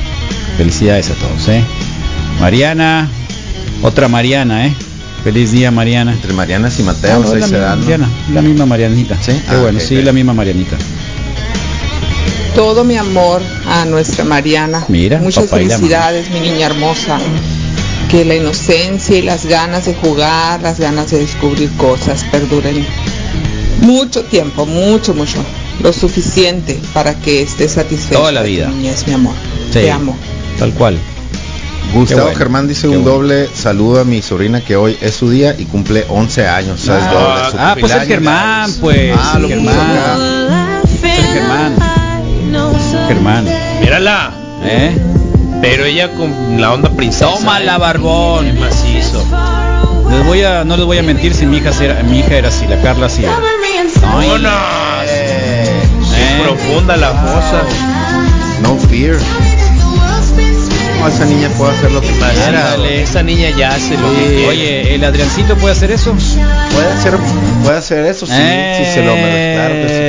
[SPEAKER 3] Felicidades a todos, ¿eh? Mariana, otra Mariana, ¿eh? Feliz día, Mariana. Entre Marianas y Mateo,
[SPEAKER 11] ahí
[SPEAKER 3] la,
[SPEAKER 11] se
[SPEAKER 3] misma
[SPEAKER 11] dan, ¿no?
[SPEAKER 3] Mariana, la misma Marianita. Sí,
[SPEAKER 11] Ah,
[SPEAKER 3] bueno,
[SPEAKER 11] ok,
[SPEAKER 3] sí, la misma Marianita.
[SPEAKER 4] Todo mi amor a nuestra Mariana.
[SPEAKER 3] Mira,
[SPEAKER 4] Muchas
[SPEAKER 3] papá y la
[SPEAKER 4] felicidades, mi niña hermosa. Que la inocencia y las ganas de jugar, las ganas de descubrir cosas perduren mucho tiempo, mucho, mucho. Lo suficiente para que estés satisfecho.
[SPEAKER 3] Toda la vida.
[SPEAKER 4] Niñez, mi amor.
[SPEAKER 3] Sí,
[SPEAKER 4] Te amo.
[SPEAKER 3] Tal cual. Qué
[SPEAKER 11] Gustavo
[SPEAKER 3] bueno,
[SPEAKER 11] Germán dice
[SPEAKER 3] qué
[SPEAKER 11] un
[SPEAKER 3] bueno.
[SPEAKER 11] doble saludo a mi sobrina que hoy es su día y cumple 11 años. o sea, es
[SPEAKER 3] Ah,
[SPEAKER 11] doble, su
[SPEAKER 3] ah, pues el
[SPEAKER 11] cumpleaños.
[SPEAKER 3] Germán, pues.
[SPEAKER 11] Ah, lo
[SPEAKER 3] el
[SPEAKER 11] puso acá.
[SPEAKER 3] Germán. El Germán. Germán.
[SPEAKER 10] Mírala.
[SPEAKER 3] ¿Eh?
[SPEAKER 10] Pero ella con la onda princesa.
[SPEAKER 3] Tómala,
[SPEAKER 10] ¿eh?
[SPEAKER 3] barbón.
[SPEAKER 10] Qué macizo.
[SPEAKER 3] Les voy a, no les voy a mentir si mi hija era, mi hija era así, la Carla así. era. Ay,
[SPEAKER 10] ¡Vámonos! pues,
[SPEAKER 3] eh.
[SPEAKER 10] Profunda la fosa.
[SPEAKER 11] No fear. No, esa niña puede hacer lo que quiera.
[SPEAKER 10] Ándale, esa niña ya hace lo que quiere.
[SPEAKER 3] Oye, ¿el Adriancito puede hacer eso?
[SPEAKER 11] Puede hacer, puede hacer eso, sí, si se lo merece. Claro que sí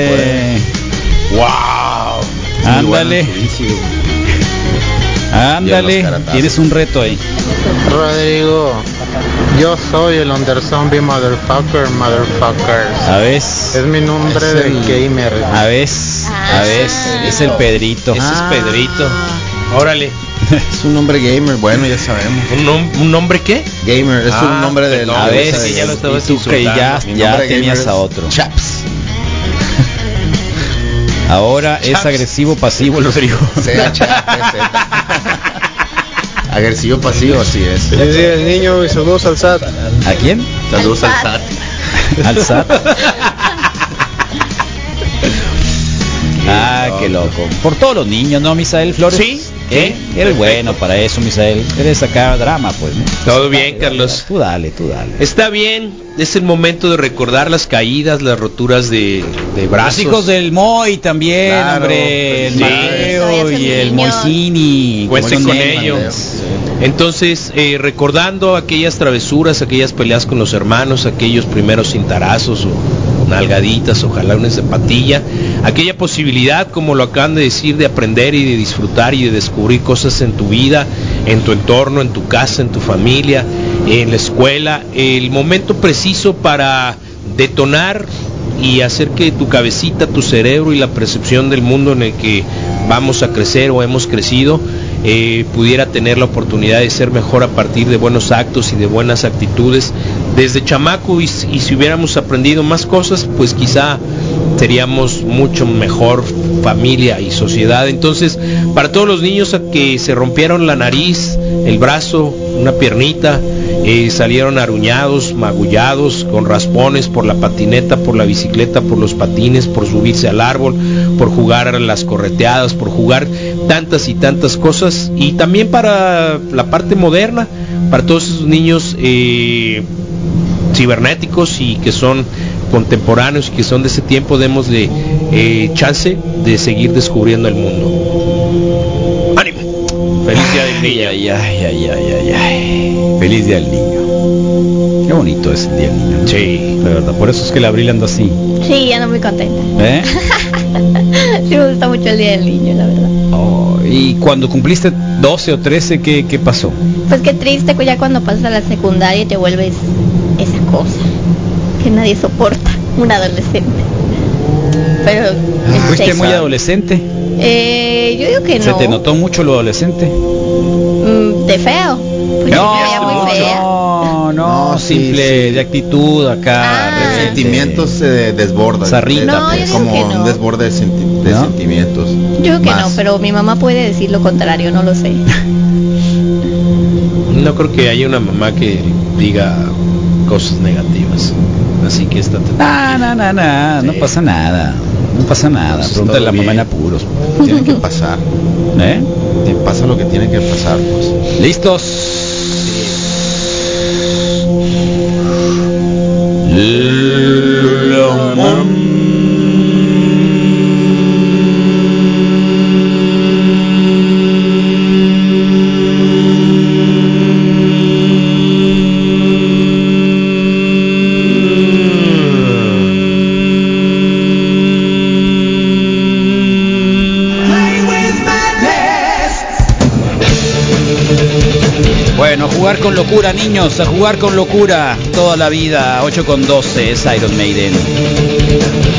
[SPEAKER 10] Eh.
[SPEAKER 11] puede.
[SPEAKER 10] ¡Wow!
[SPEAKER 3] Ándale. Ándale, tienes un reto ahí.
[SPEAKER 7] Rodrigo, yo soy el Underzombie Motherfucker Motherfuckers.
[SPEAKER 3] A ver,
[SPEAKER 7] Es mi nombre de gamer.
[SPEAKER 3] a ver, a ver, es el Pedrito. Ah.
[SPEAKER 10] Ese es Pedrito. Órale.
[SPEAKER 11] Es un nombre gamer, bueno, ya sabemos.
[SPEAKER 10] ¿Un, nom- un nombre qué?
[SPEAKER 11] Gamer, es
[SPEAKER 10] Ah,
[SPEAKER 11] un nombre de
[SPEAKER 10] perdón,
[SPEAKER 11] la
[SPEAKER 3] a ver,
[SPEAKER 10] que ya lo
[SPEAKER 3] y
[SPEAKER 10] estabas
[SPEAKER 3] tú que ya,
[SPEAKER 10] insultando. Mi
[SPEAKER 3] ya
[SPEAKER 10] nombre
[SPEAKER 3] tenías
[SPEAKER 10] gamer
[SPEAKER 3] a
[SPEAKER 10] es
[SPEAKER 3] otro.
[SPEAKER 11] Chaps.
[SPEAKER 3] Ahora es
[SPEAKER 11] Chaps.
[SPEAKER 3] agresivo pasivo el Rodrigo.
[SPEAKER 11] Agresivo pasivo, así es.
[SPEAKER 7] Feliz día del niño y saludos al SAT.
[SPEAKER 3] ¿A quién?
[SPEAKER 11] Saludos al SAT.
[SPEAKER 3] Al SAT. Ah, qué loco. Por todos los niños, ¿no, Misael Flores?
[SPEAKER 10] Sí,
[SPEAKER 3] ¿Eh?
[SPEAKER 10] sí,
[SPEAKER 3] Eres bueno para eso, Misael. Eres acá drama, pues, ¿no?
[SPEAKER 10] Todo bien, Carlos.
[SPEAKER 3] Tú dale, tú dale.
[SPEAKER 10] Está bien, es el momento de recordar las caídas, las roturas de, de
[SPEAKER 3] Los
[SPEAKER 10] brazos.
[SPEAKER 3] hijos del Moy también,
[SPEAKER 10] Claro,
[SPEAKER 3] hombre. El
[SPEAKER 10] sí.
[SPEAKER 3] Mateo y el
[SPEAKER 18] niños.
[SPEAKER 3] Moisini.
[SPEAKER 10] Cuenten
[SPEAKER 3] como
[SPEAKER 10] con
[SPEAKER 3] son
[SPEAKER 10] ellos. Entonces, eh, recordando aquellas travesuras, aquellas peleas con los hermanos, aquellos primeros cintarazos o nalgaditas o jalones de patilla, aquella posibilidad, como lo acaban de decir, de aprender y de disfrutar y de descubrir cosas en tu vida, en tu entorno, en tu casa, en tu familia, en la escuela, el momento preciso para detonar y hacer que tu cabecita, tu cerebro y la percepción del mundo en el que vamos a crecer o hemos crecido eh, pudiera tener la oportunidad de ser mejor a partir de buenos actos y de buenas actitudes desde chamaco y, s- y si hubiéramos aprendido más cosas pues quizá seríamos mucho mejor familia y sociedad. Entonces, para todos los niños a que se rompieron la nariz, el brazo, una piernita, eh, salieron aruñados, magullados, con raspones por la patineta, por la bicicleta, por los patines, por subirse al árbol, por jugar a las correteadas, por jugar tantas y tantas cosas. Y también para la parte moderna, para todos esos niños eh, cibernéticos y que son contemporáneos y que son de ese tiempo, démosle eh, chance de seguir descubriendo el mundo. ¡Ánimo! Feliz día del niño.
[SPEAKER 3] Ay, ay, ay, ay, ay, ay. Feliz día del niño. Qué bonito es el día del niño. ¿no?
[SPEAKER 10] Sí.
[SPEAKER 3] De verdad, por eso es que la abril anda así.
[SPEAKER 18] Sí, ando muy contenta.
[SPEAKER 3] ¿Eh?
[SPEAKER 18] Sí, me gusta mucho el Día del Niño, la verdad.
[SPEAKER 3] Oh, y cuando cumpliste 12 o 13, ¿qué, qué pasó?
[SPEAKER 18] Pues qué triste que ya cuando pasas a la secundaria y te vuelves esa cosa que nadie soporta, un adolescente. Pero...
[SPEAKER 3] Fuiste
[SPEAKER 18] este,
[SPEAKER 3] muy adolescente.
[SPEAKER 18] eh, yo digo que
[SPEAKER 3] Se
[SPEAKER 18] no.
[SPEAKER 3] Ah, te notó mucho lo adolescente.
[SPEAKER 18] Mm, de feo. Porque
[SPEAKER 3] No,
[SPEAKER 18] yo me veía muy fea.
[SPEAKER 3] No, no, simple de actitud acá. de
[SPEAKER 11] Sentimientos se desbordan.
[SPEAKER 3] Zarrita,
[SPEAKER 18] Ah. No, yo pues. digo
[SPEAKER 11] como
[SPEAKER 18] que no.
[SPEAKER 11] un desborde de, senti- de sentimientos.
[SPEAKER 18] Yo digo que
[SPEAKER 11] Más.
[SPEAKER 18] no, pero mi mamá puede decir lo contrario, no lo sé.
[SPEAKER 10] No creo que haya una mamá que diga cosas negativas. Así que estate
[SPEAKER 3] No, no, no, no, no pasa nada. No pasa nada. Pregúntale a la mamá en apuros.
[SPEAKER 11] Tiene que pasar.
[SPEAKER 3] ¿Eh?
[SPEAKER 11] Te pasa lo que tiene que pasar, pues.
[SPEAKER 3] ¿Listos? Bueno, jugar con locura, niños, a jugar con locura toda la vida. 8 con 12 es Iron Maiden.